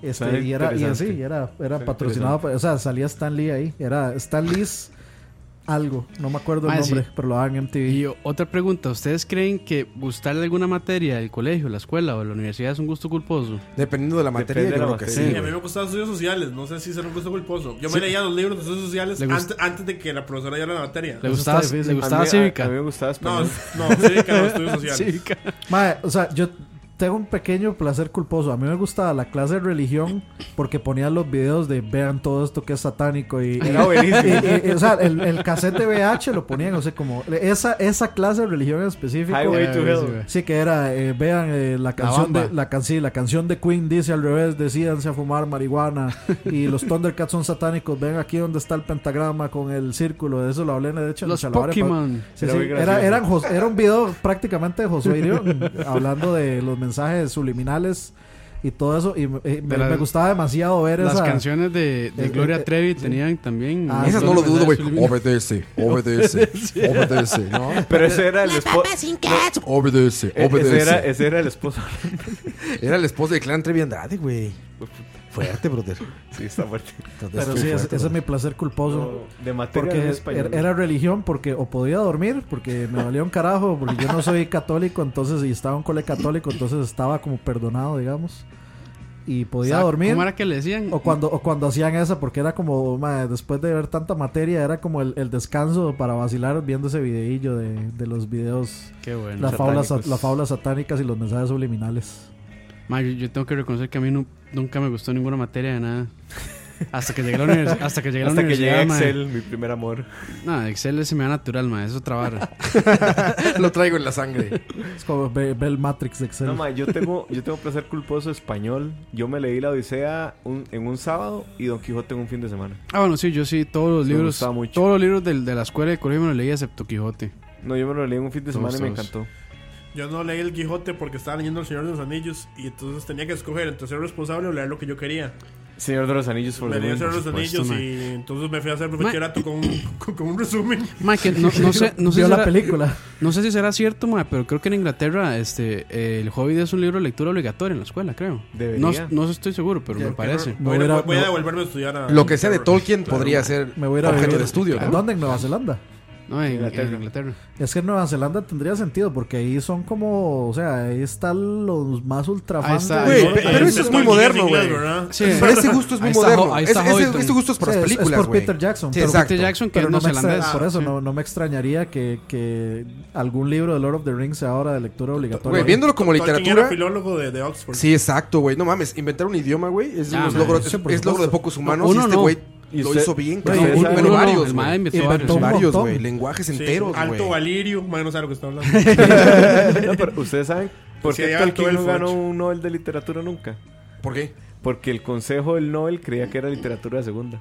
Este,
Suena
y era, y así,
interesante.
y era, era patrocinado, por- o sea, salía Stan Lee ahí, era Stan Lee's algo, no me acuerdo el
Ah, sí.
nombre, pero lo daban en MTV.
Y o- otra pregunta, ¿ustedes creen que gustarle alguna materia del colegio, la escuela o de la universidad es un gusto culposo?
Dependiendo de la materia,
Depende
yo
de la
creo que
materia.
sí.
Sí, a mí me gustaban estudios sociales, no sé si será un gusto culposo. Yo me leía los libros de estudios sociales
Le gust-
antes, antes de que la profesora diera la materia.
¿Le
Eso
gustaba,
está difícil.
le
A
gustaba
mí- a-
cívica?
A, mí me gustaba
No,
español.
no, sí, que los estudios sociales.
Cívica.
Mae, o sea, yo tengo un pequeño placer culposo. A mí me gustaba la clase de religión porque ponían los videos de vean todo esto que es satánico y... y-
Era buenísimo.
y- y- o sea, el, el cassette de VH lo ponían, o sea, como esa, esa clase de religión en específico.
Highway to
Era
Hell.
buenísimo.
Sí, que era, eh, vean eh, la canción
Bamba.
de la, can- sí, la canción de Queen dice al revés, decídanse a fumar marihuana y los Thundercats son satánicos, ven aquí donde está el pentagrama con el círculo, de eso lo hablé de hecho en
Los
Chalabaria, pa-
Pokémon.
Sí,
Era
sí,
muy
era,
gracioso.
eran Jos- era un video prácticamente de Josué Irión hablando de los mensajes subliminales y todo eso. Y me, eh, me-
De la-
me gustaba demasiado ver
Las
esa.
canciones de, de
eh,
Gloria
eh,
Trevi tenían también.
Ah,
Esas
Gloria
no lo dudo, güey.
Mensajes subliminales.
Obedece, obedece, obedece, ¿no?
Pero ese era el esposo.
Obedece,
Ese era,
obedece.
ese era el esposo.
Era el esposo de Clan Trevi Andrade, güey. Fuerte, brother.
Sí, está fuerte.
Entonces,
Pero
estuvo
sí, ese,
fuerte,
ese es mi
brother.
placer culposo.
De materia en
Porque er,
español.
era religión, porque o podía dormir, porque me valía un carajo, porque yo no soy católico, entonces, y estaba en un cole católico, entonces estaba como perdonado, digamos. Y podía
O sea,
dormir.
¿Cómo era que le decían?
O cuando, o cuando hacían esa, porque era como, mae, después de ver tanta materia, era como el, el descanso para vacilar viendo ese videillo de, de los videos,
Qué bueno.
las fábulas,
satánicos.
las fábulas satánicas y los mensajes subliminales.
Ma, yo, yo tengo que reconocer que a mí nu- nunca me gustó ninguna materia de nada. Hasta que llegué a la univers- hasta que llegué a la
Hasta que llegué a
universidad. ma.
Excel, mi primer amor.
No, Excel se me da natural, ma. Eso trabaja.
Lo traigo en la sangre.
Es como ve, ve el Matrix de Excel.
No, ma, yo tengo, yo tengo placer culposo español. Yo me leí la Odisea un- en un sábado y Don Quijote en un fin de semana.
Ah, bueno, sí, yo sí, todos los
Me
libros.
gustaba mucho.
Todos los libros del- de la escuela y colegio me los leí excepto Quijote.
No, yo me lo leí en un fin de semana y me
Todos, todos.
encantó.
Yo no leí el Quijote porque estaba leyendo El Señor de los Anillos y entonces tenía que escoger entre ser responsable o leer lo que yo quería.
Señor de los Anillos, por
Me leí El Señor de los
ejemplo.
supuesto,
Anillos
ma.
y entonces me fui a hacer bachillerato con, con, con un resumen.
Ma, que no, no sé, no sé
Vio
si
la
será-
película.
No sé si será cierto, ma, pero creo que en Inglaterra este, eh, el Hobbit es un libro de lectura obligatoria en la escuela, creo.
Debería.
No, no estoy seguro, pero me parece.
Me
Voy, a-
hubiera-
voy a
me-
devolverme a estudiar a.
Lo que sea de Tolkien podría ser
Me voy a ir a
objeto
vivir-
de estudio, ¿no?
¿Dónde? En Nueva Zelanda.
No, en en Inglaterra.
Inglaterra.
Es que en Nueva Zelanda tendría sentido, porque ahí son como, o sea, ahí están los más ultra
Ahí
fans
está.
de-
Güey,
Eh,
pe- pero eso es muy
Tolkien
moderno,
inglés,
güey.
¿verdad?
Sí,
Pero ese gusto es muy
Ahí está
moderno.
Ho- ahí
Ese,
está
ese-
Hobbiton.
ese gusto es por
Sí,
las
es- es
películas,
por
güey.
Peter Jackson,
Sí,
pero
exacto.
Peter Jackson, que
Pero
es
no me
neozelandés.
extra- por eso
Sí.
no, no me extrañaría que, que algún libro de Lord of the Rings sea ahora de lectura obligatoria.
Güey, viéndolo como
Tolkien
literatura.
era filólogo de, de Oxford.
Sí, exacto, güey. No mames, inventar un idioma, güey, es,
Ah,
unos
man,
logros-
sí, por
es logro de
supuesto.
pocos humanos.
Uno
y este
no.
güey
Y
lo
usted-
hizo bien,
Güey,
cabrón.
uno-
Bueno,
uno no,
varios,
el mae
güey.
inventó
Inventó
varios.
un
Varios,
montón.
güey. Lenguajes
Sí,
enteros, güey.
Alto Valirio, man, no sabe lo que está hablando.
No, pero ustedes saben por
Sí,
qué
hay alto
Tolkien no
elfo,
ganó
ocho.
un Nobel de literatura nunca.
¿Por qué?
Porque el consejo del Nobel creía que era literatura de segunda.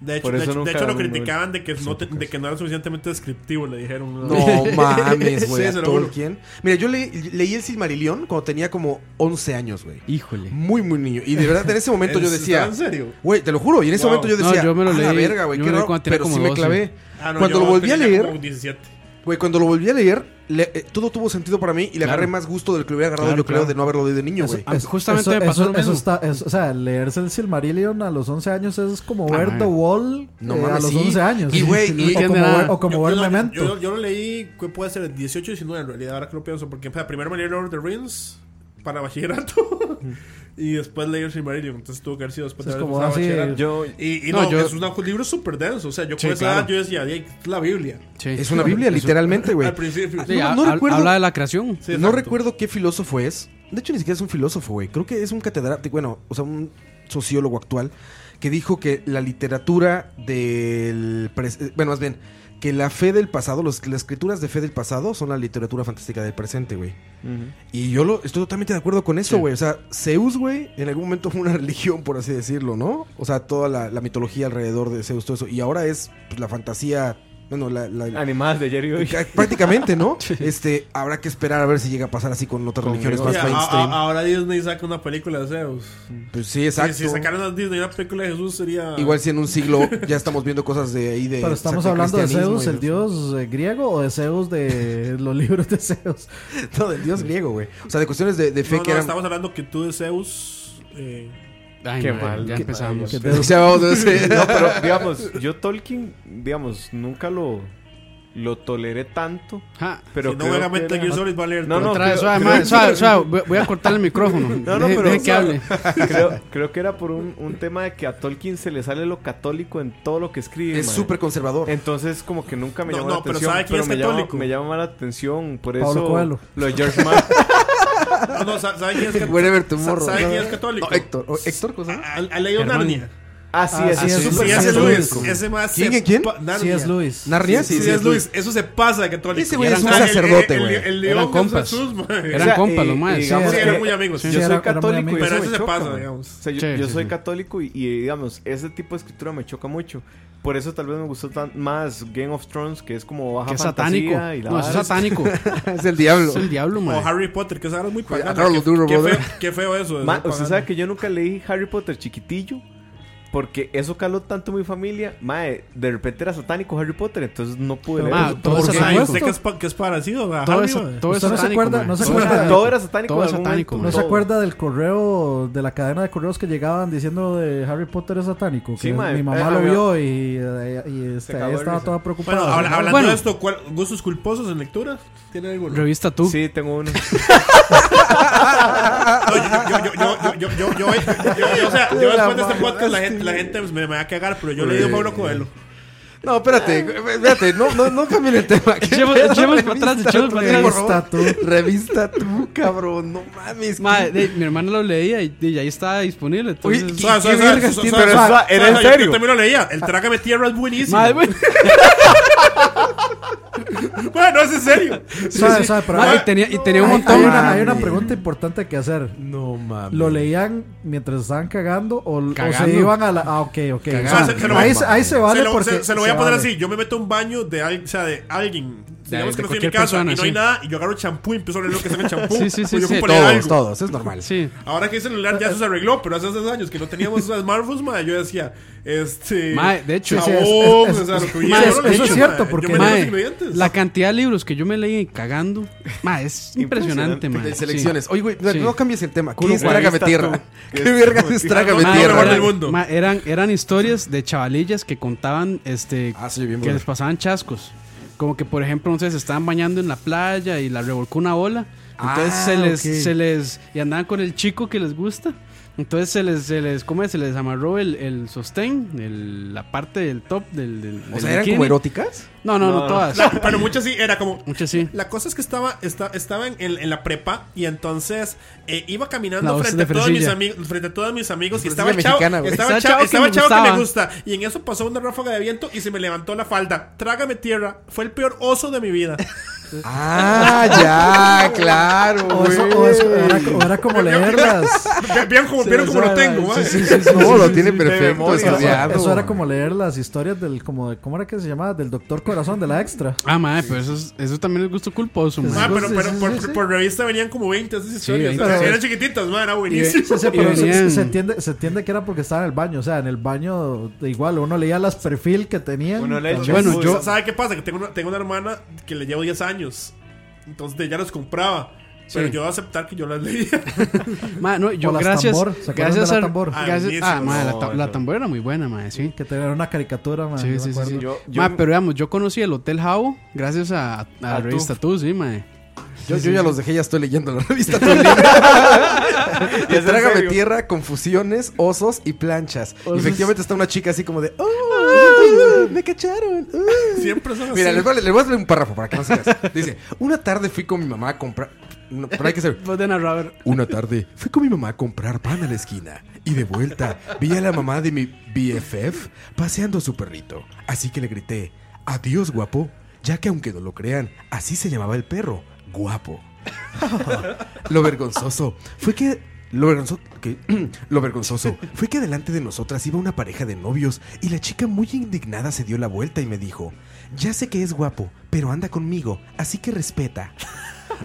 De hecho,
Por
de
eso
hecho, de
nunca
hecho lo
ganó un
criticaban de que, no te- de que no era suficientemente descriptivo, le dijeron.
No mames, güey.
Sí,
a
se lo juro.
Tolkien. Mira, yo le- leí el Silmarillion cuando tenía como 11 años, güey.
Híjole.
Muy, muy niño. Y de verdad, en ese momento yo decía.
¿En serio?
Güey, te lo juro. Y en ese
Wow.
momento yo
No,
decía.
yo me lo
"A la
leí-
verga, güey.
yo
Qué
me lo leí
raro",
cuando tenía
pero
como
sí me
12.
clavé.
Ah, no,
cuando
yo
lo volví a
tenía
leer.
como 17.
Güey, cuando lo volví a leer, le- eh, todo tuvo sentido para mí y le
Claro.
agarré más gusto del que hubiera agarrado
Claro,
yo creo
claro.
de no haberlo leído de niño, güey.
Ah, justamente me pasó
eso,
lo mismo.
está, es- o sea, leerse el Silmarillion a los once años es como
Ah,
ver
man.
The Wall
No
eh,
mames,
a los
sí.
11 años.
Y, güey,
o,
y-
como
entiende nada.
ver, o como
Yo-
ver
yo, no-
Memento.
yo, yo lo leí, que puede ser el 18 y 19 en realidad, ahora que lo pienso, porque o sea, primero me leí Lord of the Rings para bachillerato y después leí el Silmarillion, entonces tuvo que haber sido después de
Es
haber
como
empezado
así-
bachillerato.
Yo,
Y, y
No,
no,
yo-
es un libro súper denso, o sea, yo
Sí,
con esa edad
claro.
yo decía, "Di, es la Biblia,
Sí.
Es Ah, una Biblia, literalmente, güey.
al principio.
Sí,
No,
ha-
no
ha-
recuerdo.
Habla de la creación.
Sí,
no
exacto.
recuerdo qué filósofo es. De hecho, ni siquiera es un filósofo, güey. Creo que es un catedrático, bueno, o sea, un sociólogo actual que dijo que la literatura del... pres- eh, Bueno, más bien, que la fe del pasado, los- las escrituras de fe del pasado son la literatura fantástica del presente, güey. Y yo lo, estoy totalmente de acuerdo con eso,
Sí.
güey. O sea, Zeus, güey, en algún momento fue una religión, por así decirlo, ¿no? O sea, toda la, la mitología alrededor de Zeus, todo eso. Y ahora es pues, la fantasía, bueno, la... la-
Ah,
animadas de ayer y hoy.
Ca- Eh, Prácticamente, ¿no? Este, habrá que esperar a ver si llega a pasar así con otras
Con
religiones
O
más
sea, a-
mainstream.
ah,
a- ahora Disney saca una película de Zeus.
Pues sí,
Si,
exacto.
si sacaran a Disney una película de Jesús
ah,
sería...
Igual si en un siglo ya estamos viendo cosas de ahí de.
Pero estamos
exacto,
hablando de
cristianismo
Zeus,
y
el dios eh, griego, o de Zeus de los libros de Zeus.
No, del dios griego, güey. O sea, de cuestiones de, de fe
no,
que
no,
eran.
estamos hablando que tú de Zeus... eh,
Ay,
Qué
ma,
mal,
Ya
qué
empezamos.
mal.
O sea, vamos a decir-
No, pero digamos, yo Tolkien, digamos, nunca lo, lo toleré tanto.
Ja.
Pero
si no
creo
juega
que
Metal
era-
Gear Solid va a leer
No,
todo.
no,
Otra vez,
creo-
Ah, suave,
creo-
ma, suave, suave. Voy- Voy a cortar el micrófono.
No, no,
Deje-
pero-
deje que hable.
creo, creo que era por un, un tema de que a Tolkien se le sale lo católico en todo lo que escribe.
es
mae.
súper conservador.
Entonces como que nunca me
No,
llamó
no,
la
pero
atención.
¿sabe quién es
me, llama,
católico?
me llama la atención. Por
Pablo
eso
Coelho.
lo de George Martin.
No, no, sa- ¿sabe quién es católico?
Wherever tomorrow.
¿Sabe quién es católico?
No, Héctor. O- Héctor, ¿cosa?
¿Ha, ha leído
Germán.
Narnia?
Así
Ah,
es.
sí,
es
es-
súper
Sí,
sí,
ese
es
Luis.
Luis.
Ese más
¿Quién,
se
quién?
pa- Narnia.
Sí es Luis.
Narnia,
Sí, es Luis. Eso se pasa de católico.
Ese güey es
Era-
un
el-
sacerdote,
el-
güey.
El, el
Eran
león con
compas.
Jesús, mae.
Eran compas,
y-
los maes.
y digamos
Sí,
que-
eran muy amigos.
Yo
Sí,
soy
era- era muy
eh, católico y
amigo.
Pero
eso
eso
me
se
choca,
pasa,
man.
digamos.
O sea, yo,
Sí,
yo
sí,
soy
sí.
católico y, y, digamos, ese tipo de escritura me choca mucho. Por eso tal vez me gustó tan, más Game of Thrones, que es como baja
Que es
fantasía
satánico.
y la
No, eso es
vara.
satánico.
es el diablo.
Es el diablo,
O
ma.
Harry Potter, que esa era muy pagana.
Agarra lo
Qué-
duro,
qué
brother.
feo- Qué feo eso. de
Ma,
ser
usted
pagano.
sabe que yo nunca leí Harry Potter chiquitillo Porque eso caló tanto mi familia. Mae, de repente era satánico Harry Potter, entonces no pude
Pero,
leer.
ma,
eso.
todo es
Porque
satánico.
usted que es, pa- que es parecido a
Todo
Harry,
es,
mae.
todo es
¿Usted no se
satánico.
acuerda-
ma.
no se
Todo es-
acuerda-
todo era satánico.
todo
en
es
algún
satánico,
momento.
¿No se
Todo.
acuerda del correo, de la cadena de correos que llegaban diciendo de Harry Potter es satánico? Que
Sí, mae.
mi mamá
Eh,
lo
había-
vio y, eh, y,
Se
este,
cagó
ella
de
estaba
risa.
toda preocupada.
Bueno, habla- hablando
Bueno.
de esto, ¿cuál- ¿gustos culposos en lectura? ¿Tiene alguno?
Revista tú.
Sí, tengo uno.
No, yo, yo, yo, yo, yo, yo, yo, yo, yo- yo- o sea, yo después de este podcast la gente, la gente pues, me, me va a cagar, pero yo le digo a Pablo Coelho.
No, espérate, espérate, no, no, no cambien el tema. ¿Qué
Echemos-
pedo?
echemos
Revista
para atrás, echemos para
tú,
atrás.
por favor.
Revista tú.
Revista tú, cabrón, no mames.
Ma, de- mi hermana lo leía y, y ahí estaba disponible.
Oye,
Entonces,
¿qué-
Suave,
qué
suave, suave,
vergas
suave,
tiene?
suave,
Pero
suave,
eso era
suave,
en
yo-
serio.
Yo también lo leía. El Trágame Tierra es buenísimo.
ma, bueno.
Bueno, es en serio.
Suave, suave, pero
Ma,
hay-
y tenía, y tenía un
hay-
montón.
Hay una, hay una
Mami.
pregunta importante que hacer.
No mames.
¿Lo leían mientras estaban cagando o, o
Cagando.
se iban a la... Ah, ok, ok.
Cagando.
O
O
sea,
sea, se- se lo-
ahí, se- ahí se vale
se, lo,
porque...
se- se lo voy a
se
poner
vale.
así. Yo me meto a un baño de, al- o sea, de alguien. Digamos
de
que no estoy en mi
cualquier
casa
persona,
y no hay
sí.
nada. Y yo agarro champú y empiezo a leer lo que está en el champú.
Sí, sí, sí,
Pues yo
sí,
ocupo leer
Todos,
algo.
todos, es normal.
Sí.
Ahora que el celular ya eso se arregló, pero hace esos años que no teníamos esos smartphones, ma, yo decía, este.
Ma, de hecho,
jabón,
sí, es- es-
o sea, lo que
es-
hubiera,
es-
¿no?
es
Yo,
cierto,
ma, yo
porque,
me
Ma,
leí los ingredientes.
la cantidad de libros que yo me leí cagando ma, es impresionante. ma,
De
sí.
selecciones. Oye, güey,
Sí.
no cambies el tema. ¿Qué
Culo
es Trágame
Revista
Tierra?
tú.
¿Qué vergas es Trágame
Ma,
Ma,
mejor
Tierra?
del mundo.
ma, eran, eran historias de chavalillas que contaban este
Ah, sí, bien
que
bueno.
les pasaban chascos. Como que por ejemplo, entonces se estaban bañando en la playa y la revolcó una ola. Entonces
Ah,
se les,
ok.
se les, y andaban con el chico que les gusta. Entonces se les, se les, ¿cómo es? Se les amarró el, el sostén, el- la parte del top del, del-
O
del
sea, eran
bikini.
como eróticas.
No, no, no,
No,
todas.
La- pero muchas sí, era como.
Muchas sí.
La cosa es que estaba, esta- estaba en, en- en la prepa y entonces eh, iba
La
caminando
voz
frente a,
de
todos mis
Fresilla.
amigos, frente a todos mis amigos y
Fresilla
estaba el chavo,
mexicana, güey.
estaba el
Estaba
chavo,
el chavo
estaba
que
el chavo que
me
me gusta y en eso pasó una ráfaga de viento y se me levantó la falda. Trágame tierra, fue el peor oso de mi vida.
Ah, ya, claro.
O, eso- o eso- o era, o era como leerlas.
Ve- Vean cómo, vieron cómo lo tengo, ma.
No, lo tiene
perfecto,
perfecto,
Eso,
estudiado.
eso era como leer las historias del... Como de- ¿Cómo era que se llamaba? Del Doctor Corazón, de la Extra.
Ah, madre, pero eso, es- eso también es gusto culposo, ma.
Ah, pero,
Sí,
pero
sí,
por,
sí, sí.
por revista venían como 20 esas historias.
20.
O sea, eran chiquititas, man, era buenísimo.
Sí, sí,
Y
pero se- se,
venían-
se entiende, se entiende que era porque estaba en el baño. O sea, en el baño, de igual, uno leía las perfil que tenían.
Uno le
tal
echa-
vez.
Bueno, yo-
pues, ¿Sabe qué pasa? Que tengo una, tengo una hermana que le llevo 10 años. Entonces de- ya los compraba. Pero
Sí.
yo voy a aceptar que yo las leía.
Ma, no, yo
las
gracias.
tambor, ¿se acuerdan
gracias
de la
a-
tambor?
Ah,
gracias-
buenísimo.
ah, ma, la,
No,
ta- la
no.
tambor era muy buena, ma, sí.
Que tenían una caricatura, man.
Sí,
yo
sí,
me
sí,
acuerdo.
sí.
Yo- yo-
Ma, pero digamos, yo conocí el Hotel Javo gracias a, a la
A Tuf.
revista Tú, sí, ma.
Yo, yo ya los dejé, ya estoy leyendo la revista.
Y
Y
es en
trágame
serio.
tierra, confusiones, osos y planchas. Y
Osos.
efectivamente está una chica así como de, "Oh,
Ah.
¡Oh! ¡Me cacharon! ¡Oh".
Siempre son así.
Mira, les voy, a, les voy a leer un párrafo para que no se veas. Dice, una tarde fui con mi mamá a comprar... No, pero hay que ser...
Pues
Vos de narrador.
Una tarde fui con mi mamá a comprar pan a la esquina y de vuelta vi a la mamá de mi BFF paseando a su perrito. Así que le grité, adiós guapo, ya que aunque no lo crean, así se llamaba el perro, guapo. lo vergonzoso fue que... Lo vergonzoso, que, lo vergonzoso fue que delante de nosotras iba una pareja de novios y la chica muy indignada se dio la vuelta y me dijo, ya sé que es guapo, pero anda conmigo, así que respeta.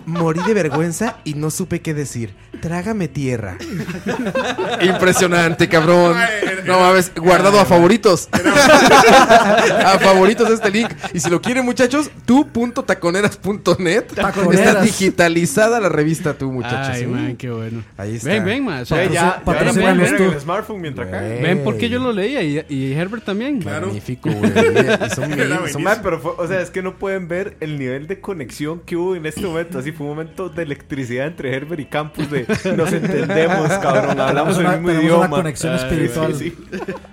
Morí de vergüenza y no supe qué decir. Trágame tierra. Impresionante, cabrón. No mames, guardado a favoritos. A favoritos este link. Y si lo quieren, muchachos, tu.taconeras.net. Está
Taconeras.
digitalizada la revista tú, muchachos.
Ay,
¿eh?
ma, qué bueno.
Ahí está.
Ven, ven, ma. o sea,
Ya, ya, ya
Patrocínanos
ahora
tú.
me en el smartphone mientras cae.
Güey.
Ven, porque yo lo leía y, y Herbert también.
Magnífico, güey. Y son
Era
memes.
buenísimo.
Ma, pero fue- o sea, es que no pueden ver el nivel de conexión que hubo en este momento. Así fue un momento de electricidad entre Herbert y Campus de nos entendemos, cabrón, hablamos el
una-
mismo
tenemos
idioma.
una conexión espiritual. Una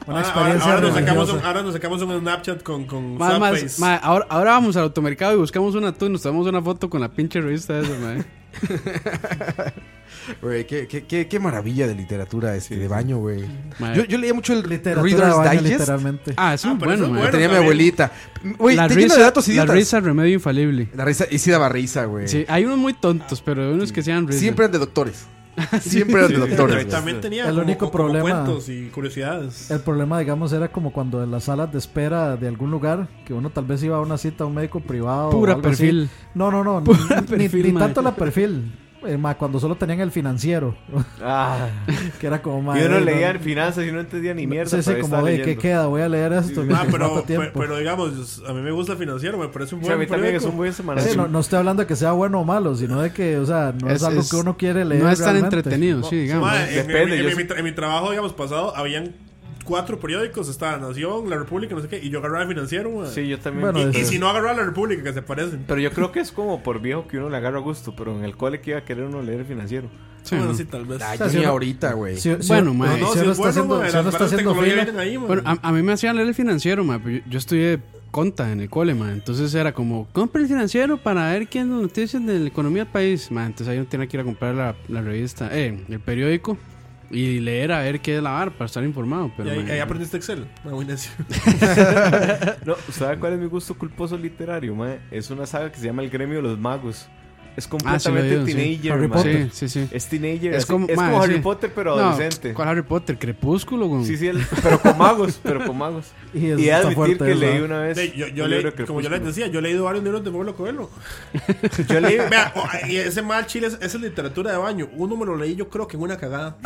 Ahora-
experiencia
ahora, ahora nos sacamos un,
religiosa.
ahora nos sacamos un Snapchat con, con
Ma, ma,
Snapface.
ma, ahora, ahora vamos al automercado y buscamos una Tú y nos tomamos una foto con la pinche revista esa, ma.
Güey, qué, qué, qué, qué maravilla de literatura este, de baño, güey.
Ma-
Yo, yo leía mucho el
Literatura de
Reader's
baño,
Digest.
literalmente.
Ah, eso
Ah,
es
pero eso
bueno,
es
ma.
La
bueno.
tenía mi
también.
abuelita. Güey,
La
te lleno
risa,
de datos
la
idiotas.
risa, remedio infalible.
La risa, y sí daba risa, güey.
Sí, hay unos muy tontos, pero unos que sean risa.
Siempre eran de doctores. Siempre eran de doctores.
Pero
güey.
también tenía
El
como-
único
como
problema-
cuentos y curiosidades.
El problema, digamos, era como cuando en las salas de espera de algún lugar, que uno tal vez iba a una cita a un médico privado. o
Pura
algo así.
perfil.
No, no, no.
Pura
ni,
perfil,
ni
madre.
tanto la perfil. eh, ma, cuando solo tenían el financiero,
Ah,
que era como ma,
y uno
eh,
leía
no-
en finanzas y no entendía ni mierda.
Sí, sí,
pero ahí
como
estaba
ve, ¿qué
leyendo.
queda? Voy a leer esto.
Ah,
mientras
pero,
mato tiempo.
pero, pero digamos, a mí me gusta financiero, me parece un
O sea, a
buen
mí también es
periódico.
un buen semanal.
Sí, no, no estoy hablando de que sea bueno o malo, sino de que, o sea, no es,
Es-
algo
es-
que uno quiere leer.
No es tan
realmente.
entretenido, sí, digamos.
Ma, en- en-
Depende,
en,
yo
mi-
sí-
mi tra- en mi trabajo, digamos, pasado, habían cuatro periódicos: estaba Nación, La República, no sé qué, y yo agarraba financiero, ma.
Sí, yo también.
Bueno,
pero,
Y si no agarraba La República, que se parecen.
pero yo creo que es como por viejo que uno le agarra gusto, pero en el cole que iba a querer uno leer financiero.
Sí,
bueno,
¿no?
sí, tal vez.
Ay,
sea,
Ah, yo
si
ni
uno-
ahorita, güey.
Si, si-
Bueno,
no,
ma,
No,
si
no,
uno
si es
está
bueno,
haciendo,
ma,
si
las
uno está
varas
haciendo
tecnologías
fila,
vienen ahí, ma.
Bueno, a, a mí me hacían leer el financiero, ma, pero yo, yo estudié conta en el cole, ma, entonces era como, compre el financiero para ver quién las noticias de la economía del país, ma, entonces ahí uno tenía que ir a comprar la, la revista, eh, el periódico y leer a ver qué es la vara para estar informado,
Y
pero
ahí,
ma,
ahí aprendiste Excel. Ma, muy necio.
No, ¿sabe cuál es mi gusto culposo literario, mae? Es una saga que se llama El Gremio de los Magos.
Ah,
Es completamente
oído, Ah, sí.
teenager,
Harry
mae.
Potter.
sí, sí, sí.
Es teenager. así-
Es
Es como,
como- mae,
Harry
sí.
Potter, pero
No,
adolescente.
¿Cuál Harry Potter? Crepúsculo, güey.
Sí, sí, el- pero con magos, pero con magos.
Y
Y,
eso
he de
está
admitir
fuerte,
que
eso,
leí
¿eh?
una vez.
De- yo, yo
un
leí-
libro de
como yo les
Crepúsculo.
decía, yo he leído varios libros de Pablo Coelho.
Yo leí.
Vea, o- y ese mal chile es, esa es literatura de baño. Uno me lo leí, yo creo que en una cagada.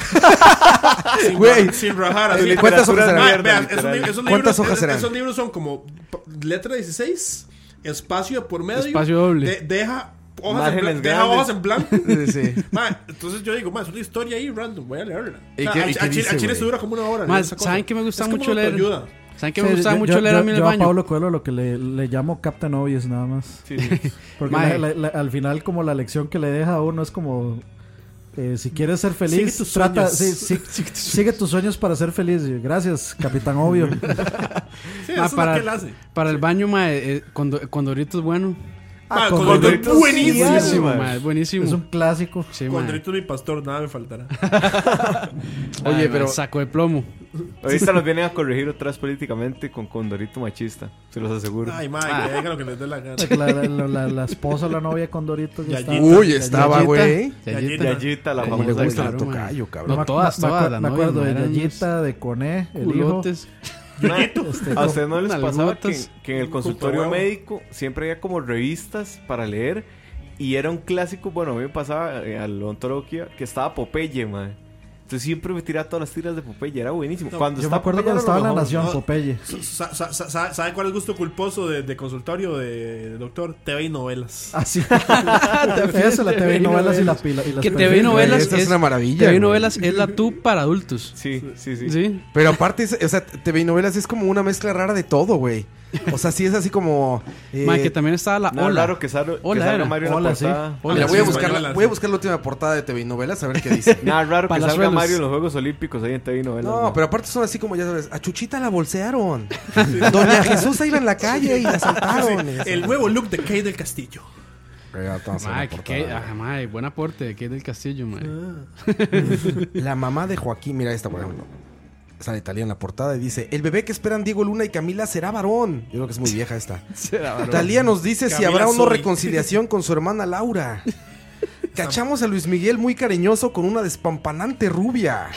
sin,
Güey.
ra- sin rajar.
¿Cuántas
Así.
Literatura
hojas serán?
Ma,
mierda,
vean, esos,
literal.
li- esos
¿Cuántas
libros,
hojas
esos-
serán?
esos libros son como pa- letra 16, espacio por medio.
Espacio doble.
de- deja, hojas en,
Márgenes
blan- deja
grandes.
hojas en blanco.
Sí, sí.
Ma, entonces yo digo, ma, es una historia ahí random, voy a leerla.
¿Y
O sea,
qué-
a,
y
a
qué
Chile,
dice,
a Chile
güey?
se dura como una hora.
Ma,
leer esa cosa.
¿saben qué me gusta
Es como
mucho leer?
autoayuda.
¿Saben
Sí,
qué me gustaba
yo-
mucho
yo-
leer a mí en el
yo
baño?
Pablo Coelho lo que le, le llamo Captain Obvious nada más.
Sí, sí.
Porque
Mae.
la- la- la- al final como la lección que le deja a uno es como... eh, si quieres ser feliz,
Sigue tus
trata,
sueños.
sí, sí, sigue tus sueños para ser feliz. Gracias, Capitán Obvio.
Sí, eso
Ma, Ah, para-
es lo que él hace.
Para el baño, ma, eh, cuando, cuando ahorita es bueno.
Ma,
Ah, con
Condorito Ah, es
Condorito es
buenísimo.
genial.
Buenísimo,
ma.
ma, es buenísimo.
es un clásico.
Sí, ma.
Condorito es mi pastor, nada me faltará.
Ay,
Oye,
ma,
pero-
Saco de plomo.
Ahorita nos vienen a corregir otras políticamente con Condorito Machista, se los aseguro.
Ay,
Ah.
madre, que diga lo que les dé la gana.
La, la- la- la esposa o la novia con Doritos ya está.
Yayita.
Uy, estaba, güey.
Yayita.
Yayita, la
Como le
famosa. Yayita.
gusta el
claro, man.
tocayo, cabrón.
No,
Me-
todas,
me,
todas, la
Me acuerdo
novia,
de
eran unos
Yayita, de Coné, el hijo.
Culotes.
Este,
¿A ustedes no les
Unas
pasaba que,
gotas.
que en el
Un
consultorio
huevo.
médico siempre había como revistas para leer? Y era un clásico, bueno, a mí me pasaba eh, al odontólogo que iba, que estaba Popeye, madre. Entonces siempre me tiraba todas las tiras de Popeye, era buenísimo. cuando
yo me
estaba
acuerdo
Popeye
cuando
era
estaba en
lo
la
mejor.
Nación,
No.
Popeye.
Sa- sa- sa- sa- ¿Sabe cuál es gusto culposo de, de consultorio de doctor? TV y novelas.
Así. Esa la TV novelas y la pila. y las
Que TV
películas.
novelas
Esa es una maravilla,
TV
güey.
novelas es la tú para adultos.
Sí, sí, sí.
Sí.
Pero aparte, es- o sea, TV y novelas es como una mezcla rara de todo, güey. O sea, sí es así como. eh,
Ma, que también estaba la
No,
ola.
claro que, sal- que
Hola,
salga
era.
Mario en la
Hola, sí.
portada.
Hola,
Mira, voy a
sí,
buscar la,
españolas,
voy a
sí.
buscar la última portada de TV y novelas a ver qué dice.
Nada, raro que salga
Palazuelos.
Mario en los Juegos Olímpicos ahí en TV novelas.
No,
ma.
pero aparte son así como, ya sabes, a Chuchita la bolsearon. Doña Jesús iba en la calle y la saltaron.
El nuevo look de Kate del Castillo.
Ma, que- que- ah, ma, buen aporte de Kate del Castillo, ma.
Ah.
La mamá de Joaquín, mira esta, por ejemplo. Sale Talía en la portada y dice: El bebé que esperan Diego Luna y Camila será varón. Yo creo que es muy vieja esta. Talía nos dice si
Camila
habrá o no
Sodi.
reconciliación con su hermana Laura. Cachamos a Luis Miguel muy cariñoso con una despampanante rubia.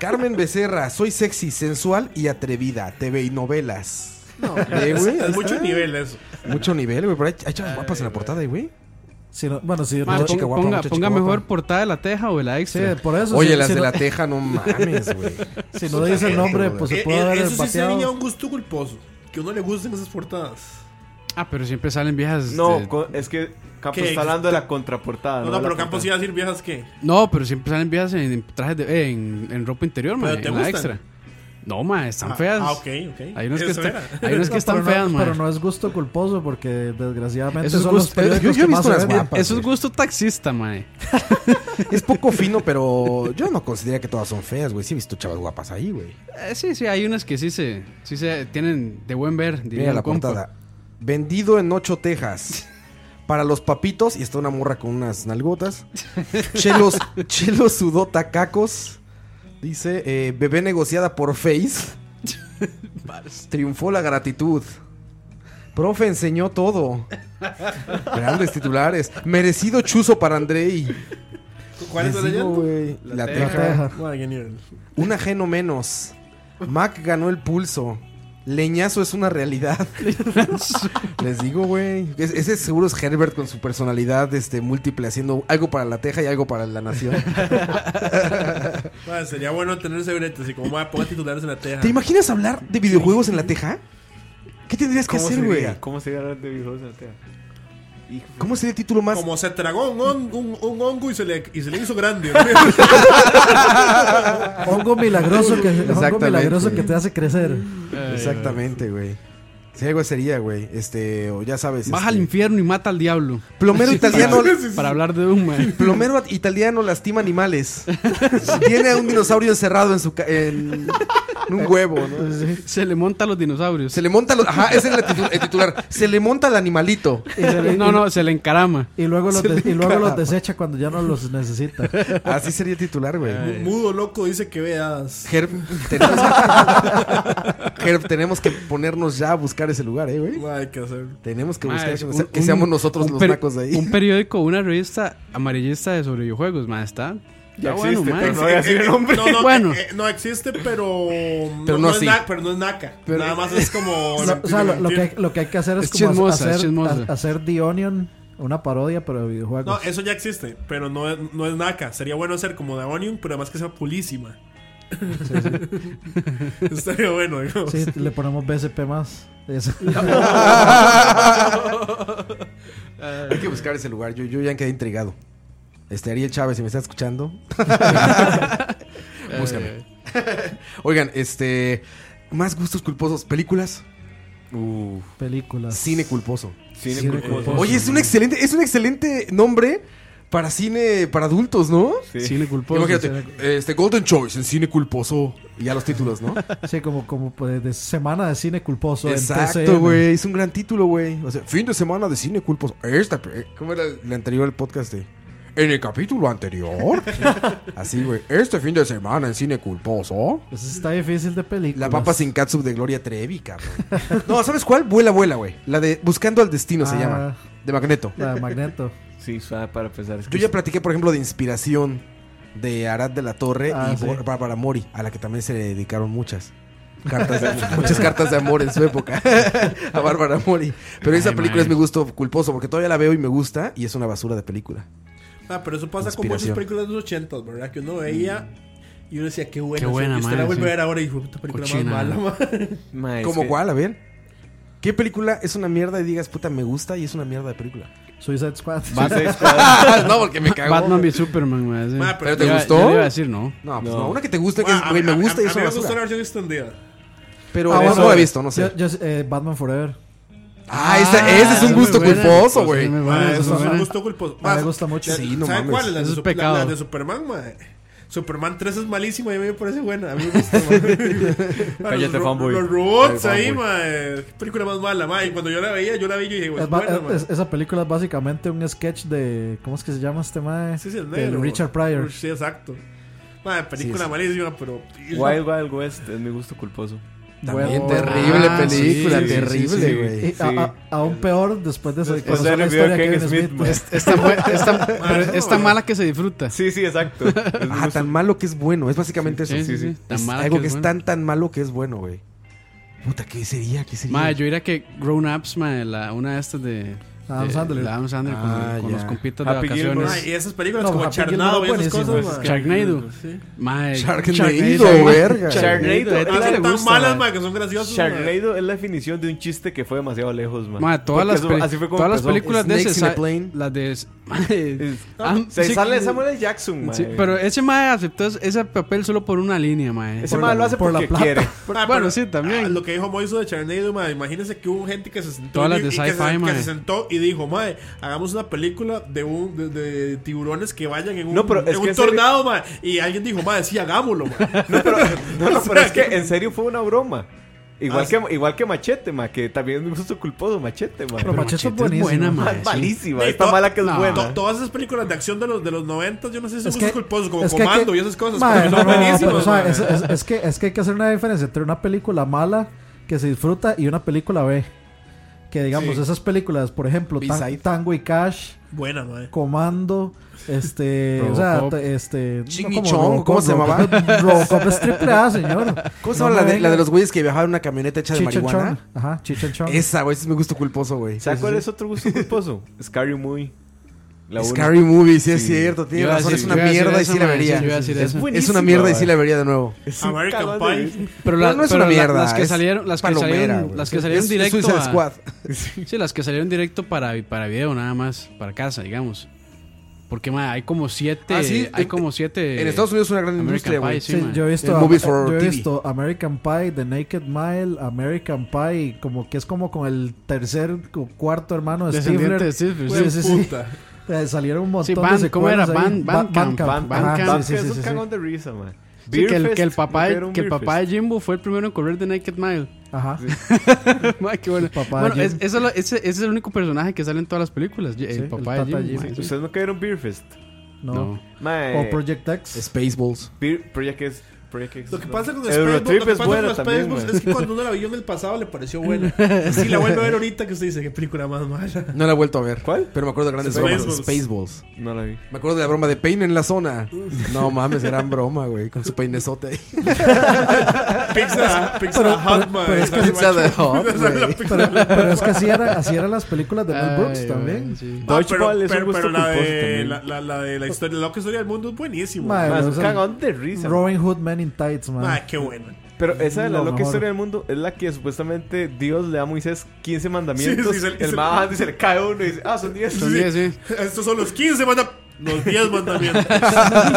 Carmen Becerra, soy sexy, sensual y atrevida. TV y novelas. Eh, güey, ahí
Es mucho
está.
nivel eso.
Mucho nivel, güey. Pero hay, hay chavas guapas en la portada, eh, güey.
Si no- bueno, si
Ma,
no-
Ah, chica
pon-
guapa,
ponga
mucha
ponga
chica
mejor
guapa.
portada de la teja o de la
sí,
extra.
por eso.
Oye,
si,
las
si
de
no,
la Teja, no mames, güey.
si no dice el nombre, pues se
Eh,
puede
eh,
haber
eso sí sería
empateado.
un gusto culposo. Que a uno le gusten esas portadas.
Ah, pero siempre salen viejas.
No,
este,
co- es que eh, Campos
¿Qué?
está hablando de la contraportada.
No,
de
no,
la
pero Campos
portada.
iba a decir viejas que.
no, pero siempre salen viejas en, en trajes de eh, en, en ropa interior, ma,
Pero te
en la
gustan.
extra. No, ma, están
Ah,
feas.
ah, ok, ok.
Hay unos que
Eso
están,
era.
hay unos
No,
que están
pero no-
feas, ma.
Pero no es gusto culposo porque desgraciadamente
Eso es
son los
gusto- yo-
Yo,
periódicos
yo he
que más
visto
se
unas
venden.
guapas.
Eso es
güey.
gusto taxista, mae.
Es poco fino, pero yo no considero que todas son feas, güey. Sí he visto chavas guapas ahí, güey.
Eh, sí, sí, hay unas que sí se, sí se tienen de buen ver. diría
Mira
un
la
compa.
portada. Vendido en Ocho, Texas. Para los papitos, y está una morra con unas nalgotas. Chelos, Chelos sudota cacos. Dice, eh, bebé negociada por Face. Triunfó la gratitud. Profe enseñó todo. Grandes titulares. Merecido chuzo para Andrei.
¿Cuál es
Les
la
digo,
leyenda?
güey, La,
La
teja.
teja.
Madre, qué nivel.
Un ajeno menos. Mac ganó el pulso. Leñazo es una realidad. Les digo, güey. Es- Ese seguro es Herbert con su personalidad este, múltiple, haciendo algo para la teja y algo para la nación.
Madre, sería bueno tener ese brete, así como, madre, ponga titulares en la teja.
¿Te imaginas hablar de videojuegos en la teja? ¿Qué tendrías que
¿Cómo
hacer, güey?
sería? ¿Cómo sería hablar de videojuegos en la tele? Hijo de-
¿Cómo sería el título más?
Como se tragó un, hon- un, un hongo y se le, y se le hizo grande.
Hongo milagroso que, hongo
Exactamente.
milagroso que te hace crecer.
Exactamente, güey. Si algo sería, güey. Este, o ya sabes.
Baja al
este,
infierno y mata al diablo.
Plomero
Sí,
italiano.
Para, para hablar de eh. un man.
Plomero at- italiano lastima animales. Tiene a un dinosaurio encerrado en su ca- en, en un huevo, ¿no?
Se le monta a los dinosaurios.
Se le monta los, ajá, ese es el, titu- el titular. Se le monta al animalito.
no, no, se le encarama.
Y luego, los, de- y luego los desecha cuando ya no los necesita.
Así sería el titular, güey.
Mudo loco dice que veas.
Herb, tenemos, Herb, tenemos que ponernos ya a buscar ese lugar, eh, güey.
Madre, qué hacer.
Tenemos que
Ma,
buscar
es
ese-
un-
que
un-
seamos nosotros
un
los
peri-
nacos de ahí.
Un periódico, una revista amarillista de sobre videojuegos, ma, está. Ya,
Ya
bueno,
existe,
ma.
pero no voy a decir el nombre.
No, no,
Bueno.
eh, eh, no existe, pero.
Pero no
es
así.
naca, pero no es naca. Nada más es como.
No, o sea, lo, lo que, hay- lo que hay que hacer es,
Es
como
chismosa, es
hacer,
chismosa.
ha- hacer The Onion, una parodia, pero de videojuegos.
No, eso ya existe, pero no, es- no es naca. Sería bueno hacer como The Onion, pero además que sea pulísima. Estaría bueno, digamos.
Sí, le ponemos BSP más. Eso.
Hay que buscar ese lugar. Yo, yo ya quedé intrigado. Este Ariel Chávez, si me está escuchando. Búscame. Oigan, este. Más gustos culposos. Películas.
Uf,
Películas.
Cine culposo.
cine
Cine
culposo.
culposo.
Oye, es un excelente, es un excelente nombre para cine para adultos, ¿no?
Sí.
Cine culposo.
Imagínate, este Golden Choice en cine culposo. Y ya los títulos, ¿no?
Sí, como, como pues, de semana de cine culposo. en
Exacto,
TCM.
güey. Es un gran título, güey. O sea, fin de semana de cine culposo. Esta, pe- ¿Cómo era el el anterior el podcast de? En el capítulo anterior. Así, güey. Este fin de semana en cine culposo.
Pues está difícil de películas.
La papa sin catsup de Gloria Trevi, cabrón. No, ¿sabes cuál? Vuela, vuela, güey. La de Buscando al Destino se
Ah.
llama. De Magneto.
La de Magneto.
Sí, suave para pensar. Es
Yo
que
ya platiqué, por ejemplo, de Inspiración de Arad de la Torre
Ah,
y
sí.
Bor- Bárbara Mori, a la que también se le dedicaron muchas. Cartas de- muchas cartas de amor en su época a Bárbara Mori. Pero esa
Ay,
película es
man.
mi gusto culposo porque todavía la veo y me gusta y es una basura de película.
Ah, pero eso pasa con muchas
Inspiración.
películas de los 80, ¿verdad? Que uno veía y uno decía, qué buena.
Mm. Qué buena,
y usted
madre,
la vuelve
sí.
a ver ahora y dijo, puta película
Cochina.
más mala, madre.
ma, es
¿Cómo
que-
cuál? A ver. ¿Qué película es una mierda y digas, puta, me gusta y es una mierda de película?
Suicide Squad.
Suicide Squad.
no, porque me cago.
Batman v Superman, ma. sí.
Ma,
¿Pero te
Yo iba-
gustó?
yo le iba a decir no.
No, pues
No.
no. una que te guste, que
Ah,
es, güey, me gusta y
a,
es
mí
una
me gustó la
basura.
versión extendida.
Pero
Ah, bueno,
eso no la he visto, no sé.
Yo, yo- eh, Batman Forever.
ah, esa- ese, es
Ah,
un
muy
gusto
buena.
culposo,
Pues,
güey.
sí, muy buena,
Ah,
esa es
eso es un
buena.
gusto culposo.
Ah,
Ah,
me gusta mucho.
Sí, no
¿Saben
mames.
cuál? La de,
Eso es
Sup-
pecado.
la de Superman, madre. Superman 3 es malísimo y a mí me parece buena. A mí me gusta, madre. Ah,
Cállate,
los ro-
fanboy.
Los robots
Cállate,
ahí,
fanboy.
madre. Qué película más mala, madre. Y cuando yo la veía, yo la vi y yo dije,
Es
es
ba-
buena, madre.
es- esa película es básicamente un sketch de. ¿Cómo es que se llama este mae?
Sí, sí, el
Del
negro.
Richard Pryor.
Sí, exacto. Madre, película
sí.
malísima, pero...
Wild Wild West es mi gusto culposo.
También
Bueno,
terrible
ah,
película,
sí, sí, sí, Eh, ah,
terrible,
sí.
güey.
Y a- a- aún peor después de eso.
Después de ver el video de Kevin Smith, mae.
pues, Es tan, buen- es tan- pero
no,
es tan
güey.
mala que se disfruta.
Sí, sí, exacto. Es mi
Ajá,
gusto-
Ah, tan malo que es bueno, es básicamente
Sí,
eso.
sí, sí. Tan
Es
mala
algo
que
que
es
es
bueno.
tan tan malo que es bueno, güey. Puta, ¿qué sería? ¿Qué sería?
Ma, yo diría que Grown Ups, ma, la- una de estas de.
Adam
de-
Sandler.
de Adam Sandler con,
Ah,
con
ya.
los compitas de
Happy Gilmore.
vacaciones.
Madre, Ah, y esas películas
No,
como
Happy Gilmore
Charnado y esas
buenísimo,
cosas,
es
madre.
Sharknado.
Sí.
Ma,
Sharknado,
ma.
verga.
Sharknado.
Ah,
¿a ti
son
te
tan
gusta,
malas,
ma?
madre, que son graciosas. madre.
Sharknado es la definición de un chiste que fue demasiado lejos, man.
Ma, todas las, peli-
así fue como
todas las
empezó.
películas de
Snakes
ese
in a
sa-
plane.
las de ma,
Es-
ah,
Se
sí,
sale Samuel L. Jackson, man.
sí, pero ese mae aceptó ese papel solo por una línea, mae.
ese
Por-
man lo hace
por la
porque
plata.
quiere.
Ah,
bueno,
pero-
sí, también.
ah, lo que dijo Moiso de Charnado, madre. Imagínense que hubo gente que se sentó.
Todas
y-
las de
y que, se,
sci-fi,
que
madre.
se sentó y dijo, madre, hagamos una película de, un, de, de tiburones que vayan en un,
No, pero
en
es
un
que en serio-
tornado, madre. Y alguien dijo, madre, sí, hagámoslo, madre.
No, pero, no, no, pero
O sea,
es que en serio fue una broma. Igual,
Ah,
que, igual que Machete, man, que también es mi gusto culposo, Machete, man.
Pero
Pero
Machete es
es
buenísimo.
buena, ma,
man,
sí.
malísima.
Sí,
Está
to-
mala que es
no.
To-
buena.
todas esas películas de acción de los, de los 90, yo no sé si son
Es que-
gustos culposos, como
es que-
Comando
que-
y esas cosas.
Mae,
pero
no,
son
no, no,
buenísimas,
pero, o sea,
madre.
es, es- es que, es que hay que hacer una diferencia entre una película mala que se disfruta y una película B. que digamos,
Sí.
esas películas, por ejemplo, Tan-
B-side.
Tango y Cash,
Buena, mae.
Comando, este, o sea,
Robocop.
te- este,
Ching
no,
y
como
Chong,
Robocop,
¿cómo se llamaba?
Robocop- Robocop es triple A, señor.
¿Cómo se
No
llama la,
me
de, la de
venga.
los güeyes que viajaban en una camioneta hecha de
Cheech and
marihuana?
Chong. Ajá, Cheech and Chong.
Esa, güey, ese es mi gusto culposo, güey.
¿Sabes cuál es otro gusto culposo? Scary Movie. La uno.
Scary Movie, sí, es
Sí.
cierto, tiene
Yo iba a
razón,
decir-
es una
yo iba a decir
mierda y
eso,
sí la
ma, sí, yo iba a
vería.
decir eso.
Es una mierda y sí la vería de nuevo.
Es un
American
calor de-
Pie.
Pero
Pero
la-
no es
pero
una
la-
mierda.
Las que
es
salieron, las que
palomera,
salieron,
güey.
las que salieron
Es- es
directo.
Suicide
a-
Squad.
Sí, las que salieron directo para, para video nada más, para casa, digamos. Porque ma, hay como siete,
Ah, sí,
hay
en-
como siete.
En Estados Unidos es una gran
American
industria, güey.
Pie,
Sí,
man.
yo he visto,
Eh, Movies for
yo he
TV.
visto American Pie, The Naked Mile, American Pie, como que es como con el tercer o cuarto hermano de
Descendiente de
Stifler.
Stifler,
Sí,
sí.
sí, sí.
Puta.
Eh, salieron un montón
Sí, Van-
de
¿cómo era?
secuelas ahí.
Van- Van-
Van-
Van-
Ah,
Van-
Van-
Van-
Pam,
sí,
es
sí,
un
sí, sí.
cagón de risa, man.
Sí, que, el, que el papá,
Beer Fest,
que el
Beer
papá
Fest.
de Jimbo fue el primero en correr de Naked Mile.
Ajá.
Ma, qué bueno.
papá
Bueno,
de
es-
Jimbo.
eso lo- ese, ese es el único personaje que sale en todas las películas.
Sí,
El
el
papá de
tata
Jimbo.
Jimbo.
ma, sí.
¿Ustedes no cayeron Beer Fest?
No.
No.
Mae,
O Project X.
Spaceballs.
Beer- Project X. Project X.
Lo que pasa con
Eurotrip
Spaceball, lo que
es
pasa con
buena también,
Spaceball
man.
es que cuando uno la vio en el pasado le pareció buena. Si la vuelve a ver ahorita que usted dice, qué película más mala.
No la he vuelto a ver.
¿Cuál?
Pero me acuerdo de grandes bromas.
Spaceballs.
Spaceballs.
No la vi.
Me acuerdo de la broma de peine en la zona. No mames, gran broma, güey. Con su peinezote ahí.
Pizza, pizza
Pero-
Hot,
pero-
man.
pero es que-
Pizza de Hot,
Esa es la
güey.
pizza-
Pero, pero es que así, era, así eran las películas de Mel
Ay,
Brooks
ma,
también.
sí.
Ah, pero,
Dodgeball es un
pero-
gusto
pero la
culposo
de
también.
la, la, la de la historia, la que historia del mundo es buenísimo.
Ma,
Mae, es
o
un
sea,
cagón de risa.
Robin Hood, Men in Tights, man.
Ah, qué buena.
Pero esa de la
Lo
loca
mejor.
historia del mundo es la que supuestamente Dios le da a Moisés 15 mandamientos.
Sí, sí, se le-
el
se-
más y se le cae uno y dice, ah, son 10.
Son diez, sí.
Estos son los 15 manda los 10 mandamientos.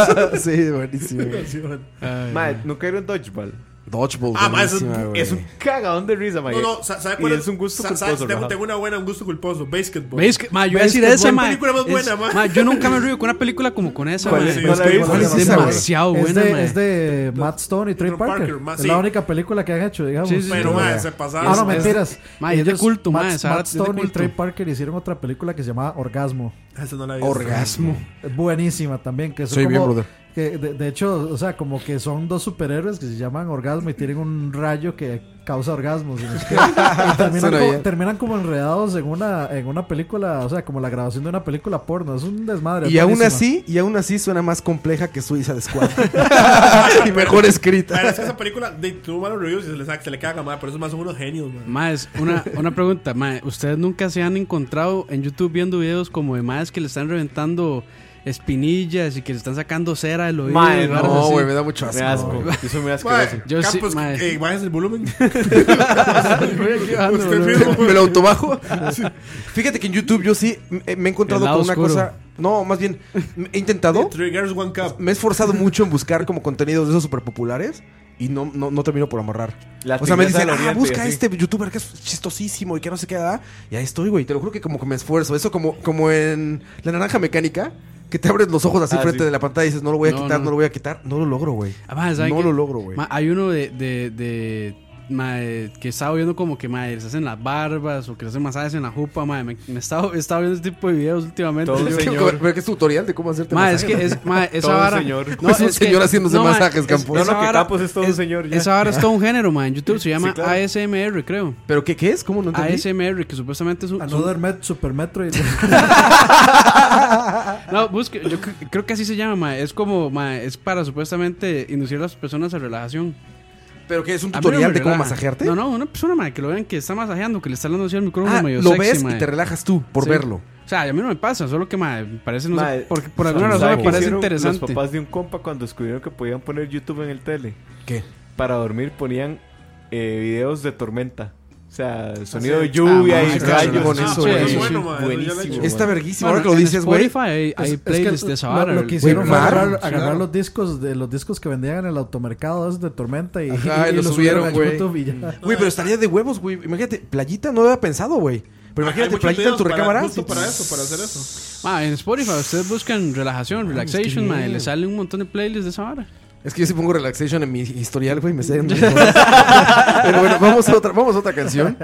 sí, buenísimo.
Sí, man.
Ay,
Mae, nunca era un dodgeball.
Dodgeball.
Ah, ma,
buenísima,
es un-
güey.
Es un cagadón de risa, mae.
No, no, sa- ¿sabe
Y
cuál
es un gusto
sa-
culposo,
sabe- tengo,
Rafa.
tengo una buena, un gusto culposo. Basketball.
¿Veis que, ma, yo iba a decir
¿Ves que
esa,
es
ma.
buena película más
Es-
buena, ma?
ma, yo nunca me río con una película como con esa,
¿Cuál
ma.
es? ¿No la viste?
¿Cuál
es
Es
esa, güey?
demasiado
es,
buena, ma.
de, es de Matt Stone y Trey
Trey
Parker.
Parker, ma,
es
sí.
la única película que han hecho, digamos.
Sí, sí,
Pero,
sí.
man, se
Ah,
pasaron.
no,
me- es-
mentiras.
ma, es de
Ellos-
culto, ma,
Matt-
esa vara
Matt
es de
Stone y
culto.
Trey Parker hicieron otra película que se llamaba Orgasmo.
Esa no la vi.
Orgasmo.
Es Buenísima también. Que es
Soy
como-
bien, brother.
que de, de hecho, o sea, como que son dos superhéroes que se llaman Orgasmo y tienen un rayo que causa orgasmos. y no sé qué. Y terminan,
Suena
como,
bien.
terminan como enredados en una, en una película, o sea, como la grabación de una película porno. Es un desmadre.
Y aún
buenísima.
así, y aún así suena más compleja que Suiza de Squad. y mejor escrita.
Pero es que esa película de, tuvo malos reviews y se le, saca- se le caga, madre. Pero esos más son unos genios, man.
Más, una, una pregunta, mae, ¿ustedes nunca se han encontrado en YouTube viendo videos como de más que le están reventando espinillas y que le están sacando cera del oído?
Mae,
y varas
No,
así?
güey, me da mucho
Me
asco.
asco.
güey.
Yo soy muy asqueroso.
Madre,
Yo sí,
Campos,
madre.
eh, bajes el volumen.
Voy aquí bajando,
Usted
boludo.
mismo.
¿Me lo autobajo? Sí. Fíjate que en YouTube yo sí me me he encontrado
El lado
con una
oscuro.
cosa. No, más bien, me- he intentado.
Three Girls, One Cup.
Me he esforzado mucho en buscar como contenidos de esos super populares. Y no, no, no termino por amarrar.
La
o sea, me
tigresa
dicen,
del
ah,
Oriente",
busca
así.
este youtuber que es chistosísimo y que no sé qué da. Y ahí estoy, güey. Te lo juro que como que me esfuerzo. Eso como, como en La Naranja Mecánica, que te abres los ojos así
Ah,
frente
sí.
de la pantalla y dices, no lo voy a
No,
quitar, no.
no.
lo voy a quitar. No lo logro, güey.
Ah, mae, ¿saben
No
qué?
lo logro, güey.
Ma, hay uno de, de, de, mae, que estaba viendo como que mae, les hacen las barbas o que les hacen masajes en la jupa, mae, me, me estaba, estaba viendo ese tipo de videos últimamente.
Todo
Yo-
un
Tengo que
señor.
ver- ver que es tutorial de cómo hacerte
Ma, es
masaje.
que es, ma, esa
Todo un
vara.
señor.
Es un señor haciéndose
ma,
masajes,
es-
Campos.
No,
esa
no, que
vara-
Campos es todo un
es-
señor ya.
Esa vara es todo un género, ma. En YouTube se llama
Sí, claro.
ASMR, creo.
¿Pero qué, qué es? ¿Cómo no entendí?
ASMR, que supuestamente es un.
Another Met, Super Metroid.
No, busque, yo cre- creo que así se llama, ma. Es como, ma, es para supuestamente inducir a las personas a relajación.
¿Pero qué es un
A mí no
tutorial
me
de cómo
relaja.
masajearte?
No, no, pues una persona, ma, que lo vean que está masajeando, que le está hablando así al micrófono
Ah,
medio
lo
sexy,
ves
ma.
y te relajas tú por
Sí.
verlo.
O sea, a mí no me pasa, solo que ma, me parece, no sé,
Mae,
por, por
¿saben
alguna razón
qué
me parece
hicieron
interesante.
Los papás de un compa cuando descubrieron que podían poner YouTube en el tele.
¿Qué?
para dormir ponían eh, videos de tormenta. O sea, el sonido de lluvia
Ah,
y
mae,
rayos.
con eso,
Sí,
güey.
sí, sí.
Bueno, mae, eso ya lo he hecho.
buenísimo.
Está
mae.
verguísima.
Bueno,
Ahora que lo
en
dices, güey.
Spotify hay, hay
Es- es que
playlists de esa
lo-
vara.
Lo, que
Güey,
hicieron fue
claro,
agarrar, agarrar
claro.
los discos de los discos que vendían en el automercado esos de Tormenta y,
Ajá,
y-
y
y
los subieron,
a
güey.
YouTube y ya.
Güey, pero estaría de huevos, güey. Imagínate, playita, no lo había pensado, güey. Pero
Hay
imagínate,
muchos
playita en
videos
tu
para-
recámara.
Justo para eso, para hacer eso.
Ma, en Spotify ustedes buscan relajación,
Ah,
relaxation, ma, y les sale un montón de playlists de esa vara.
Es que yo sí pongo relaxation en mi historial, güey. Me sé. muchas cosas. pero bueno, vamos a otra, vamos a otra canción.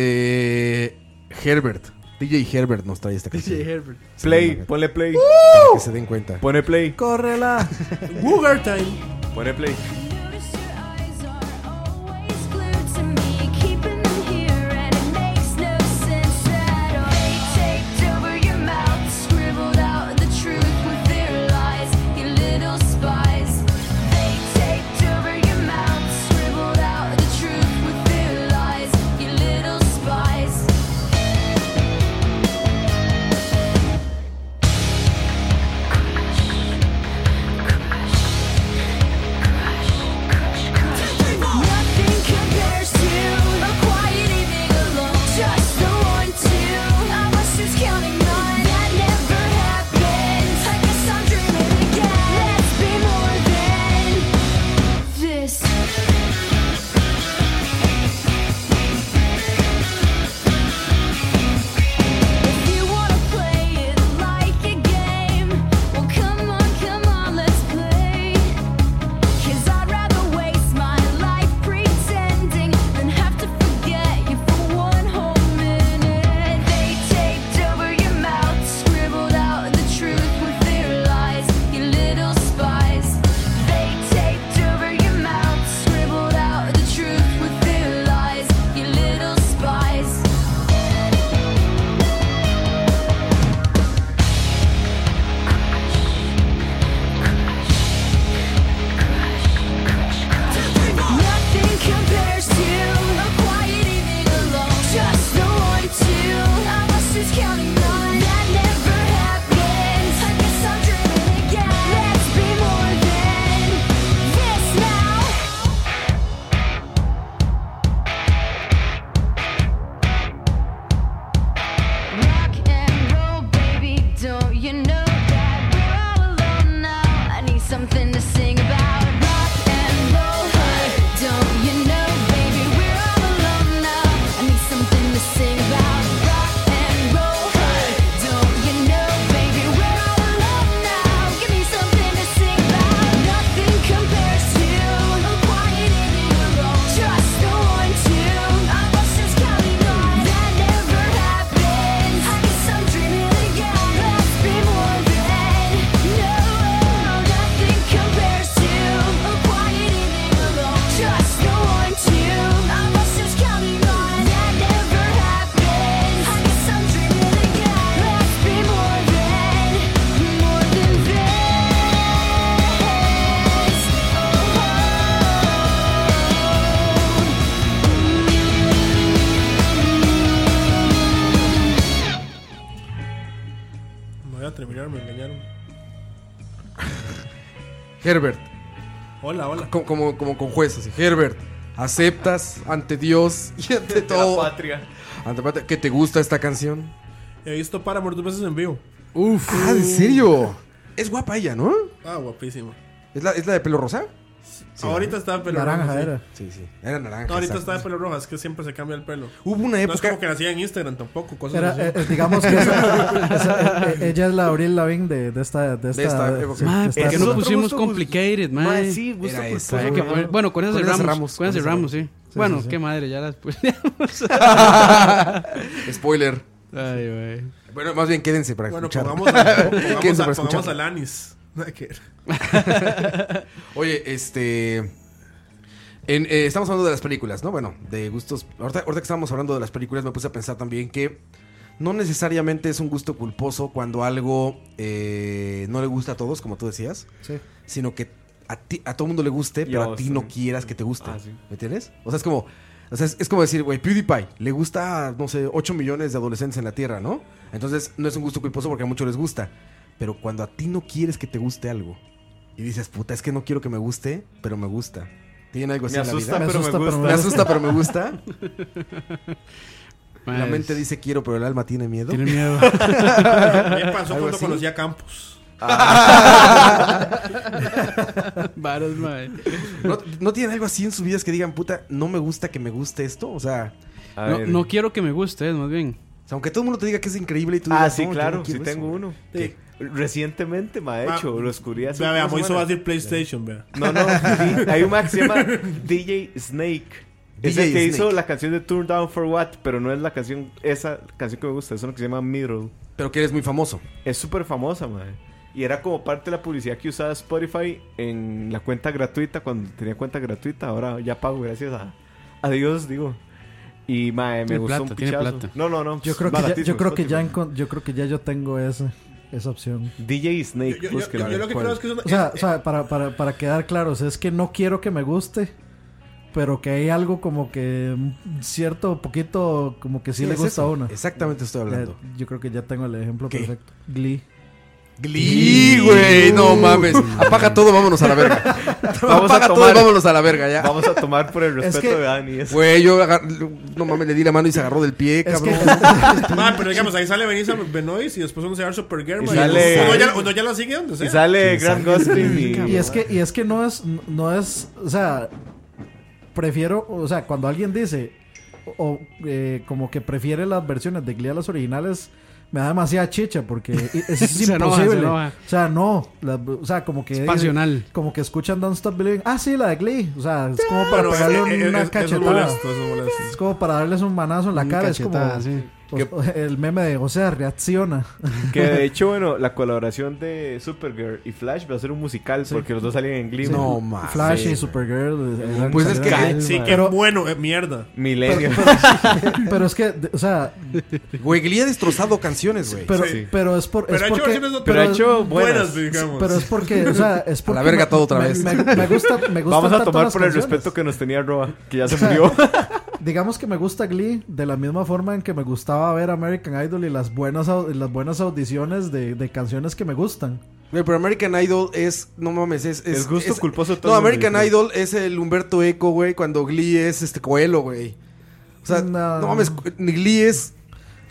Este. Herbert. DJ Herbert nos trae esta canción.
Herbert.
Play, ponle play.
Para que se den cuenta.
Pone play.
Córrela.
Google Time.
Pone play.
Notice your eyes are always glued to me, keeping them here, and it makes no sense.
Herbert,
Hola, hola.
co- como, como con juez, así, Herbert, ¿aceptas ante Dios y ante todo?
La patria.
Ante patria, ¿Que te gusta esta canción?
He visto Paramore dos veces en vivo.
Uf. Ah, ¿en serio? Es guapa ella, ¿no?
Ah, guapísimo.
¿Es la, es la de pelo rosa?
ahorita está de pelo rojo.
Naranja
sí.
era.
Sí, sí. Era naranja.
No, ahorita
exacto.
está de pelo rojo, es que siempre se cambia el pelo.
Hubo
No
una
es
época...
como que nacía en Instagram tampoco, cosas
Era,
así.
eh, eh, digamos que esa- esa- eh, eh, ella es la Abril Lavigne de, de esta de esta,
De esta época.
de
Mae,
esta
¿por qué no
época.
pusimos
Gusto,
Complicated, eh. mae?
sí, gusto
Era
culposo,
esa.
Había que poner- bueno, con esas
Con esas
cerramos.
cerramos,
Con esas
con esas
cerramos, sí.
sí,
Bueno,
sí.
qué madre, ya las pusimos.
Spoiler.
Ay, güey.
Bueno, más bien quédense para
Bueno,
escuchar.
pongamos a, pongamos
Quédense
a,
para
pongamos a
escuchar.
Lanis. Nada que ver.
Oye, este. en, eh, estamos hablando de las películas, ¿no? Bueno, de gustos. Ahorita, ahorita que estábamos hablando de las películas, me puse a pensar también que no necesariamente es un gusto culposo cuando algo eh, no le gusta a todos, como tú decías,
Sí.
sino que a, ti, a todo mundo le guste,
Y a
Eh, pero a
vos
ti no
también.
quieras que te guste.
Ah, sí.
¿Me entiendes? O sea, es como. o sea, es, es como decir, güey, PewDiePie le gusta, no sé, 8 millones de adolescentes en la Tierra, ¿no? Entonces no es un gusto culposo porque a muchos les gusta. Pero cuando a ti no quieres que te guste algo y dices, puta, es que no quiero que me guste, pero me gusta. ¿Tienen algo así
Me
en la
asusta,
vida?
Me
pero me
asusta, pero
gusta.
Me asusta, pero me gusta.
Mae,
La mente dice quiero, pero el alma tiene miedo.
Pues, Tiene miedo.
Me pasó
¿Algo
cuando
así?
conocí a Campos.
Ah. Varas, eh. mae.
¿No, no tienen algo así en sus vidas que digan, puta, no me gusta que me guste esto? O sea,
A
No,
ver.
no quiero que me guste, eh, más bien.
o sea, aunque todo el mundo te diga que es increíble y tú digas,
Ah, sí,
"No, yo no
claro, sí
quiero
tengo
eso".
uno.
¿Qué?
Recientemente me ha
Ah,
hecho, lo descubrí hace
Vea, vea,
una
Moiso va
semana.
a decir PlayStation, vea.
No, no, sí, hay un man que se llama DJ Snake. Es
DJ
el que hizo
Snake.
la canción de Turn Down for What, pero no es la canción, esa canción que me gusta, es una que se llama Middle.
Pero que eres muy famoso.
Es súper famosa, madre. Y era como parte de la publicidad que usaba Spotify en la cuenta gratuita, cuando tenía cuenta gratuita, ahora ya pago gracias a, a Dios, digo. Y madre, me
Tiene
gustó un
plata, tiene
pichazo.
plata.
No, no, no.
Yo creo que ya, yo
baratísimo,
creo que ya
Spotify.
encon- yo creo que ya yo tengo esa esa opción.
DJ
Yo,
Snake,
yo- yo-
búsquelo.
yo lo que
¿cuál?
creo es que es una-
O sea,
eh,
o sea, para, para, para quedar claros, es que no quiero que me guste, pero que hay algo como que un cierto poquito como que sí, le
es
gusta
eso.
a uno.
Exactamente estoy hablando.
Ya- yo creo que ya tengo el ejemplo
¿Qué?
perfecto. Glee.
Glee, güey, no mames. Apaga todo, vámonos a la verga.
uh". Vamos a
Apaga todo
tomar.
y vámonos a la verga ya.
Vamos a tomar por el
Es
respeto
que-
de Dani. Es...
Güey, yo agar- no mames, le di la mano y se agarró del pie,
Es
cabrón.
ma, Ah, pero digamos, ahí sale Benissa Benoist y después uno se va a Supergirl.
Y
ma,
sale-
uno, ya, uno ya la sigue donde sea.
Y sale Grant Gustin y...
Y es que, y es que no es, no es, o sea, prefiero, o sea, cuando alguien dice, o eh, como que prefiere las versiones de Glee a las originales, me da demasiada chicha porque i- eso es
Se enoja,
imposible.
se enoja.
O sea, no, la- o sea, como que...
Es pasional.
Como que escuchan Don't Stop Believing. Ah, sí, la de Glee. O sea, es como para
Pero es- eh,
pegarle
es-
una
es- eso es
cachetada.
molesto, eso es molesto.
Es como para darles un manazo en la
Una
cara.
cachetada,
es
sí.
como o- el meme de, o sea, reacciona.
Que de hecho, bueno, la colaboración de Supergirl y Flash va a ser un musical porque los dos salían en Glee.
No mames.
Flash y Supergirl. eh,
Pues es
salieron
que-
ahí.
Sí, que
Pero-
bueno, eh, mierda.
Milenio.
Pero es que, de- o sea,
Güey, Glee ha destrozado canciones, güey.
pero,
Sí.
pero es por.
Pero
es
ha hecho
porque,
versiones de-
Pero ha hecho buenas.
Buenas, digamos.
pero es porque, o sea, es porque.
verga
me-
todo otra
me-
vez.
Me, me gusta, me gustan
Vamos a
tanto
tomar
las
por el
canciones.
respeto que nos tenía Roa, que ya se
sea,
murió.
Digamos que me gusta Glee de la misma forma en que me gustaba ver American Idol y las buenas, au- las buenas audiciones de, de canciones que me gustan.
Güey, pero American Idol es. No mames, es. Es
El gusto
es-
culposo todo
No,
el mundo
American
dice.
Idol es el Humberto Eco, güey, cuando Glee es este Coelho, güey. O sea, no,
No.
mames, Glee es.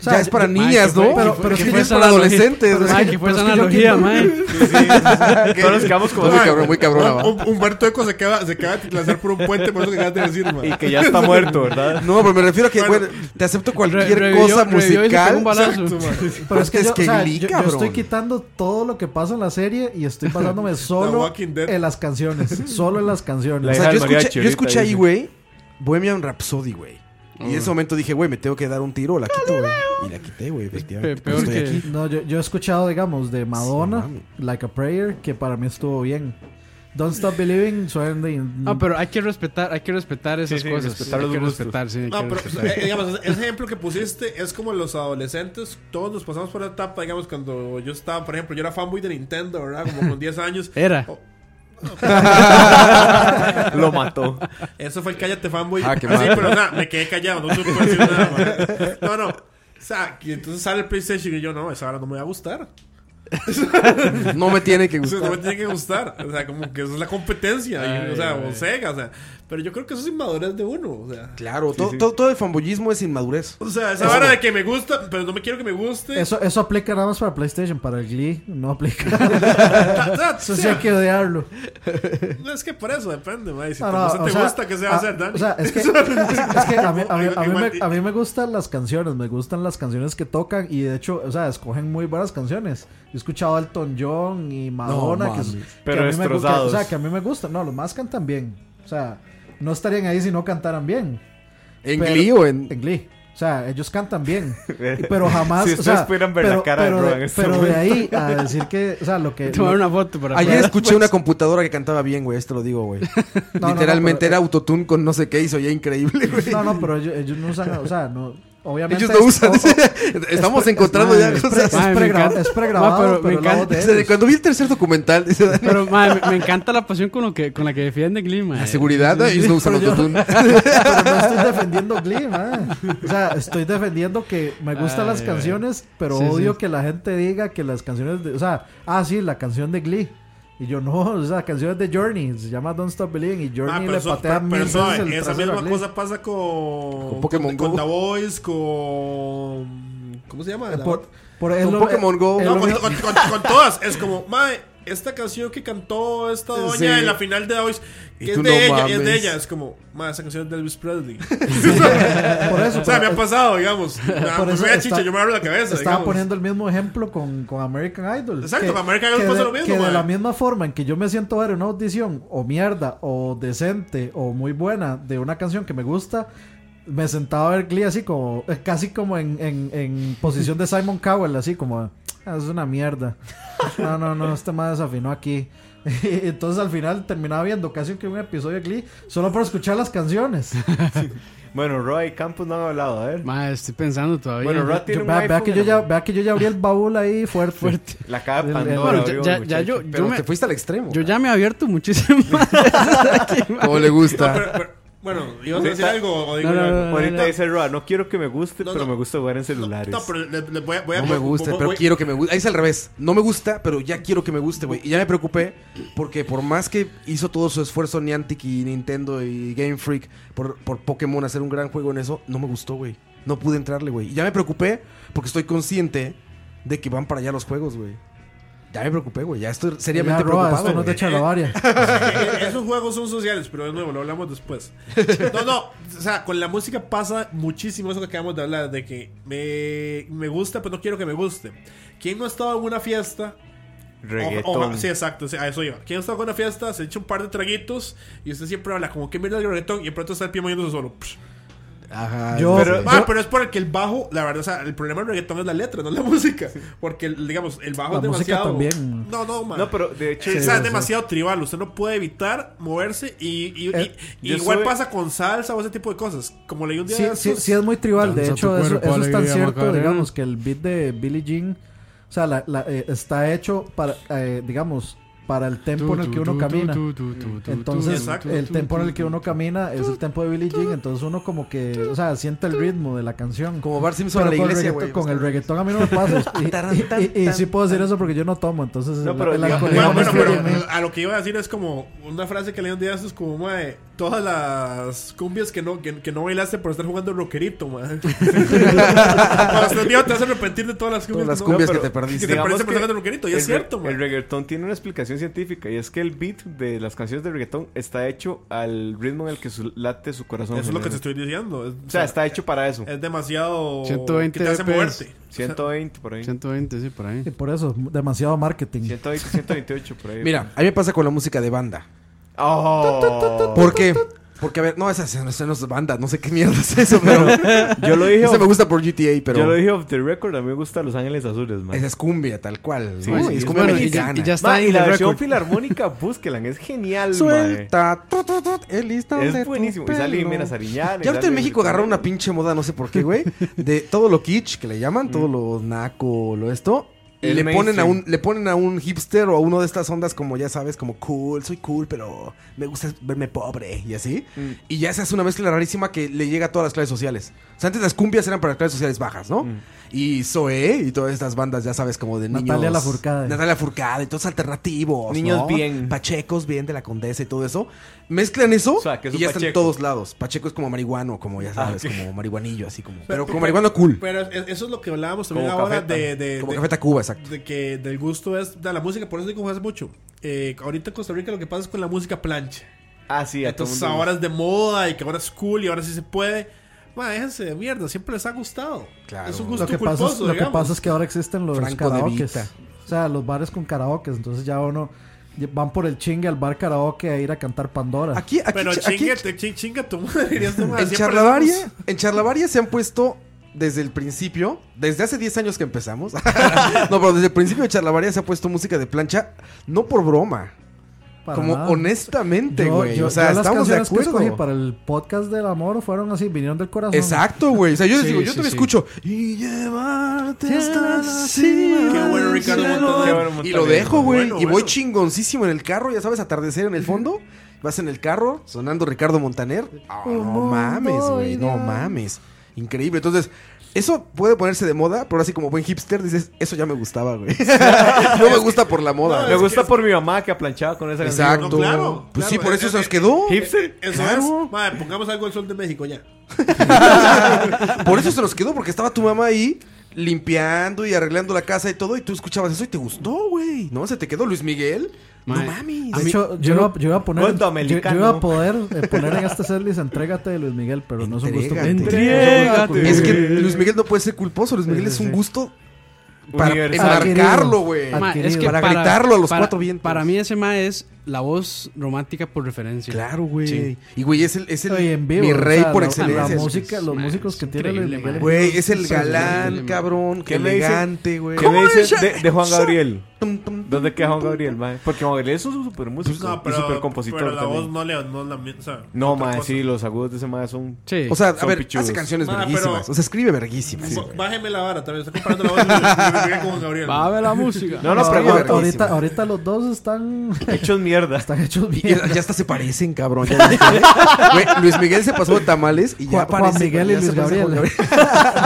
O sea,
ya es para
yo-
niñas,
Mae,
¿no?
que fue-
Pero-
que
pero
fue
es que
ya
esa
para
analogía.
adolescentes,
Pero
o sea,
Mae,
que-
que fue esa
pero es que yo
analogía,
quiero-
mae.
Todos nos quedamos como...
Muy cabrón, muy cabrón, la va.
Hum- Humberto Eco se acaba, se acaba de lanzar por un puente, por eso que acabas de decir, ma.
Y que ya está muerto, ¿verdad?
No, pero me refiero a que, güey,
Bueno.
te acepto
Re-
cualquier
revivió-
cosa
revivió y se pegó
musical.
un balazo.
Exacto, ma.
Pero es que,
Es
yo,
que
o sea,
Glee,
yo- yo
cabrón.
estoy quitando todo lo que pasa en la serie y estoy pasándome solo
Walking Dead.
en las canciones. Solo en las canciones.
La
O
hija
sea,
del
yo escuché,
mariachi
yo escuché
ahorita
ahí,
dice.
güey, Bohemian Rhapsody, güey. Y en ese momento dije, güey, me tengo que dar un tiro, la quito, güey. Y la quité, güey,
Pe-
efectivamente. Pues
peor
estoy
que-
aquí.
No, yo, yo he escuchado, digamos, de Madonna,
Sí, mami.
Like a Prayer, que para mí estuvo bien. Don't Stop Believing, suena de...
No, pero hay que respetar, hay que respetar esas
Sí, sí,
cosas.
respetar
hay
los
que
gustos.
respetar, sí, hay
No,
que
pero
respetar.
eh, digamos, ese ejemplo que pusiste es como los adolescentes, todos nos pasamos por la etapa, digamos, cuando yo estaba, por ejemplo, yo era fanboy de Nintendo, ¿verdad? Como con 10 años.
Era.
Oh,
Lo mató.
eso fue el cállate fanboy.
Ah, qué
Así,
mal.
pero nada, me quedé callado, no supe decir nada. ma. No, no. O sea, que entonces sale el PlayStation y yo, no, esa ahora no me va a gustar.
No me tiene que
O sea, no me
gustar.
tiene que gustar. O sea, como que eso es la competencia. y, o sea, o Sega, o sea. Pero yo creo que eso es inmadurez de uno. O sea,
Claro, todo, Todo, todo el fanboyismo es inmadurez.
o sea esa vara de que me gusta, pero no me quiero que me guste.
Eso, eso aplica nada más para PlayStation, para el Glee no aplica.
Ta- ta-
Eso
o
sí
sea,
hay que odiarlo.
no, es que por eso depende, mae. Si
No,
te,
no,
gusta,
o
te
sea,
gusta, ¿qué se va a
ah,
hacer, Dani?
O sea, es que, es que a, mí, a, mí, a mí
Igual-
me, a mí me gustan las canciones, me gustan las canciones que tocan y de hecho, o sea, escogen muy buenas canciones. Yo he escuchado a Elton John y Madonna,
No,
que, es-
mames.
que
Pero
a mí me, gu- que- o
destrozados.
sea, que a mí me gustan. No, los más cantan bien. O sea, no estarían ahí si no cantaran bien.
¿En
Pero-
Glee o en.?
En Glee. O sea, ellos cantan bien. Pero jamás.
Si
o sea,
ustedes pudieran ver la cara de
pero,
Roa en este
pero de
momento.
ahí a decir que. O sea, lo que.
Tomar
lo-
una foto para
Ayer
poder-
escuché una computadora que cantaba bien, güey. Esto lo digo, güey.
no,
Literalmente
pero-
era
eh,
autotune con no sé qué hizo ya increíble, güey.
No, no, pero ellos, ellos no usan. O sea, no. Obviamente.
Ellos no
es-
usan.
o- o-
Estamos
pre-
encontrando
es-
ya
es pre-
cosas.
Ay,
Es
me
pregrabado,
encanta.
es pregrabado,
No, pero me
pero la voz
encanta.
de
Dice,
ellos.
Cuando vi el tercer documental, dice Dani,
Pero madre, me, me encanta la pasión con, lo que, con la que defiende eh. Clima.
la seguridad, ellos no usan autotune.
Pero no estoy defendiendo Glee, man. O sea, estoy defendiendo que me gustan las
Ay,
canciones, pero
Sí,
odio
sí.
que la gente diga que las canciones de. O sea, ah, sí, la canción de Glee. Y yo no, o sea, la canción es de Journey, se llama Don't Stop Believing y
Ah,
Journey
pero
le
eso-
patea
pero-
mil
pero
veces
suave,
el
esa
trasero a
misma
Glee.
cosa pasa con,
Con Pokémon
con,
Go.
The Voice, con ¿cómo se llama? La-
Por, por eh, es
Con
lo-
Pokémon Go.
es
no,
lo
con,
mismo-
con- con- con todas, es como, mae, esta canción que cantó esta doña
Sí.
en la final de The Voice,
Y
que
tú
es de
no
ella, y es de
mames.
ella, es como, mae, esa canción es de Elvis Presley.
por eso,
o sea,
pero
me ha
es-
pasado, digamos. Me da-
por
me
eso
da
está-
chicha, yo me abro la cabeza.
Estaba
digamos.
poniendo el mismo ejemplo con, con American Idol.
Exacto, con American Idol
que
pasa
de-
lo mismo,
Que de
mae.
la misma forma en que yo me siento ver una audición o mierda o decente o muy buena de una canción que me gusta, me sentaba a ver Glee así como, eh, casi como en, en, en posición de Simon Cowell, así como, "Ah, es una mierda. No, no, no, este más desafinó aquí. Entonces al final terminaba viendo casi que un episodio de Glee solo por escuchar las canciones.
Bueno, Roy y Campos no han hablado, a ver.
Madre, estoy pensando todavía.
Bueno, Roy tiene
Yo-
un
vea, vea
iPhone
que
en
yo
la
ya,
mano.
vea que yo ya abrí el baúl ahí fuerte. fuerte.
La caja de
el-
Pandora.
Bueno,
abrió,
ya, ya,
muchacho.
ya yo, yo
Pero
me,
te fuiste al extremo.
yo ya me he abierto muchísimas.
Como le
No,
gusta.
pero- pero- bueno, ibas a decir
Ahorita-
algo o digo
No, no,
algo?
no, no.
Ahorita dice Roa, no quiero que me guste,
No,
pero
no.
me gusta jugar en celulares.
No, pero le, le voy a, voy a-
No me
voy-
gusta,
voy-
pero
voy-
quiero que me guste. Ahí es al revés. No me gusta, pero ya quiero que me guste, güey. Y ya me preocupé porque por más que hizo todo su esfuerzo Niantic y Nintendo y Game Freak por, por Pokémon hacer un gran juego en eso, no me gustó, güey. No pude entrarle, güey. Y ya me preocupé porque estoy consciente de que van para allá los juegos, güey. Ya me preocupé, güey. Ya estoy seriamente
Ya, Roa,
preocupado.
esto no es de
güey.
Chalabaria.
Eh, Esos juegos son sociales, pero de nuevo, lo hablamos después. No, no, o sea, con la música pasa muchísimo eso que acabamos de hablar, de que me, me gusta, pero no quiero que me guste. ¿Quién no ha estado en una fiesta? O-
Reggaetón.
o- sí, exacto, sí, a eso iba. ¿Quién ha estado en una fiesta? Se echa un par de traguitos y usted siempre habla como que mira el reggaetón y de pronto está el pie moviéndose solo. Psh.
Ajá.
Yo-
Pero,
Ah, pero es porque el bajo, la verdad, o sea, el problema del reggaetón es la letra, no es la música. Porque, el- digamos, el bajo
La
es
música
demasiado.
también.
No, no, man.
No, pero de hecho.
Sí, o sea, es demasiado tribal. Usted no puede evitar moverse y, y- y-
Eh,
y
yo
igual
soy-
pasa con salsa o ese tipo de cosas. Como leí un día.
Sí,
de
sí,
estos-
sí es muy tribal. De
Danza
hecho,
tu
eso,
cuerpo,
eso es tan
alegría,
cierto,
¿eh?
Macarena.
digamos, que el beat de Billie Jean, o sea, la- la, eh, está hecho para, eh, digamos, para el tempo en el que uno camina. Entonces,
Exacto.
el tempo en el que uno camina es el tempo de Billie Jean. Entonces, uno como que, o sea, siente el ritmo de la canción.
como Bart
Pero
Simpson
con,
en la iglesia,
el
güey.
reggaetón, con el reggaetón a mí no me pasa. Y, y- y- y sí puedo decir eso porque yo no tomo. Entonces,
No,
el-
pero
el
digamos-
alcoholismo
Bueno,
me
bueno,
escribe
pero
a mí.
a lo que iba a decir es como una frase que leí un día de estos como, mae, todas las cumbias que no, que, que no bailaste por estar jugando rockerito, mae. Cuando estés viejo te vas a arrepentir de todas las cumbias.
Todas las
que no-
cumbias
No,
que
pero-
te perdiste.
que te
Digamos
parece por
que
estar jugando rockerito, y
el
es
re-
cierto, mae.
El reggaetón tiene una explicación científica y es que el beat de las canciones de reggaetón está hecho al ritmo en el que su- late su corazón.
Eso es lo que te
generalmente.
estoy diciendo. Es-
O sea, está hecho para eso.
es demasiado.
120
que te hace
BPS.
moverte.
120 por ahí.
120, sí, por ahí.
Y por eso, demasiado marketing.
120, 128 por ahí.
Mira, a mí me pasa con la música de banda.
Oh.
¿Por qué? Porque, a ver, no, esa es no es banda, no sé qué mierda es eso, pero.
Yo lo dije.
Esa me
off-
gusta por GTA, pero.
Yo lo dije off the record. A mí me gusta Los Ángeles Azules, man.
Esa es cumbia, tal cual.
Sí,
¿no?
sí,
es
es
cumbia
bueno,
y ya,
mexicana.
y ya está
Ma,
ahí
y
en
la
el
versión
récord.
filarmónica, búsquelan, es genial, mae.
Suelta tu, tu, tu, el listón de
Es
tu
buenísimo. Y sale
pelo.
Mena Sariñán. y
Ya ahorita en
sale-
México agarraron una pinche moda, no sé por qué, güey. De todo lo kitsch que le llaman, todo lo naco, lo esto.
el
le ponen, a
mainstream.
un, le ponen a un hipster o a uno de estas ondas como ya sabes, como cool, soy cool, pero me gusta verme pobre y así.
Mm.
Y ya se hace una mezcla rarísima que le llega a todas las clases sociales. O sea, antes las cumbias eran para las clases sociales bajas, ¿no?
Mm.
Y Zoé y todas estas bandas, ya sabes, como de niños.
Natalia Lafourcade.
Natalia Furcada y todos alternativos.
Niños
¿no?
bien.
Pachecos bien de la condesa y todo eso. Mezclan eso
O sea, que es
y
un
ya está en
Pacheco. Ah,
todos lados. Pacheco es como marihuano, como ya sabes,
ok.
como marihuanillo, así como. Pero como marihuano cool.
Pero es- eso es lo que hablábamos también
Como
ahora
Café
de, de,
Como
de-
Café Tacuba, exacto.
de que del gusto es de la música, por eso digo que hace mucho. Eh, ahorita en Costa Rica lo que pasa es con la música plancha.
Ah, sí, a todo
Entonces
mundo le
ahora es de moda y que ahora es cool y ahora sí se puede. Ma, déjense de mierda, siempre les ha gustado.
Claro.
Es un
Lo
gusto
que,
culposo,
pasa es, lo que
digamos.
pasa es que ahora existen los
Franco de
karaokes.
Vita.
O sea, los bares con karaokes. Entonces ya uno ya van por el chingue al bar karaoke a ir a cantar Pandora.
Aquí, aquí,
Pero
aquí-
chingue, te- chi- chinga tu madre, dirías tú, ma,
en
siempre les
Charlavaria,
gusta.
en Charlavaria se han puesto desde el principio, desde hace 10 años que empezamos. no, pero desde el principio de Charlavaria se ha puesto música de plancha, no por broma,
Para
como
nada.
honestamente,
Yo-
güey.
yo-
O sea,
yo las
estamos de
canciones que escogí
acuerdo.
para el podcast del amor fueron así, vinieron del corazón.
Exacto, güey. O sea, yo les
Sí,
digo, yo
sí,
te
sí.
escucho. Y llevarte
Ya
hasta
la
la
cima
cima.
Qué bueno,
del
Ricardo
cielo.
Montaner. Qué
bueno,
Y lo
Montaner.
dejo, güey.
Bueno,
y voy
bueno.
chingoncísimo en el carro, ya sabes, atardecer en el fondo. Vas en el carro, sonando Ricardo Montaner. Ah, no mames, güey. No mames. Increíble. Entonces, eso puede ponerse de moda, pero así como buen hipster dices, eso ya me gustaba, güey. no me gusta por la moda.
No, es-
gusta por mi mamá que aplanchaba con esa canción.
Exacto.
No, claro,
pues
claro.
sí, por eso
Eh,
se nos
eh,
quedó.
Hipster.
Eso
Claro.
es. Ma, pongamos algo al sol de México ya.
Por eso se nos quedó, porque estaba tu mamá ahí limpiando y arreglando la casa y todo, y tú escuchabas eso y te gustó, güey. ¿No? Se te quedó Luis Miguel.
Mae,
no mames.
De hecho, yo, iba, yo iba a poner.
Cuento
Yo, yo
americano.
iba a poder eh, poner en este setlist Entrégate de Luis Miguel, pero no es un gusto.
Entrégate.
culposo. No es un gusto culposo.
es que Luis Miguel no puede ser culposo, Luis Miguel es un gusto para
Universal.
enmarcarlo, güey.
Adquirido.
Ma, es que
Para gritarlo a los cuatro vientos.
Para mí ese ma es la voz romántica por referencia.
Claro, güey.
Sí.
Y güey, es el, es el
Oye, en vivo,
mi
o
rey
sea,
por
la-
excelencia.
La
pues, es-
música, los
Man,
músicos
es
que tiene Luis
increíble,
Miguel.
man.
Güey, es el
Sí,
galán,
sí, sí.
cabrón. Qué
¿Qué me dicen?
elegante, güey.
¿Qué me
¿Cómo
dices
es?
de, de Juan
Sha-
Gabriel?
Tum, tum,
¿Dónde queda Juan
tum,
Gabriel, mae? Porque Juan Gabriel es un super músico
Pues No,
y
pero,
super compositor
pero la
también.
voz no le no la o sea,
No,
otra
mae,
cosa.
sí, los agudos de ese mae son...
Sí.
O sea, a
Son
ver,
pichudos.
hace canciones
Ah,
verguísimas.
pero-
O sea, escribe verguísimas.
Bá- Bájeme la vara también. Está comparando la voz de Luis Miguel con Juan Gabriel.
Va a ver la música.
No, no,
Sí,
pregunto.
verga.
ahorita, ahorita los dos están,
Hechos mierda.
están hechos
Y ya,
bien.
ya hasta se parecen, cabrón. ya dije, ¿eh? Güey, Luis Miguel se pasó de tamales y ya
Juan- Juan
parece.
Miguel y
ya se
Luis
parece a Juan
Gabriel.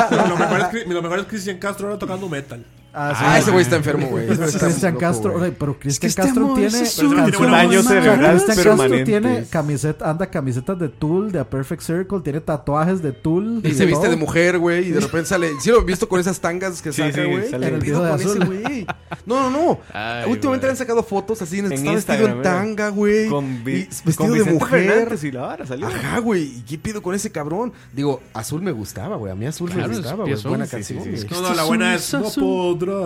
Pero lo, mejor es, Cri- lo mejor es Cristian Castro ahora tocando metal.
Ah, sí.
Ah, ese güey está enfermo, güey. Ese güey está
Cristian
loco,
Castro,
güey.
oye, pero Cristian
este
Castro
amor
tiene
es un
canciones-
daño
O sea,
cerebral
Cristian Castro
permanente.
tiene camiseta, anda camisetas de Tool, de A Perfect Circle, tiene tatuajes de Tool.
Y se viste
todo.
de mujer, güey, y de repente sale. ¿Sí lo han visto con esas tangas que
Sí,
saca,
sí,
güey?
sale.
¿Qué pedo
El video de
con ese
azul.
güey? No, no, no.
Ay,
Últimamente
güey.
le han sacado fotos así, en
En
está vestido
Instagram,
en
era.
tanga, güey.
Con,
y
Vi-
vestido
con
de
Vicente
mujer.
Fernández y la vara salió.
Ajá, güey. ¿Y qué pido con ese cabrón? Digo, azul me gustaba, güey. A mí azul
Claro,
me
es
gustaba, güey.
piezón,
Buena
sí,
canción,
sí, sí.
güey.
No, no, la buena es. No
Este es un
podrás.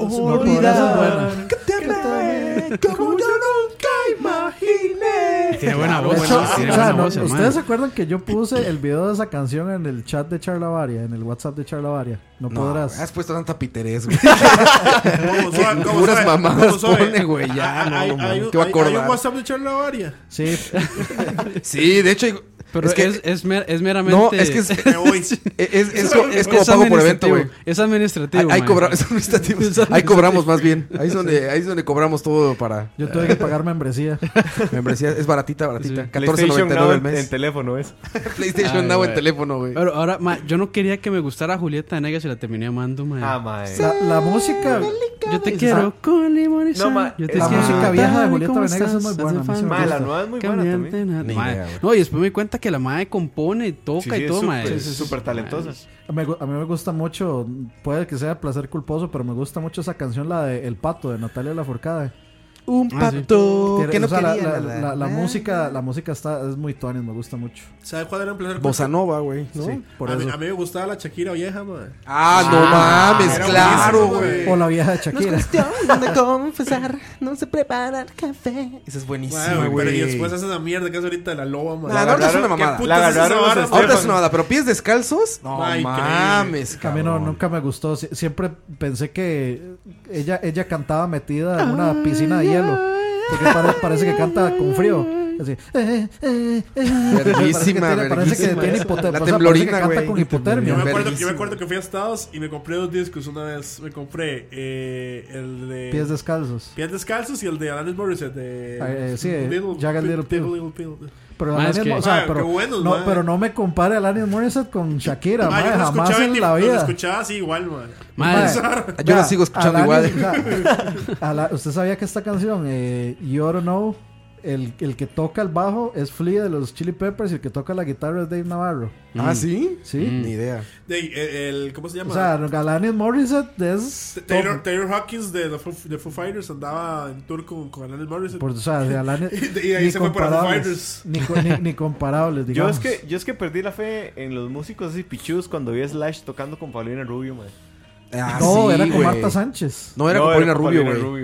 olvidar
buena.
que te amé como yo nunca imaginé.
Tiene buena
De
voz.
hecho,
sí, tiene
o sea,
buena
no,
voz, hermano.
¿Ustedes se acuerdan que yo puse el video de esa canción en el chat de Charlavaria, en el WhatsApp de Charlavaria? No,
No,
podrás.
has puesto tanta piterés, güey.
¿Cómo suave? ¿Cómo
Puras
suave?
mamadas
¿Cómo suave?
pone, güey, ya,
Ah,
no,
hay-
no,
hay
man,
un-
te va a
hay- hay
acordar.
un WhatsApp de Charlavaria.
Sí,
Sí, de hecho.
Pero es,
que-
es, mer- es meramente.
No, es que es, es,
Me voy.
es- es co- es como pago por evento, güey.
administrativo, Es administrativo.
Ahí,
man.
cobra- son administrativos. ahí cobramos más bien. Ahí es donde, ahí es donde cobramos todo para
yo tuve que pagar membresía.
membresía. Es baratita, baratita.
PlayStation
14.99
Now
al
en, en
mes.
teléfono es.
PlayStation
Ay,
Now en
güey.
teléfono, güey.
Pero ahora, ma, yo no quería que me gustara Julieta Venegas y la terminé amando, man.
Ah, mae.
La, la música.
Yo te quiero con limón y
No,
sal.
ma,
Yo
eh,
te
la
quiero
música
tal
vieja de
y
Julieta
como
Venegas es
estás,
muy buena,
hace
a mí se me
Mae,
falta
la nueva es muy buena
cambiarte
también.
nada.
Ni
Mae,
idea, güey.
No, y después me di cuenta que la madre compone, toca
Sí, sí,
y
es
todo,
súper-
mae.
es súper talentosa.
Me gu- a mí me gusta mucho, puede que sea placer culposo, pero me gusta mucho esa canción, la de El Pato, de Natalia Lafourcade.
Un
Ah, sí.
pacto
Tiene-
que no
o sea, la-
quería
la,
nada.
la- la música, la música está, es muy tuanis, me gusta mucho.
¿Sabe cuál era el placer?
Bossa Nova, güey. ¿no?
Sí, por
a, mí,
eso.
a mí me gustaba la Shakira vieja, madre.
Ah, no mames,
era
claro,
buenísimo,
güey.
O la vieja de Shakira.
de confesar, no se prepara el café. Esa es buenísima, güey.
pero y después hace esa mierda que hace ahorita de la loba, madre.
Nah, ahorita es una mamada.
¿Qué putas
La
es esa
agarraron los
vara,
Estefan.
Ahorita es
madre?
una nada, pero pies descalzos. No
Ah, increíble.
mames,
A mí
cabrón.
no, nunca me gustó. Sie- Siempre pensé que ella, ella cantaba metida en una piscina de hielo. Porque pare- parece que canta con frío. Así. eh, eh, eh.
Verguísima,
Parece que tiene- parece que
verguísima.
tiene hipotermia.
La
O sea,
temblorina,
parece que canta
güey.
con
Yo me,
hipotermia.
acuerdo, yo
Verguísima.
me acuerdo que fui a Estados y me compré dos discos una vez. Me compré eh, el de
Pies descalzos.
Pies Descalzos y el de Alanis Morissette. De,
Ah, eh, sí, eh,
Little-
Jagged Little Pill.
Little Pill.
Pero,
Ma, es
Alanis
que-
Mo- o sea,
Ma,
pero,
qué buenos,
no,
ma.
pero no me compare a Alanis Morissette con Shakira,
Ma,
ma,
Ah, yo los
jamás
escuchaba,
en
y
la
los
vida.
escuchaba así igual, man.
Madre,
Yo la sigo escuchando
igual. ¿Usted sabía que esta canción, eh, You Don't Know, el, el que toca el bajo es Flea de los Chili Peppers y el que toca la guitarra es Dave Navarro? Mm.
¿Ah, sí?
Sí.
Ni idea.
De, eh, el, ¿Cómo se llama?
O sea, Alanis Morissette es.
Taylor, Taylor Hawkins de, The Foo, de Foo Fighters andaba en tour con, con Alanis Morissette.
Por, o sea, de Alanis.
Y de- y ahí
ni
se fue para los
comparables,
Fighters.
Ni, co- ni- ni comparables,
Yo
digamos.
es, que, yo es que perdí la fe en los músicos así pichudos cuando vi a Slash tocando con Paulina Rubio, man.
Ah,
No,
sí,
era con
güey.
Marta Sánchez.
No, era con Paulina Rubio,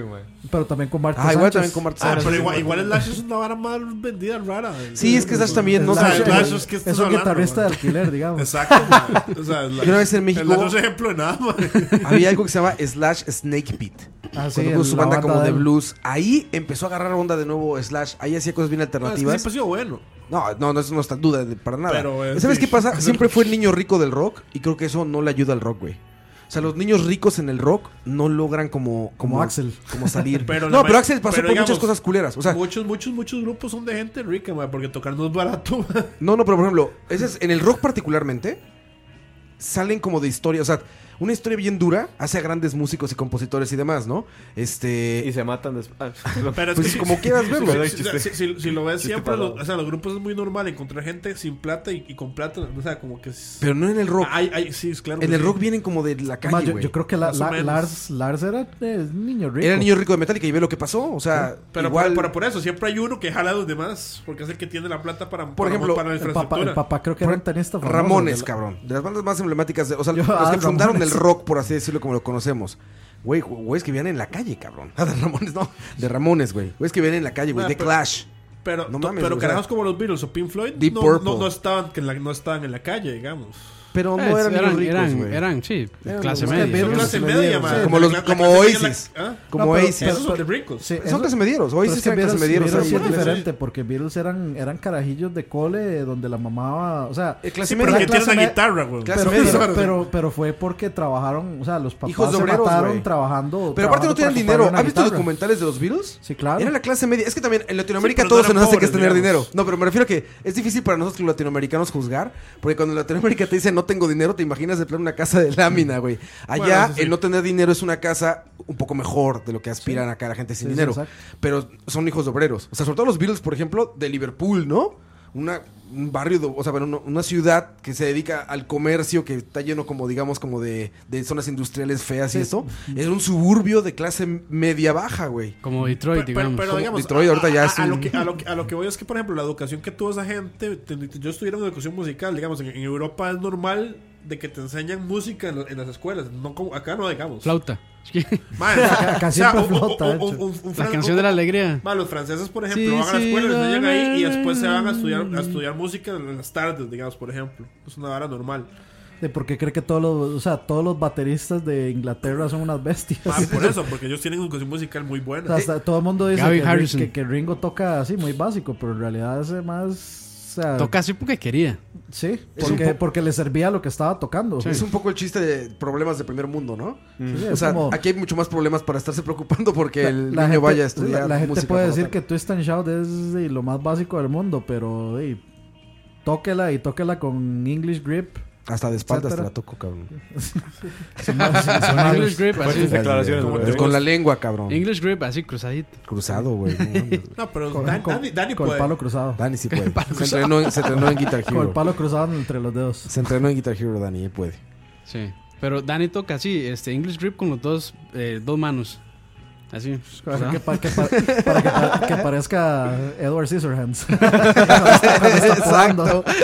güey.
Pero también con Marta
Ah, igual
Sánchez.
también con Marta
Ah,
Sánchez.
pero igual, igual el Lash es una vara más vendida rara. güey.
Sí, es que Slash también, no
Es
sé.
o sea, el Lash
el-
es que estás
es un
hablando,
guitarrista de
man.
alquiler, digamos.
Exacto, man. O sea, el Lash-
Yo una vez en México-
El Lash no es ejemplo de nada, man.
Había algo que se llama Slash Snake Pit.
Ah,
cuando puso
sí, el-
su
la
banda,
banda
como de
del-
blues, ahí empezó a agarrar onda de nuevo Slash. Ahí hacía cosas bien
No, es que siempre
alternativas.
ha sido bueno.
No, no, no, eso no está en duda de- para nada.
Pero, eh,
¿Sabes
sí.
qué pasa? Siempre fue el niño rico del rock y creo que eso no le ayuda al rock, güey. O sea, los niños ricos en el rock no logran como... Como,
Como Axel.
Como salir.
Pero la
no, pero
ma-
Axel pasó
pero
por
digamos,
muchas cosas culeras. O sea,
muchos, muchos, muchos grupos son de gente rica, man, porque tocar no es barato. man.
no, no, pero por ejemplo, ese es- en el rock particularmente, salen como de historia. O sea, una historia bien dura hace a grandes músicos y compositores y demás, ¿no?
Y
Este...
se matan después. Ah, perdón.
Pero es
Pues
que-
como quieras verlo.
Si, si- si- si- si lo ves
Chiste
siempre,
parado.
lo- o sea, los grupos es muy normal encontrar gente sin plata y, y con plata. O sea, como que. es-
Pero no en el rock.
Ay, ay, sí, es claro.
En
que
el
sí.
rock vienen como de la
Ma,
calle,
yo,
güey.
yo creo que la-
Más o
la-
menos.
Lars, Lars era eh, niño rico.
Era el niño rico de Metallica y ve lo que pasó. O sea,
Pero
igual...
por, pero por eso, siempre hay uno que jala a los demás, porque es el que tiene la plata para,
Por
para-
ejemplo,
para la
El papá,
infraestructura.
el papá creo que era un tenista famoso.
Ramones,
de la-
cabrón. De las bandas más emblemáticas, de- o sea,
Yo,
los
ah,
que fundaron
Ramones.
el rock, por así decirlo, como lo conocemos. Güey, ju- güeyes que vivían en la calle, cabrón. Ah, de Ramones, no. De Ramones, güey. Güeyes que vivían en la calle, güey.
Ah,
De
pero-
Clash.
Pero,
No
to-
mames,
pero
o sea,
carajos como los Beatles o Pink Floyd
Deep
no,
Purple.
no, no estaban, que en la- no estaban en la calle, digamos.
Pero no
eh,
eran,
eran,
niños ricos,
eran,
güey.
eran, sí,
Eran
clase
los-
media.
Pero
Son
los
clase
que
media,
medieron,
man.
sí.
Como
La-
los-
la- la
como
clase media
Oasis.
la- ¿ah?
Como
No, pero-
Oasis.
Esos son de ricos.
Sí,
Son
eso-
casemedieros. Hoy
pero
sí
es que
eran
Beatles-
casemedieros.
Beatles
eran
sí es
Beatles.
diferente, porque Beatles eran, eran carajillos de cole eh, donde la mamaba, o sea...
Eh, clase
Sí, pero
media.
que tiene
clase
una
media-
guitarra, güey.
Clase
Pero,
media.
pero, pero, pero fue porque trabajaron, o sea, los papás
Hijos de
se
obreros,
mataron
güey.
trabajando.
Pero aparte no
trabajando para
tenían
comprarle
dinero.
una
¿Has visto
guitarra.
documentales de los Beatles?
Sí, claro.
Era la clase media. Es que también en Latinoamérica
Sí, pero no
todos se
eran
nos hace que es
pobres,
tener
digamos.
dinero. No, pero me refiero a que es difícil para nosotros los latinoamericanos juzgar. Porque cuando en Latinoamérica te dicen no tengo dinero, te imaginas de plan una casa de lámina, güey. Allá
Bueno, eso sí.
el no tener dinero es una casa un poco mejor de lo que aspiran acá la gente sin
Sí, sí,
dinero.
exacto.
pero son hijos de obreros. O sea, sobre todo los Beatles, por ejemplo, de Liverpool, ¿no? Una, un barrio, de- o sea, bueno, una- una ciudad que se dedica al comercio, que está lleno como, digamos, como de, de zonas industriales feas y eso. Es un suburbio de clase media-baja, güey.
Como
Pero,
Detroit,
pero-
digamos.
pero
Como
digamos,
Detroit
a-
ahorita
a-
ya
a-
es
a lo
un-
que- a lo que- a lo que voy es que, por ejemplo, la educación que tuvo esa gente, te- yo estuviera en educación musical, digamos, en, en Europa es normal de que te enseñan música en, la- en las escuelas, no como acá no, digamos.
Flauta.
Madre,
acá siempre flauta, de hecho.
La canción de la alegría.
Ma, los franceses, por
Sí,
ejemplo, van a la
sí,
escuela, les
la-
enseñan ahí y
la-
después se van a estudiar, a estudiar música en las tardes, digamos, por ejemplo. Es una vara normal.
Sí, porque cree que todos los, o sea, todos los bateristas de Inglaterra son unas bestias.
Ma, Ah, por eso, porque ellos tienen educación musical muy
O sea,
buena.
eh,
hasta todo el mundo dice
Gavin
que, Ri-
Harrison.
que- que Ringo toca así, muy básico, pero en realidad hace más... o sea,
Toca así porque quería.
Sí,
Es un
porque,
po-
porque le servía lo que estaba tocando.
Sí. Mm.
Es un poco el chiste de problemas de primer mundo, ¿no?
Sí,
O
es
sea,
como-
aquí hay mucho más problemas para estarse preocupando porque el niño
gente-
vaya a estudiar.
La, la gente
música
puede
como
decir
tal.
que Twist and Shout es sí, lo más básico del mundo, pero sí, tóquela y tóquela con English Grip.
Hasta de espaldas te
etcétera.
la toco, cabrón.
Son más- son más-
English grip, así.
Fuertes declaraciones,
Como-
güey.
Con la lengua, cabrón.
English grip, así cruzadito.
Cruzado, güey. no mames.
No, pero
con,
Dan-
con-
Dani, Dani
con el
puede.
palo cruzado.
Dani sí puede. Se entrenó, se entrenó en Guitar
Con el
Hero.
palo cruzado entre los dedos.
Se entrenó en Guitar Hero, Dani, él puede.
Sí. Pero Dani toca así, este, English grip con los dos, eh, dos manos. Así.
Para
¿verdad?
que, pa- que pa- para que pa- que parezca Edward Scissorhands. Cuando está- cuando está podando.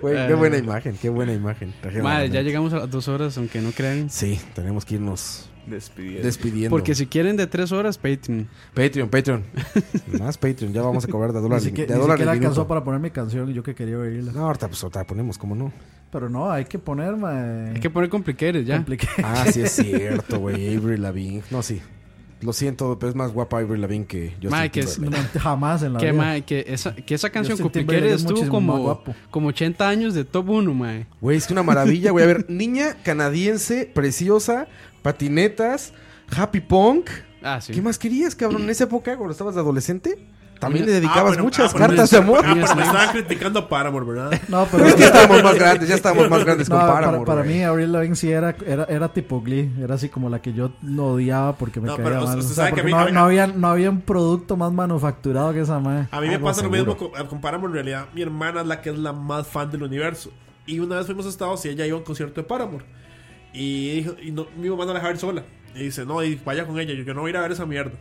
Güey, qué buena imagen, qué buena imagen. Trajeron a
Madre,
la
ya
mente.
llegamos a las dos horas, aunque no crean.
Sí, tenemos que irnos
Despidiendo.
despidiendo.
Porque si quieren de tres horas, Patreon.
Patreon, Patreon. Más Patreon, ya vamos a cobrar de
Ni
dólar.
siquiera,
de
ni
dólar
siquiera
el
alcanzó
minuto.
para poner mi canción y yo que quería oírla.
No, ahorita pues ahorita ponemos, ¿cómo no?
Pero no, hay que poner, mae.
Hay que poner complicated ya.
Compliqué.
Ah, sí es cierto, güey. Avery Lavigne. No, sí. Lo siento, pero es más guapa Ivory Lavigne que yo.
Mae, que es-
Jamás en la
Que,
vida.
mae, que, esa, que esa canción
Justin
con
Timberlake
Piqueres
es
estuvo
muchísimo más
como,
guapo.
como 80 años de top 1, mae.
Güey, es que una maravilla, güey. A ver, niña canadiense, preciosa, patinetas, happy punk.
Ah, sí.
¿Qué más querías, cabrón? En esa época, cuando estabas de adolescente, también le
Mira,
dedicabas
pero- ah,
muchas
pero
cartas de
me-
amor.
Ah, pero me estaban criticando a Paramore, ¿verdad?
No, pero
Pero es que estábamos más grandes, ya estábamos más grandes
No,
con
para,
Paramore.
para
güey.
mí Avril Lavigne sí era, era, era tipo Glee, era así como la que yo no odiaba porque me
No,
caía
pero
mal.
usted
O sea,
sabe que a mí-
porque no,
a mí-
no había, no había un producto más manufacturado que esa madre.
A mí me
Ah, no,
pasa lo
seguro.
mismo con, con Paramore. En realidad, mi hermana es la que es la más fan del universo. Y una vez fuimos a Estados y ella iba a un concierto de Paramore. Y, dijo, y no- mi mamá no la deja ir sola. Y dice, no, y vaya con ella. Yo, yo no voy a ir a ver esa mierda.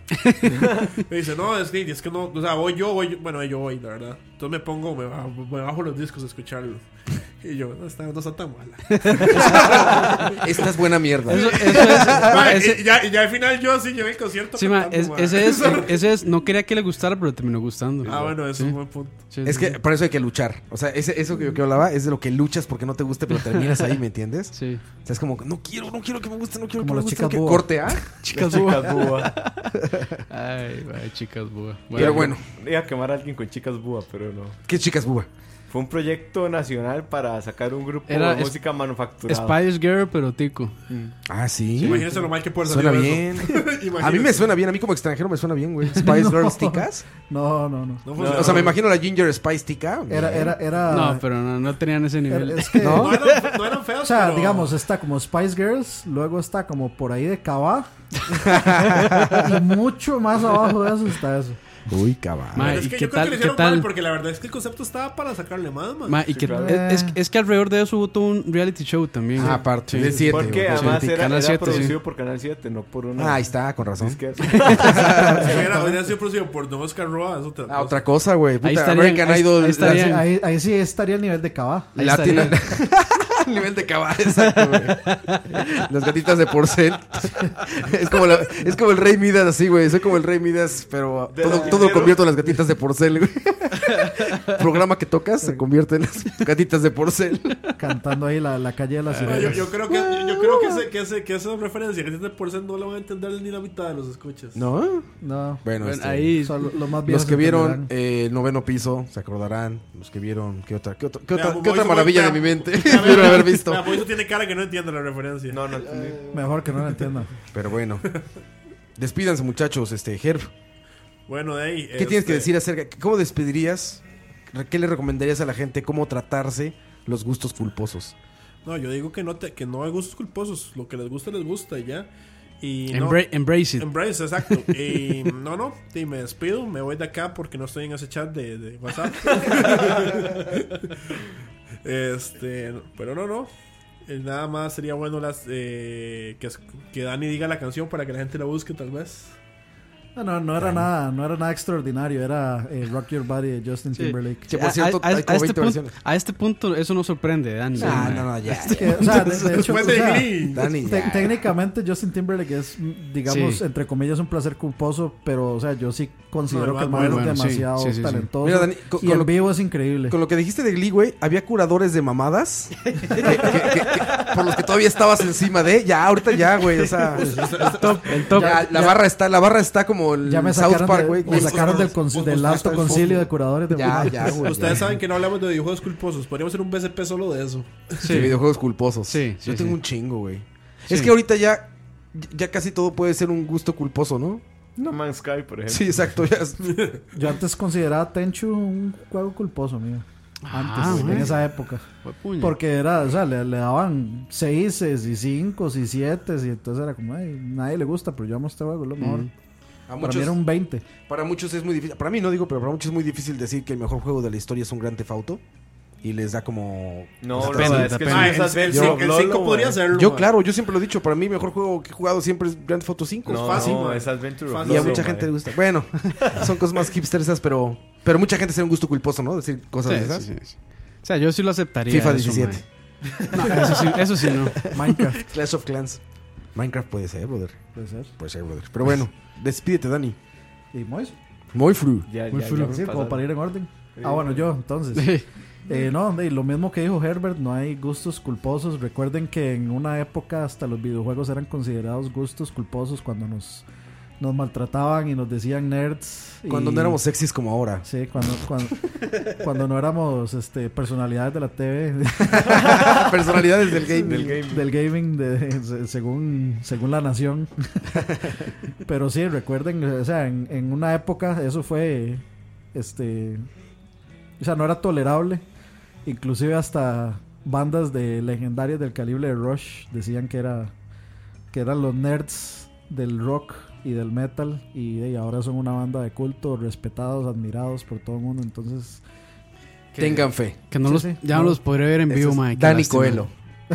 me dice, no, es que, es que no. O sea, voy yo, voy yo. Bueno, yo voy, la verdad. Entonces me pongo, me, ba- me bajo los discos a escucharlo. Y yo, no está, no está tan mala.
Esta es buena mierda.
Eso, eso es.
Ma,
mae, ese-
y, ya, y ya al final yo sí llevé el concierto.
sí, mae,
cantando,
es-
ma.
ese, es, ese es. No quería que le gustara, pero terminó gustando.
Ah, bueno, eso
Sí,
es un buen punto.
sí,
Es
sí,
que para eso hay que luchar. O sea, ese- eso que yo que hablaba Ah, es de lo que luchas porque no te gusta, pero terminas ahí, ¿me entiendes?
Sí.
O sea, es como, no quiero, no quiero que me guste, no quiero
Como
que me
las
guste.
chicas
que
boa.
corte, ¿ah?
Chicas búa.
Chicas búa.
Ay, mae, chicas búa.
Pero bueno,
Iba a quemar a alguien con chicas búa, pero no.
¿qué chicas buba?
Fue un proyecto nacional para sacar un grupo
Era
de
es-
música manufacturada.
Spice Girl, pero tico.
Ah, sí.
Imagínense lo mal que puede
Suena
salir eso.
bien. A mí
Imagínense.
me suena bien, a mí como extranjero me suena bien, güey. Spice
No.
Girls ticas.
No, no, no.
No
O sea, me imagino la Ginger Spice tica.
Era, era, era.
No, pero no, no tenían ese nivel.
era- es que-
¿No?
No eran, no eran feos,
O sea,
pero-
digamos, está como Spice Girls, luego está como por ahí de Cava. y mucho más abajo de eso está eso.
Uy, cabrón.
Ma,
Pero es
¿y
que
qué
yo creo
tal?
que lo
¿Qué
hicieron
tal?
mal porque la verdad es que el concepto estaba para sacarle más, man.
pues,
Ma, y que,
claro.
es,
Eh.
es que alrededor de eso hubo todo un reality show también.
Ah, aparte.
Sí.
De siete,
Porque
güey.
además
Sí,
era,
Canal
era
7,
producido
sí.
por Canal 7, no por una.
Ah, ahí está, con razón.
disquera.
Si hubiera, hubiera sido producido por Don Oscar Roa, es otra
Ah,
cosa.
otra cosa, güey. Puta,
Ahí estarían,
American
ahí-
Idol.
ahí estarían. Bien.
Ahí, ahí sí estaría el nivel de Cava.
Ahí
Latina.
estaría.
El nivel de cabal, exacto, güey. Las gatitas de porcel. Es como, la- es como el rey Midas, así, güey. Soy como el rey Midas, pero
De
todo,
los
todo
mineros.
convierto en las gatitas de porcel, güey. Programa que tocas se convierte en las gatitas de porcel.
Cantando ahí la, la calle de las
Ma, yo,
sirenas.
yo creo que, yo, yo creo que, ese, que, ese, que esa referencia que tiene por ser no la van a entender ni la mitad de los escuchas.
¿No?
No.
Bueno,
Bueno,
este,
ahí.
Solo- los más
Los
viejos
que vieron
entenderán.
eh, el noveno piso se acordarán. Los que vieron, ¿qué otra, qué otra, qué
Vea,
otra,
Boys
qué otra
Boys-
maravilla de
vea,
mi mente
vea,
vieron haber
vea,
visto?
vea, Boiso tiene cara que no entiende la referencia.
No, no entendí.
Mejor que no lo entiendan.
Pero bueno. Despídanse, muchachos, este, Herb.
Bueno, de ahí. este,
¿Qué tienes que
este
decir acerca? ¿Cómo despedirías? re- ¿Qué le recomendarías a la gente? ¿Cómo tratarse los gustos culposos?
No, yo digo que no, te, que no hay gustos culposos. Lo que les gusta, les gusta y ya. Y no-
Embra- embrace it.
Embrace, exacto. Y no, no, y me despido, me voy de acá porque no estoy en ese chat de, de WhatsApp. este, pero no, no. Eh, Nada más sería bueno las, eh, que, es- que Dani diga la canción para que la gente la busque, tal vez.
No, no, no era nada, no era nada extraordinario, era eh, Rock Your Body de Justin
Sí.
Timberlake.
Que por cierto,
a, a-
hay como
a este
20
punto,
versiones.
a este punto eso no sorprende, Dani.
Ah, no, no, ya.
Que, Este, o sea, de, de hecho,
Después
o
de
sea,
Glee.
Dani,
te-
ya.
técnicamente Justin Timberlake es, mm, digamos,
Sí.
entre comillas, un placer culposo, pero, o sea, yo sí considero
No,
que el
bueno,
man es
bueno, sí,
demasiado
sí, sí, sí.
talentoso.
Mira, Dani, con-
y
con
en
lo-
vivo es increíble.
Con lo que dijiste de Glee, güey, había curadores de mamadas que- que- que- que- por los que todavía estabas encima de. Ya, ahorita ya, güey. O sea,
El top.
ya, la barra está, la barra está como el
ya me
South
sacaron,
Park,
de-
güey.
me sacaron del, con-
Vos-
del
vos-
alto concilio de curadores de
Ya,
mujeres.
ya, güey.
Ustedes
ya.
saben que no hablamos de videojuegos culposos, podríamos hacer un BCP solo de eso.
Sí.
De videojuegos culposos.
Sí, sí,
Yo tengo
sí.
un chingo, güey.
Sí.
Es que ahorita ya, ya casi todo puede ser un gusto culposo, ¿no?
No Man's Sky, por ejemplo.
Sí, exacto. Ya es-
Yo antes consideraba Tenchu un juego culposo, mío. Antes,
Ah,
en
bueno.
esa época.
Fue puña.
Porque era, o sea, le, le daban seises y cinco y siete y entonces era como, ay, nadie le gusta, pero yo amo este juego, es lo
Mm.
mejor.
a
Para mí
muchos,
era un 20.
para muchos es muy difícil. Para mí no digo, pero para muchos es muy difícil decir que el mejor juego de la historia es un gran tefauto. Y les da como.
No, no,
Pues,
depende,
es que
depende.
son
Ah, el
esas veces-
5
Lolo, man.
podría serlo.
Yo,
man.
claro, yo siempre lo he dicho. Para mí, el mejor juego que he jugado siempre es Grand Foto 5.
No,
fácil,
no,
man.
es Adventure of
Fácil.
y a
no,
Lolo,
mucha
man.
gente le gusta. Bueno, son cosas más hipster esas, pero. Pero mucha gente será un gusto culposo, ¿no? Decir
Sí,
cosas de
sí,
esas.
sí, sí. O sea, yo sí lo aceptaría.
FIFA
eso,
17.
mae. No, eso sí, eso sí no.
Minecraft,
Clash of Clans. Minecraft puede ser, brother.
puede ser.
Puede ser, brother. Pero bueno, despídete, Dani.
¿Y Mois?
Muy fru.
Ya, ya,
Muy
ya
fru-
me
Sí, pues, como
pasaron.
para ir en orden. Ah, bueno, yo, entonces.
Sí.
Eh, no, de- lo mismo que dijo Herbert, no hay gustos culposos. Recuerden que en una época hasta los videojuegos eran considerados gustos culposos cuando nos nos maltrataban y nos decían nerds. y-
Cuando no éramos sexys como ahora.
Sí, cuando, cuando, cuando no éramos este, personalidades de la TV,
Personalidades del game.
Del game.
del gaming, de- se- según, según la nación. Pero sí, recuerden, o sea, en, en una época eso fue, este, o sea, no era tolerable. Inclusive hasta bandas de legendarias del calibre de Rush decían que era que eran los nerds del rock y del metal y, y ahora son una banda de culto, respetados, admirados por todo el mundo, entonces
Tengan fe.
Que no
Sí,
los,
sí.
ya no.
No.
los podré ver en
Eso
vivo,
es
mae. qué
Dani
lástima.
Coelho.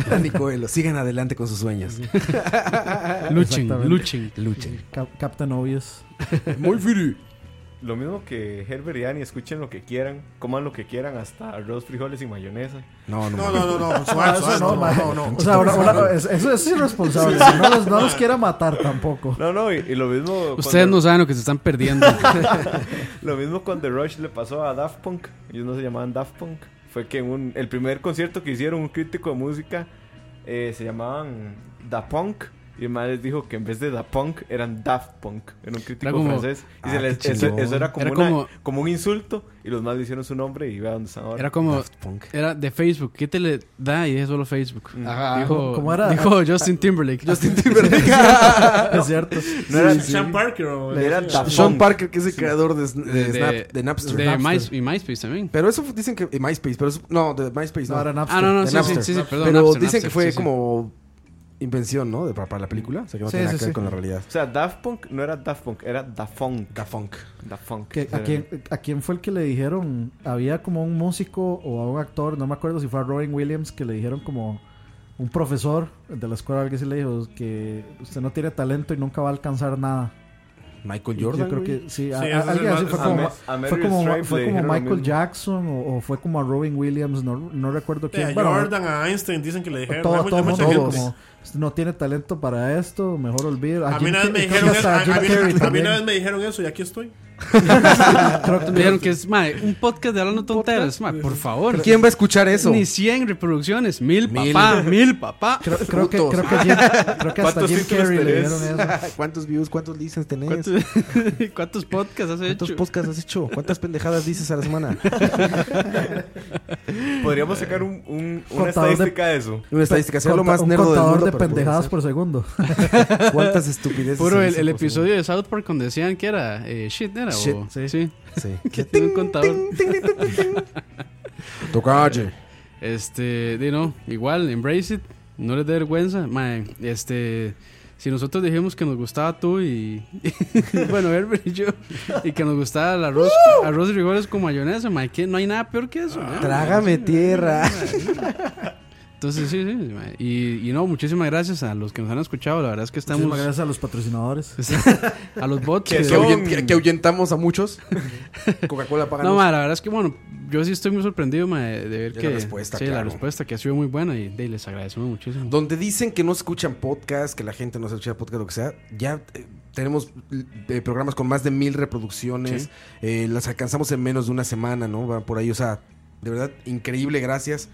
Dani Coelho. Sigan adelante con sus sueños.
Luchen,
Ah,
Exactamente.
luchen.
Luchen.
Cap- Captain Obvious.
Muy firi.
Lo mismo que Herbert y Dani, escuchen lo que quieran, coman lo que quieran, hasta arroz, frijoles y mayonesa.
No, no,
No,
no.
no, no, no. suave, suave,
Ah, no,
No,
ma.
no, no.
O sea, ahora- ahora- es- eso, eso es irresponsable. No los, no los quiera matar tampoco.
No, no, y, y lo mismo. cuando-
Ustedes no saben lo que se están perdiendo.
Lo mismo cuando Rush le pasó a Daft Punk, ellos no se llamaban Daft Punk, fue que en un- el primer concierto que hicieron un crítico de música eh, se llamaban Da Punk. Y el man les dijo que en vez de Da Punk eran Daft Punk. Era un crítico
como-
francés. Y se
Ah,
les-
qué
eso,
chingón.
eso era, como,
Era
una-
como-
como un insulto. Y los más le hicieron su nombre y vea dónde están ahora.
Era como.
Daft Punk.
Era de Facebook. ¿Qué te le da? Y es solo Facebook.
Ajá.
Dijo,
¿Cómo era?
dijo Justin Timberlake.
Justin Timberlake.
Es cierto.
No era-
Sean Parker o...
Le eran Daft
Sean
Punk.
Parker, que es el creador de, Sn- de Snap- de Napster.
de
Napster.
Mys- y MySpace también.
Pero eso fu- dicen que. eh, MySpace, pero eso- no, de MySpace no.
No, era Napster.
Ah, no, no,
de
sí, sí,
Napster.
sí, sí, perdón.
pero
Napster,
dicen
Napster,
que fue
sí, sí.
como invención, ¿no? De, para, para la película. O sea, que no
Sí,
tiene nada
sí,
que ver
sí.
con la realidad.
O sea, Daft Punk no era Daft Punk, era Da Funk.
Da Funk.
Da Funk.
Que- ¿a,
Era-
quién, ¿A quién fue el que le dijeron? Había como un músico o a un actor, no me acuerdo si fue a Robin Williams, que le dijeron como un profesor de la escuela, alguien sí le dijo que usted no tiene talento y nunca va a alcanzar nada.
Michael
Yo
Jordan.
creo
güey.
que sí, a-
Sí,
a-
ese
alguien
es
así
el
fue
a
más-
como,
Ma- a Meryl
fue como,
Streep
fue
le
como
dijeron lo
Michael
mismo.
Jackson o, o fue como a Robin Williams, no, no recuerdo
Sí,
quién.
a
Bueno,
Jordan, a Einstein dicen que le dijeron.
todo,
Hay
todo,
mucha- mucha
mundo
gente.
como, no tiene talento para esto, mejor olvida.
A mí una vez me dijeron eso. A, a mí- a mí una vez me dijeron eso y aquí estoy.
Vieron que es, mae, un podcast de hablando tonteras, mae, por favor.
¿Quién va a escuchar eso?
Ni 100 reproducciones, mil,
Mil.
papá, mil papá.
Creo, creo que,
Putos.
creo que, Jim- creo que hasta
¿Cuántos
Jim
títulos
Carrey le
tenés?
dieron eso.
¿Cuántos views, cuántos listens tenés?
¿Cuántos, cuántos podcasts has
¿Cuántos
hecho?
podcasts has hecho? ¿Cuántas pendejadas dices a la semana?
Podríamos sacar un- un- una
Contador de-
estadística de eso.
Una estadística, sea lo
Conta-
más
un
nerdo del
contador
mundo.
de
pero puede
pendejadas
ser.
por segundo.
¿Cuántas estupideces?
Puro
se
el,
dicen
el
por segundo?
episodio de South Park cuando decían que era eh, shit, ¿era?
Shit,
o,
sí.
sí.
Sí.
Que tiene un contador.
Tocalle.
Este, de no, igual, embrace it, no les dé vergüenza. Mae, este, si nosotros dijimos que nos gustaba tú y. bueno, Herbert y yo, y que nos gustaba el arroz, arroz y rigores con mayonesa, mae, que no hay nada peor que eso. mae.
Ah,
Trágame tierra.
Entonces, sí, sí, mae, y, y no, muchísimas gracias a los que nos han escuchado, la verdad es que estamos.
Muchísimas gracias a los patrocinadores.
a los bots.
Que
que-
Que,
son-
ahuyen- que- que ahuyentamos a muchos. Coca-Cola paga.
No, mae, la verdad es que, bueno, yo sí estoy muy sorprendido, mae, de ver
De la
que.
respuesta,
sí, la
claro.
respuesta que ha sido muy buena y, de- les agradecemos muchísimo.
Donde dicen que no escuchan podcast, que la gente no se escucha podcast, lo que sea, ya eh, tenemos eh, programas con más de mil reproducciones,
Sí.
eh, las alcanzamos en menos de una semana, ¿no? Va por ahí, o sea, de verdad, increíble, gracias.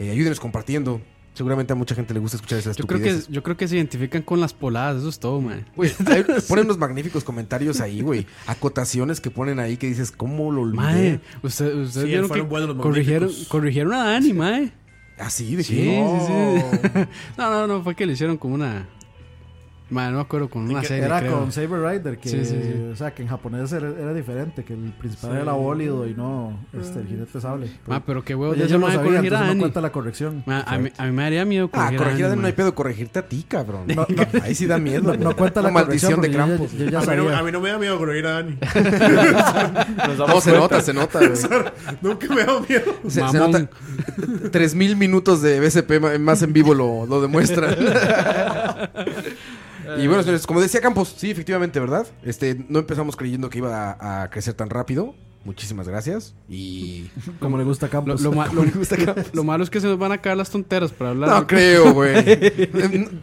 Eh, ayúdenos compartiendo. Seguramente a mucha gente le gusta escuchar esas
Yo creo, que, yo creo que se identifican con las poladas, eso es todo, mae.
Güey, hay- ponen unos magníficos comentarios ahí, güey. Acotaciones que ponen ahí que dices, ¿cómo lo olvidé?
Mae, usted- ustedes
Sí,
vieron que
fueron buenos los
corrigieron,
magníficos.
corrigieron a Dani, mae.
Así, de
Sí,
que no.
sí, sí. No, no, no, fue que le hicieron como una. Mae, no me acuerdo, con una
que
serie.
Era
creo.
con Saber Rider, que,
Sí, sí, sí.
O sea, que en japonés era, era diferente, que el principal era bólido y no este, el jinete sable.
Mae, Ah, pero qué huevo,
Oye,
ya se
yo no
mae
sabía,
corregir a
entonces no
Dani.
cuenta la corrección.
Mae, a, mí, a mí me daría miedo
Ah,
corregir a
corregir a Dani
Dani,
no hay
mae.
pedo, corregirte a ti, cabrón.
No, no.
Ahí sí da miedo.
No, no cuenta la,
maldición
corrección.
de
porque yo ya-
Krampus.
Yo, ya
A mí, no,
sabía.
a mí no me da miedo corregir a Dani.
Nos damos
No, se
cuenta.
nota, se nota, güey. Se,
Nunca me da miedo.
se
Mamón.
nota. Tres mil minutos de BCP ma- más en vivo lo, lo demuestran. y bueno, señores, como decía Campos, sí, efectivamente, ¿verdad? Este, no empezamos creyendo que iba a, a crecer tan rápido. Muchísimas gracias. Y.
Como le gusta a
Lo,
Campos.
lo ma- lo- lo malo es que se nos van a caer las tonteras para hablar.
No creo, güey.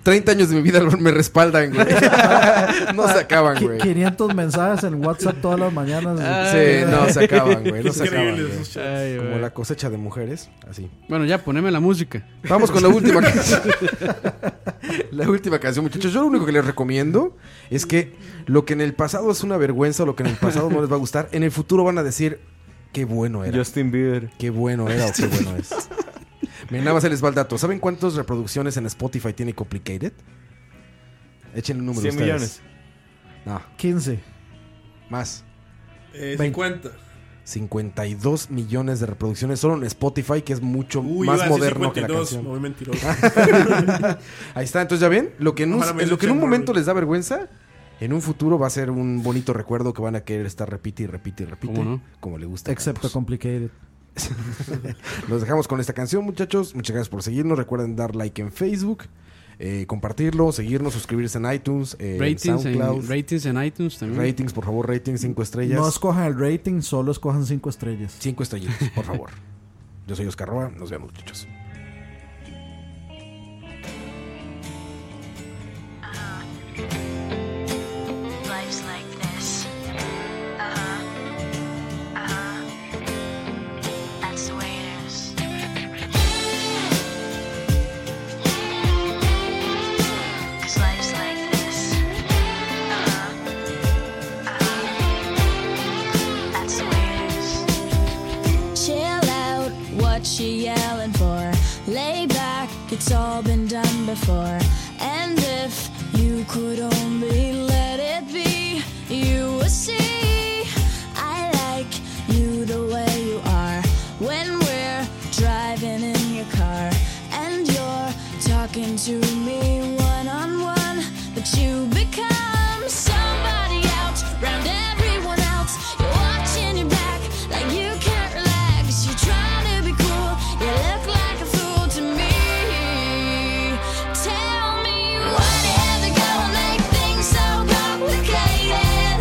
30 años de mi vida me respaldan, güey. No se acaban,
Qui-
güey.
500 mensajes en WhatsApp todas las mañanas.
Sí, no se acaban, güey. No se acaban.
Increíble
güey.
esos chats.
Ay,
Como
mae.
la cosecha de mujeres, así.
Bueno, ya, poneme la música.
Vamos con la última canción. La última canción, muchachos. Yo lo único que les recomiendo es que lo que en el pasado es una vergüenza o lo que en el pasado no les va a gustar, en el futuro van a decir qué bueno era.
Justin Bieber.
Qué bueno era o qué bueno es. Miren, nada más se les va el dato. ¿Saben cuántas reproducciones en Spotify tiene Complicated? Échenle un número.
100 millones.
ustedes. No,
15.
más.
Eh, 50.
52 millones de reproducciones solo en Spotify, que es mucho
Uy,
más
iba a decir
moderno que la
52,
canción.
me voy mentiroso.
Ahí está, entonces ya ven, lo que en un,
Ojalá me
en lo que en
escuchen,
un momento
Marvin.
les da vergüenza, en un futuro va a ser un bonito recuerdo que van a querer estar repite y repite y repite,
¿Cómo no?
como le gusta. a
Excepto
Campos.
Complicated.
Los dejamos con esta canción, muchachos. Muchas gracias por seguirnos. Recuerden dar like en Facebook, eh, compartirlo, seguirnos, suscribirse en iTunes, eh, en
Ratings
SoundCloud.
en, ratings en iTunes también.
ratings, por favor, ratings, cinco estrellas.
No escojan el rating, solo escojan 5 estrellas.
Cinco estrellitas, por favor. Yo soy Oscar Roa. Nos vemos, muchachos.
Uh-huh. Life's like this. Uh-huh. Uh-huh. That's the way it is. Cause life's like this. Uh-huh. Uh-huh. That's the way it is.
Chill out, what she yelling for? Lay back, it's all been done before. And if you could only let it be, you would see. I like you the way you are when we're driving in your car. And you're talking to me one on one, but you become somebody out round everyone else. You're watching your back like you can't relax. You're trying to be cool. You look like a fool to me. Tell me why the hell they gonna make things so complicated?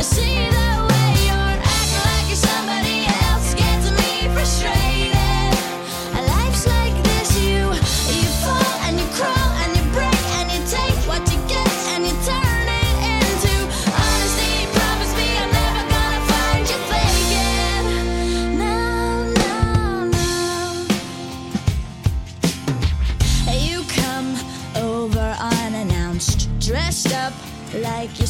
I see the way you're acting like you're somebody else gets me frustrated. Life's like this, you you fall and you crawl and you break and you take what you get and you turn it into honesty. Promise me I'm never gonna find you faking. No, no, no. You come over unannounced, dressed up like you're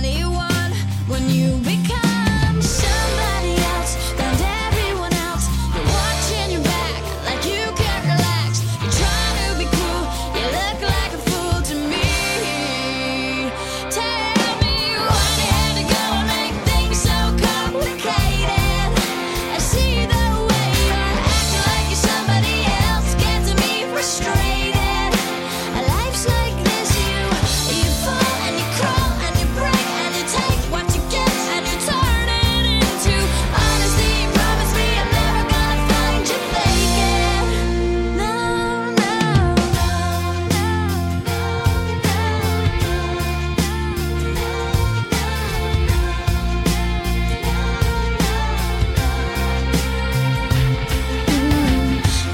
anyone when you become somebody else than everyone else. You're watching your back like you can't relax. You're trying to be cool. You look like a fool to me. Tell me why you had to go and make things so complicated. I see the way you're acting like you're somebody else gets me frustrated. Life's like this, you you fall and you crawl and you break and you take what you get and you turn it into honesty. Promise me I'm never gonna find you faking. No, no, no, no,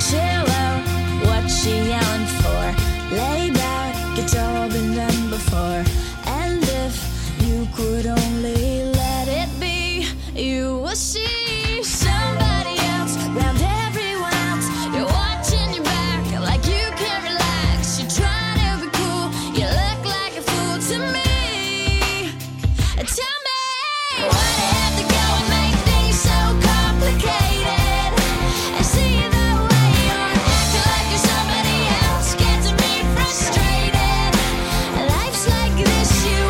Chill out, Mm-hmm. what she yelling for? Lay back, it's all been done before. And if you could only let it be, you will see somebody else round everyone else. You're watching your back like you can't relax. You're trying to be cool, you look like a fool to me. Tell me why they have to go and make things so complicated. I see the way you're acting like you're somebody else gets me frustrated. Life's like this, you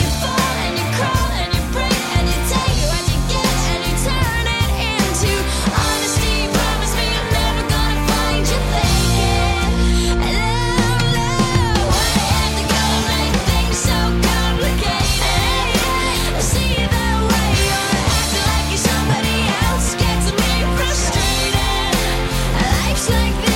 you fall and you crawl and you break and you take what you get and you turn it into honesty. Promise me I'm never gonna find you thinking. Love, love, why they have to go and make things so complicated? I see the way you're acting like you're somebody else gets me frustrated. Life's like this.